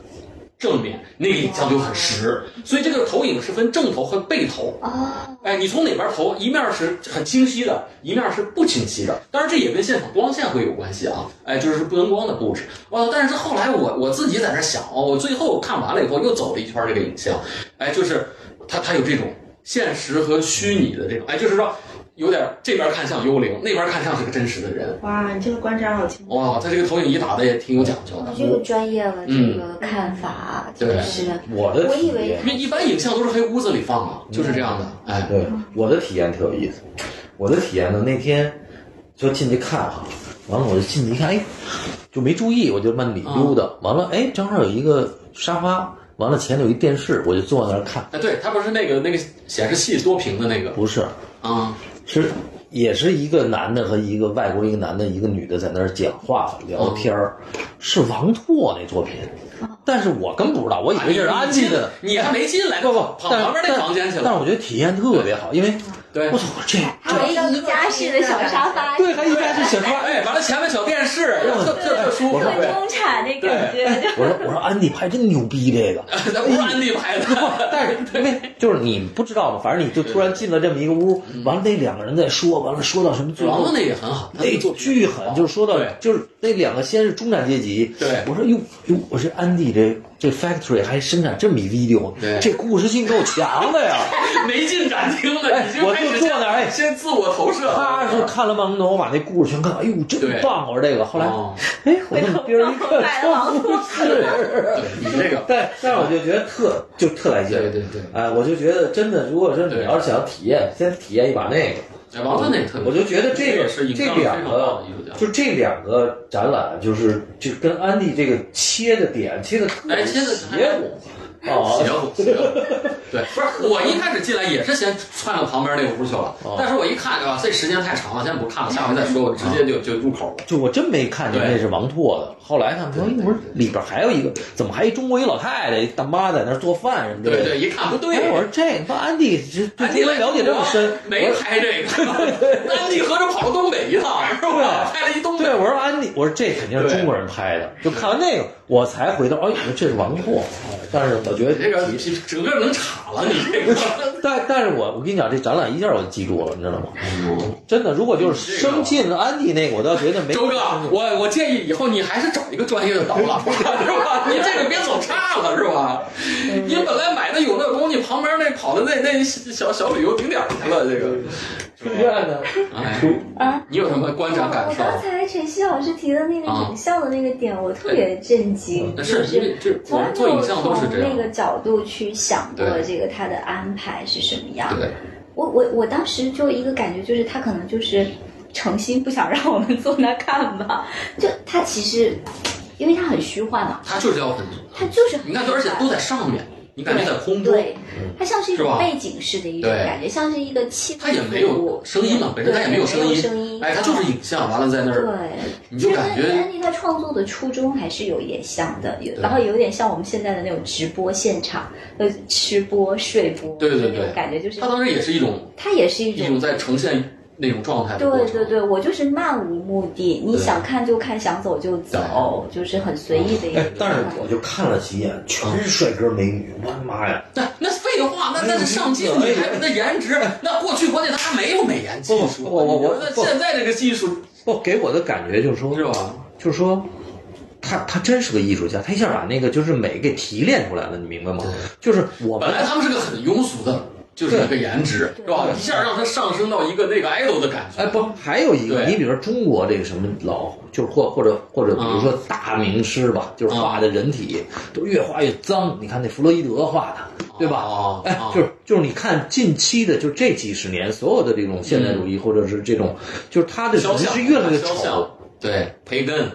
Speaker 2: 正面，那个影像就很实。所以这个投影是分正头和背投。
Speaker 3: 哦，
Speaker 2: 哎，你从哪边投，一面是很清晰的，一面是不清晰的。当然，这也跟现场光线会有关系啊。哎，就是不能光的布置。哦，但是后来我我自己在那想，哦，我最后看完了以后又走了一圈这个影像，哎，就是它它有这种现实和虚拟的这种，哎，就是说有点这边看像幽灵，那边看像是个真实的人。
Speaker 4: 哇，你这个观察好清楚。
Speaker 2: 哇，他这个投影仪打的也挺有讲究的。
Speaker 3: 这个专业了，
Speaker 2: 嗯
Speaker 3: 这个看法
Speaker 2: 对
Speaker 3: 就是
Speaker 1: 我的
Speaker 3: 我
Speaker 1: 体
Speaker 3: 以为
Speaker 1: 验
Speaker 2: 因为一般影像都是黑屋子里放
Speaker 3: 嗯
Speaker 2: 嘛，就是这样的。哎，
Speaker 1: 对，我的体验特有意思。我的体验呢，那天就进去看哈，完了我就进去一看，哎，就没注意，我就慢里溜达。完了，哎，正好有一个沙发，完了前头有一电视，我就坐在那儿看。
Speaker 2: 哎，对，它不是那个那个显示器多屏的那个
Speaker 1: 不是，
Speaker 2: 啊，
Speaker 1: 是也是一个男的和一个外国一个男的，一个女的在那儿讲话聊天儿，是王拓那作品，但是我根本不知道，我以为这是安吉的。
Speaker 2: 你还没进来，
Speaker 1: 不不，
Speaker 2: 跑
Speaker 1: 但是
Speaker 2: 旁边那
Speaker 1: 但
Speaker 2: 房间去
Speaker 1: 但是
Speaker 2: 了。
Speaker 1: 我觉得体验特别好，因为
Speaker 2: 对
Speaker 1: 我操，这
Speaker 3: 还有一宜家式的小沙发，
Speaker 1: 对，还一开始想发，
Speaker 2: 哎，完了前面小电视，特特特舒服。
Speaker 3: 特
Speaker 2: 对，
Speaker 3: 中产那感觉，就
Speaker 1: 我说我说安迪拍真牛逼这个，
Speaker 2: 那不是安迪拍
Speaker 1: 哎
Speaker 2: 的，
Speaker 1: 但是因为就是你不知道嘛，反正你就突然进了这么一个屋，完了那两个人在说，完了说到什么最
Speaker 2: 王
Speaker 1: 后
Speaker 2: 的那也很好，他
Speaker 1: 嗯那
Speaker 2: 做
Speaker 1: 巨狠，就是说到
Speaker 2: 对
Speaker 1: 就是那两个先是中产阶级，
Speaker 2: 对
Speaker 1: 我说哟哟，我说安迪这这 factory 还生产这么一 video，
Speaker 2: 对
Speaker 1: 这故事性够强 的呀。
Speaker 2: 没进展厅了，
Speaker 1: 哎
Speaker 2: 已经开
Speaker 1: 我
Speaker 2: 始
Speaker 1: 就坐那儿哎
Speaker 2: 先自我投射。
Speaker 1: 他是看了半分钟，我把那故事全看，完，哎呦真
Speaker 2: 对
Speaker 1: 棒！我说这个，后来
Speaker 2: 哦
Speaker 1: 哎，我们别人一看说不是。
Speaker 2: 对你这个，
Speaker 1: 但但是我就觉得特就特来劲儿，
Speaker 2: 对对对
Speaker 1: 哎，我就觉得真的，如果说你
Speaker 2: 对
Speaker 1: 要是想体验，先体验一把那个，
Speaker 2: 哎王的那也特别，
Speaker 1: 哦我就觉得这
Speaker 2: 也
Speaker 1: 个
Speaker 2: 是影
Speaker 1: 这
Speaker 2: 像
Speaker 1: 两
Speaker 2: 非常
Speaker 1: 个
Speaker 2: 棒的艺术家。
Speaker 1: 就这两个展览，就是就跟安迪这个切的点切的特别
Speaker 2: 哎切得
Speaker 1: 邪乎啊，
Speaker 2: 邪乎，邪乎。对，不是我一开始进来也是先窜到旁边那个屋去了，
Speaker 1: 哦
Speaker 2: 但是我一看啊，这时间太长了，先不看了，下回再说，我直接就就入口了。
Speaker 1: 就我真没看见
Speaker 2: 对
Speaker 1: 那是王拓的。后来他们说，一会儿里边还有一个，怎么还一中国一老太太一大妈在那儿做饭什么之类
Speaker 2: 对
Speaker 1: 的？
Speaker 2: 对，一看不对，
Speaker 1: 哎，我说这他妈安迪这对
Speaker 2: 安迪
Speaker 1: 中
Speaker 2: 来
Speaker 1: 文了解这么深，
Speaker 2: 没
Speaker 1: 我说
Speaker 2: 拍这个，安迪合着跑到东北一趟，是吧？拍了一东北
Speaker 1: 啊对，，我说安迪，我说这肯定是中国人拍的，就看完那个我才回头，哎，我说这是王拓，但是我觉得
Speaker 2: 你这个整个能岔了，你这个。
Speaker 1: 但但是我我跟你讲，这展览一下我就记住了，你知道吗？真的，如果就是生进安迪那个，我倒觉得没
Speaker 2: 周哥，我我建议以后你还是找一个专业的导览吧，是吧？你这个别走岔了，是吧？你本来买的永乐宫，你旁边那跑到那那小小旅游景点去了，这个。
Speaker 1: 出院呢。
Speaker 2: 哎，
Speaker 1: 嗯
Speaker 3: 啊。
Speaker 2: 你有什么观察感
Speaker 3: 我
Speaker 2: 受？
Speaker 3: 刚才晨曦老师提的那个
Speaker 2: 啊
Speaker 3: 影像的那个点，我特别震惊，就是
Speaker 2: 嗯因为这
Speaker 3: 从
Speaker 2: 我
Speaker 3: 来
Speaker 2: 们
Speaker 3: 没
Speaker 2: 做
Speaker 3: 有
Speaker 2: 影像
Speaker 3: 从
Speaker 2: 都是这
Speaker 3: 那
Speaker 2: 样，
Speaker 3: 个角度去想过
Speaker 2: 对
Speaker 3: 这个他的安排是什么样。
Speaker 2: 对，
Speaker 3: 我我我当时就一个感觉，就是他可能就是诚心不想让我们坐那看吧，就他其实，因为他很虚幻嘛，
Speaker 2: 它就是要很，
Speaker 3: 他就是很
Speaker 2: 你看，而且都在上面，你感觉在空中，
Speaker 3: 对，它像是一
Speaker 2: 是
Speaker 3: 种
Speaker 2: 吧
Speaker 3: 背景式的一种
Speaker 2: 对
Speaker 3: 感觉，像是一个气氛服务。
Speaker 2: 它也没有声音嘛，本身它也
Speaker 3: 对
Speaker 2: 没
Speaker 3: 没
Speaker 2: 有声音，
Speaker 3: 声音
Speaker 2: 哎，它就是影像，完了在那
Speaker 3: 对
Speaker 2: 儿，，你
Speaker 3: 其
Speaker 2: 就
Speaker 3: 实
Speaker 2: 感
Speaker 3: 跟
Speaker 2: 觉
Speaker 3: 安迪他创作的初衷还是有一点像的，有然后有点像我们现在的那种直播现场，呃，吃播、睡播，
Speaker 2: 对对
Speaker 3: 就那种
Speaker 2: 对
Speaker 3: 感觉就是
Speaker 2: 它当时也是一种
Speaker 3: 它也是一
Speaker 2: 一
Speaker 3: 种
Speaker 2: 种在呈现那种状态的过
Speaker 3: 对
Speaker 2: 程，
Speaker 3: 对对，我就是漫无目的，你
Speaker 2: 对
Speaker 3: 想看就看，想走就走，就是很随意的一个
Speaker 1: 哎
Speaker 3: 状
Speaker 1: 但
Speaker 3: 态。，
Speaker 1: 是我就看了几眼，全是帅哥美女，我的妈呀！
Speaker 2: 那那废话，那那是上镜，
Speaker 1: 哎
Speaker 2: 你还那颜值，那过去关键他还没有美颜技术，
Speaker 1: 不我我我
Speaker 2: 你
Speaker 1: 不
Speaker 2: 说那现在这个技术
Speaker 1: 不，给我的感觉就是说，
Speaker 2: 是吧？
Speaker 1: 就是说，他他真是个艺术家，他一下把那个就是美给提炼出来了，你明白吗？就是我
Speaker 2: 本
Speaker 1: 们
Speaker 2: 来他们是个很庸俗的，就是一个颜值，是吧？一下让他上升到一个那个 idol 的感觉，
Speaker 1: 哎，不，还有一个，
Speaker 2: 对啊
Speaker 1: 你比如说中国这个什么老，就是或或者或者比如说大名师吧，就是画的人体都越画越脏。你看那弗洛伊德画的，对吧？
Speaker 2: 哦
Speaker 1: 哎，就是就是你看近期的，就这几十年所有的这种现代主义或者是这种，就是他的
Speaker 2: 肖
Speaker 1: 人
Speaker 2: 像
Speaker 1: 是越来越
Speaker 2: 肖
Speaker 1: 丑
Speaker 2: 像，，对，培根，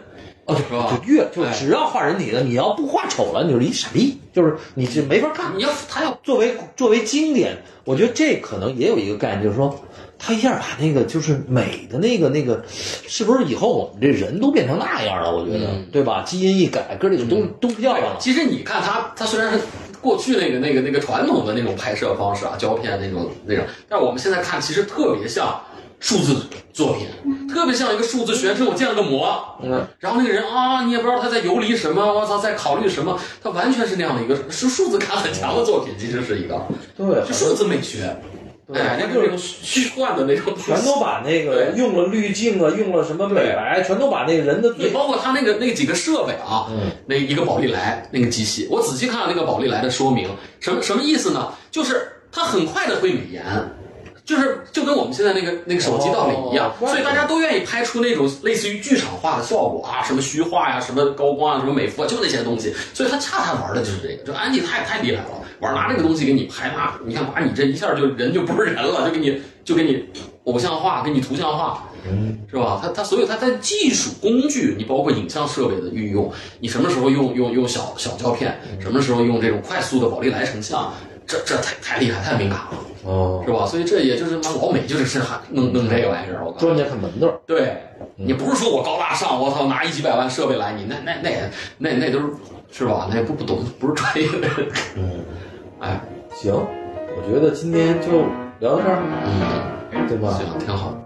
Speaker 1: 哦，
Speaker 2: 是吧
Speaker 1: 就越就
Speaker 2: 哎
Speaker 1: 只要画人体的，你要不画丑了，你就是一傻逼，就是你这没法看。
Speaker 2: 你要他要
Speaker 1: 作为作为经典，我觉得这可能也有一个概念，就是说，他一下把那个就是美的那个那个，是不是以后我们这人都变成那样了？我觉得，
Speaker 2: 嗯
Speaker 1: 对吧？基因一改，哥几个都、都漂亮了。
Speaker 2: 其实你看他，他虽然是过去那个那个那个传统的那种拍摄方式啊，胶片那种那种，但我们现在看其实特别像数字作品，特别像一个数字学生。我建了个模，
Speaker 1: 嗯，
Speaker 2: 然后那个人啊，你也不知道他在游离什么，我操，在考虑什么，他完全是那样的一个是数字感很强的作品，其实是一个
Speaker 1: 对
Speaker 2: 是数字美学，
Speaker 1: 对
Speaker 2: 哎，那就是那种虚幻的那种东西，
Speaker 1: 全都把那个
Speaker 2: 对
Speaker 1: 用了滤镜啊，用了什么美白，全都把那个人的最
Speaker 2: 也包括他那个那几个设备啊，
Speaker 1: 嗯
Speaker 2: 那一个宝丽来那个机器，我仔细看了那个宝丽来的说明，什么什么意思呢？就是它很快的会美颜，就是就跟我们现在那个那个手机道理一样，
Speaker 1: 哦
Speaker 2: 所以大家都愿意拍出那种类似于剧场化的效果啊，什么虚化呀、什么高光啊、什么美肤啊，就那些东西。所以他恰恰玩的就是这个，就安迪太太厉害了，玩拿这个东西给你拍，那你看把你这一下就人就不是人了，就给你就给你偶像化，给你图像化。
Speaker 1: 嗯
Speaker 2: 是吧？它它所有它在技术工具，你包括影像设备的运用，你什么时候用用用小小胶片，什么时候用这种快速的宝丽来成像，这这太太厉害，太敏感了，
Speaker 1: 哦，
Speaker 2: 是吧？所以这也就是妈老美就是还弄弄这个玩意儿，我告诉你。
Speaker 1: 专家看门道。
Speaker 2: 对你不是说我高大上，我操，拿一几百万设备来，你那那那那那都是是吧？那不不懂，不是专业的人。
Speaker 1: 嗯，
Speaker 2: 哎，
Speaker 1: 行，我觉得今天就聊到这儿，
Speaker 2: 嗯，
Speaker 1: 对吧？
Speaker 2: 行，挺好。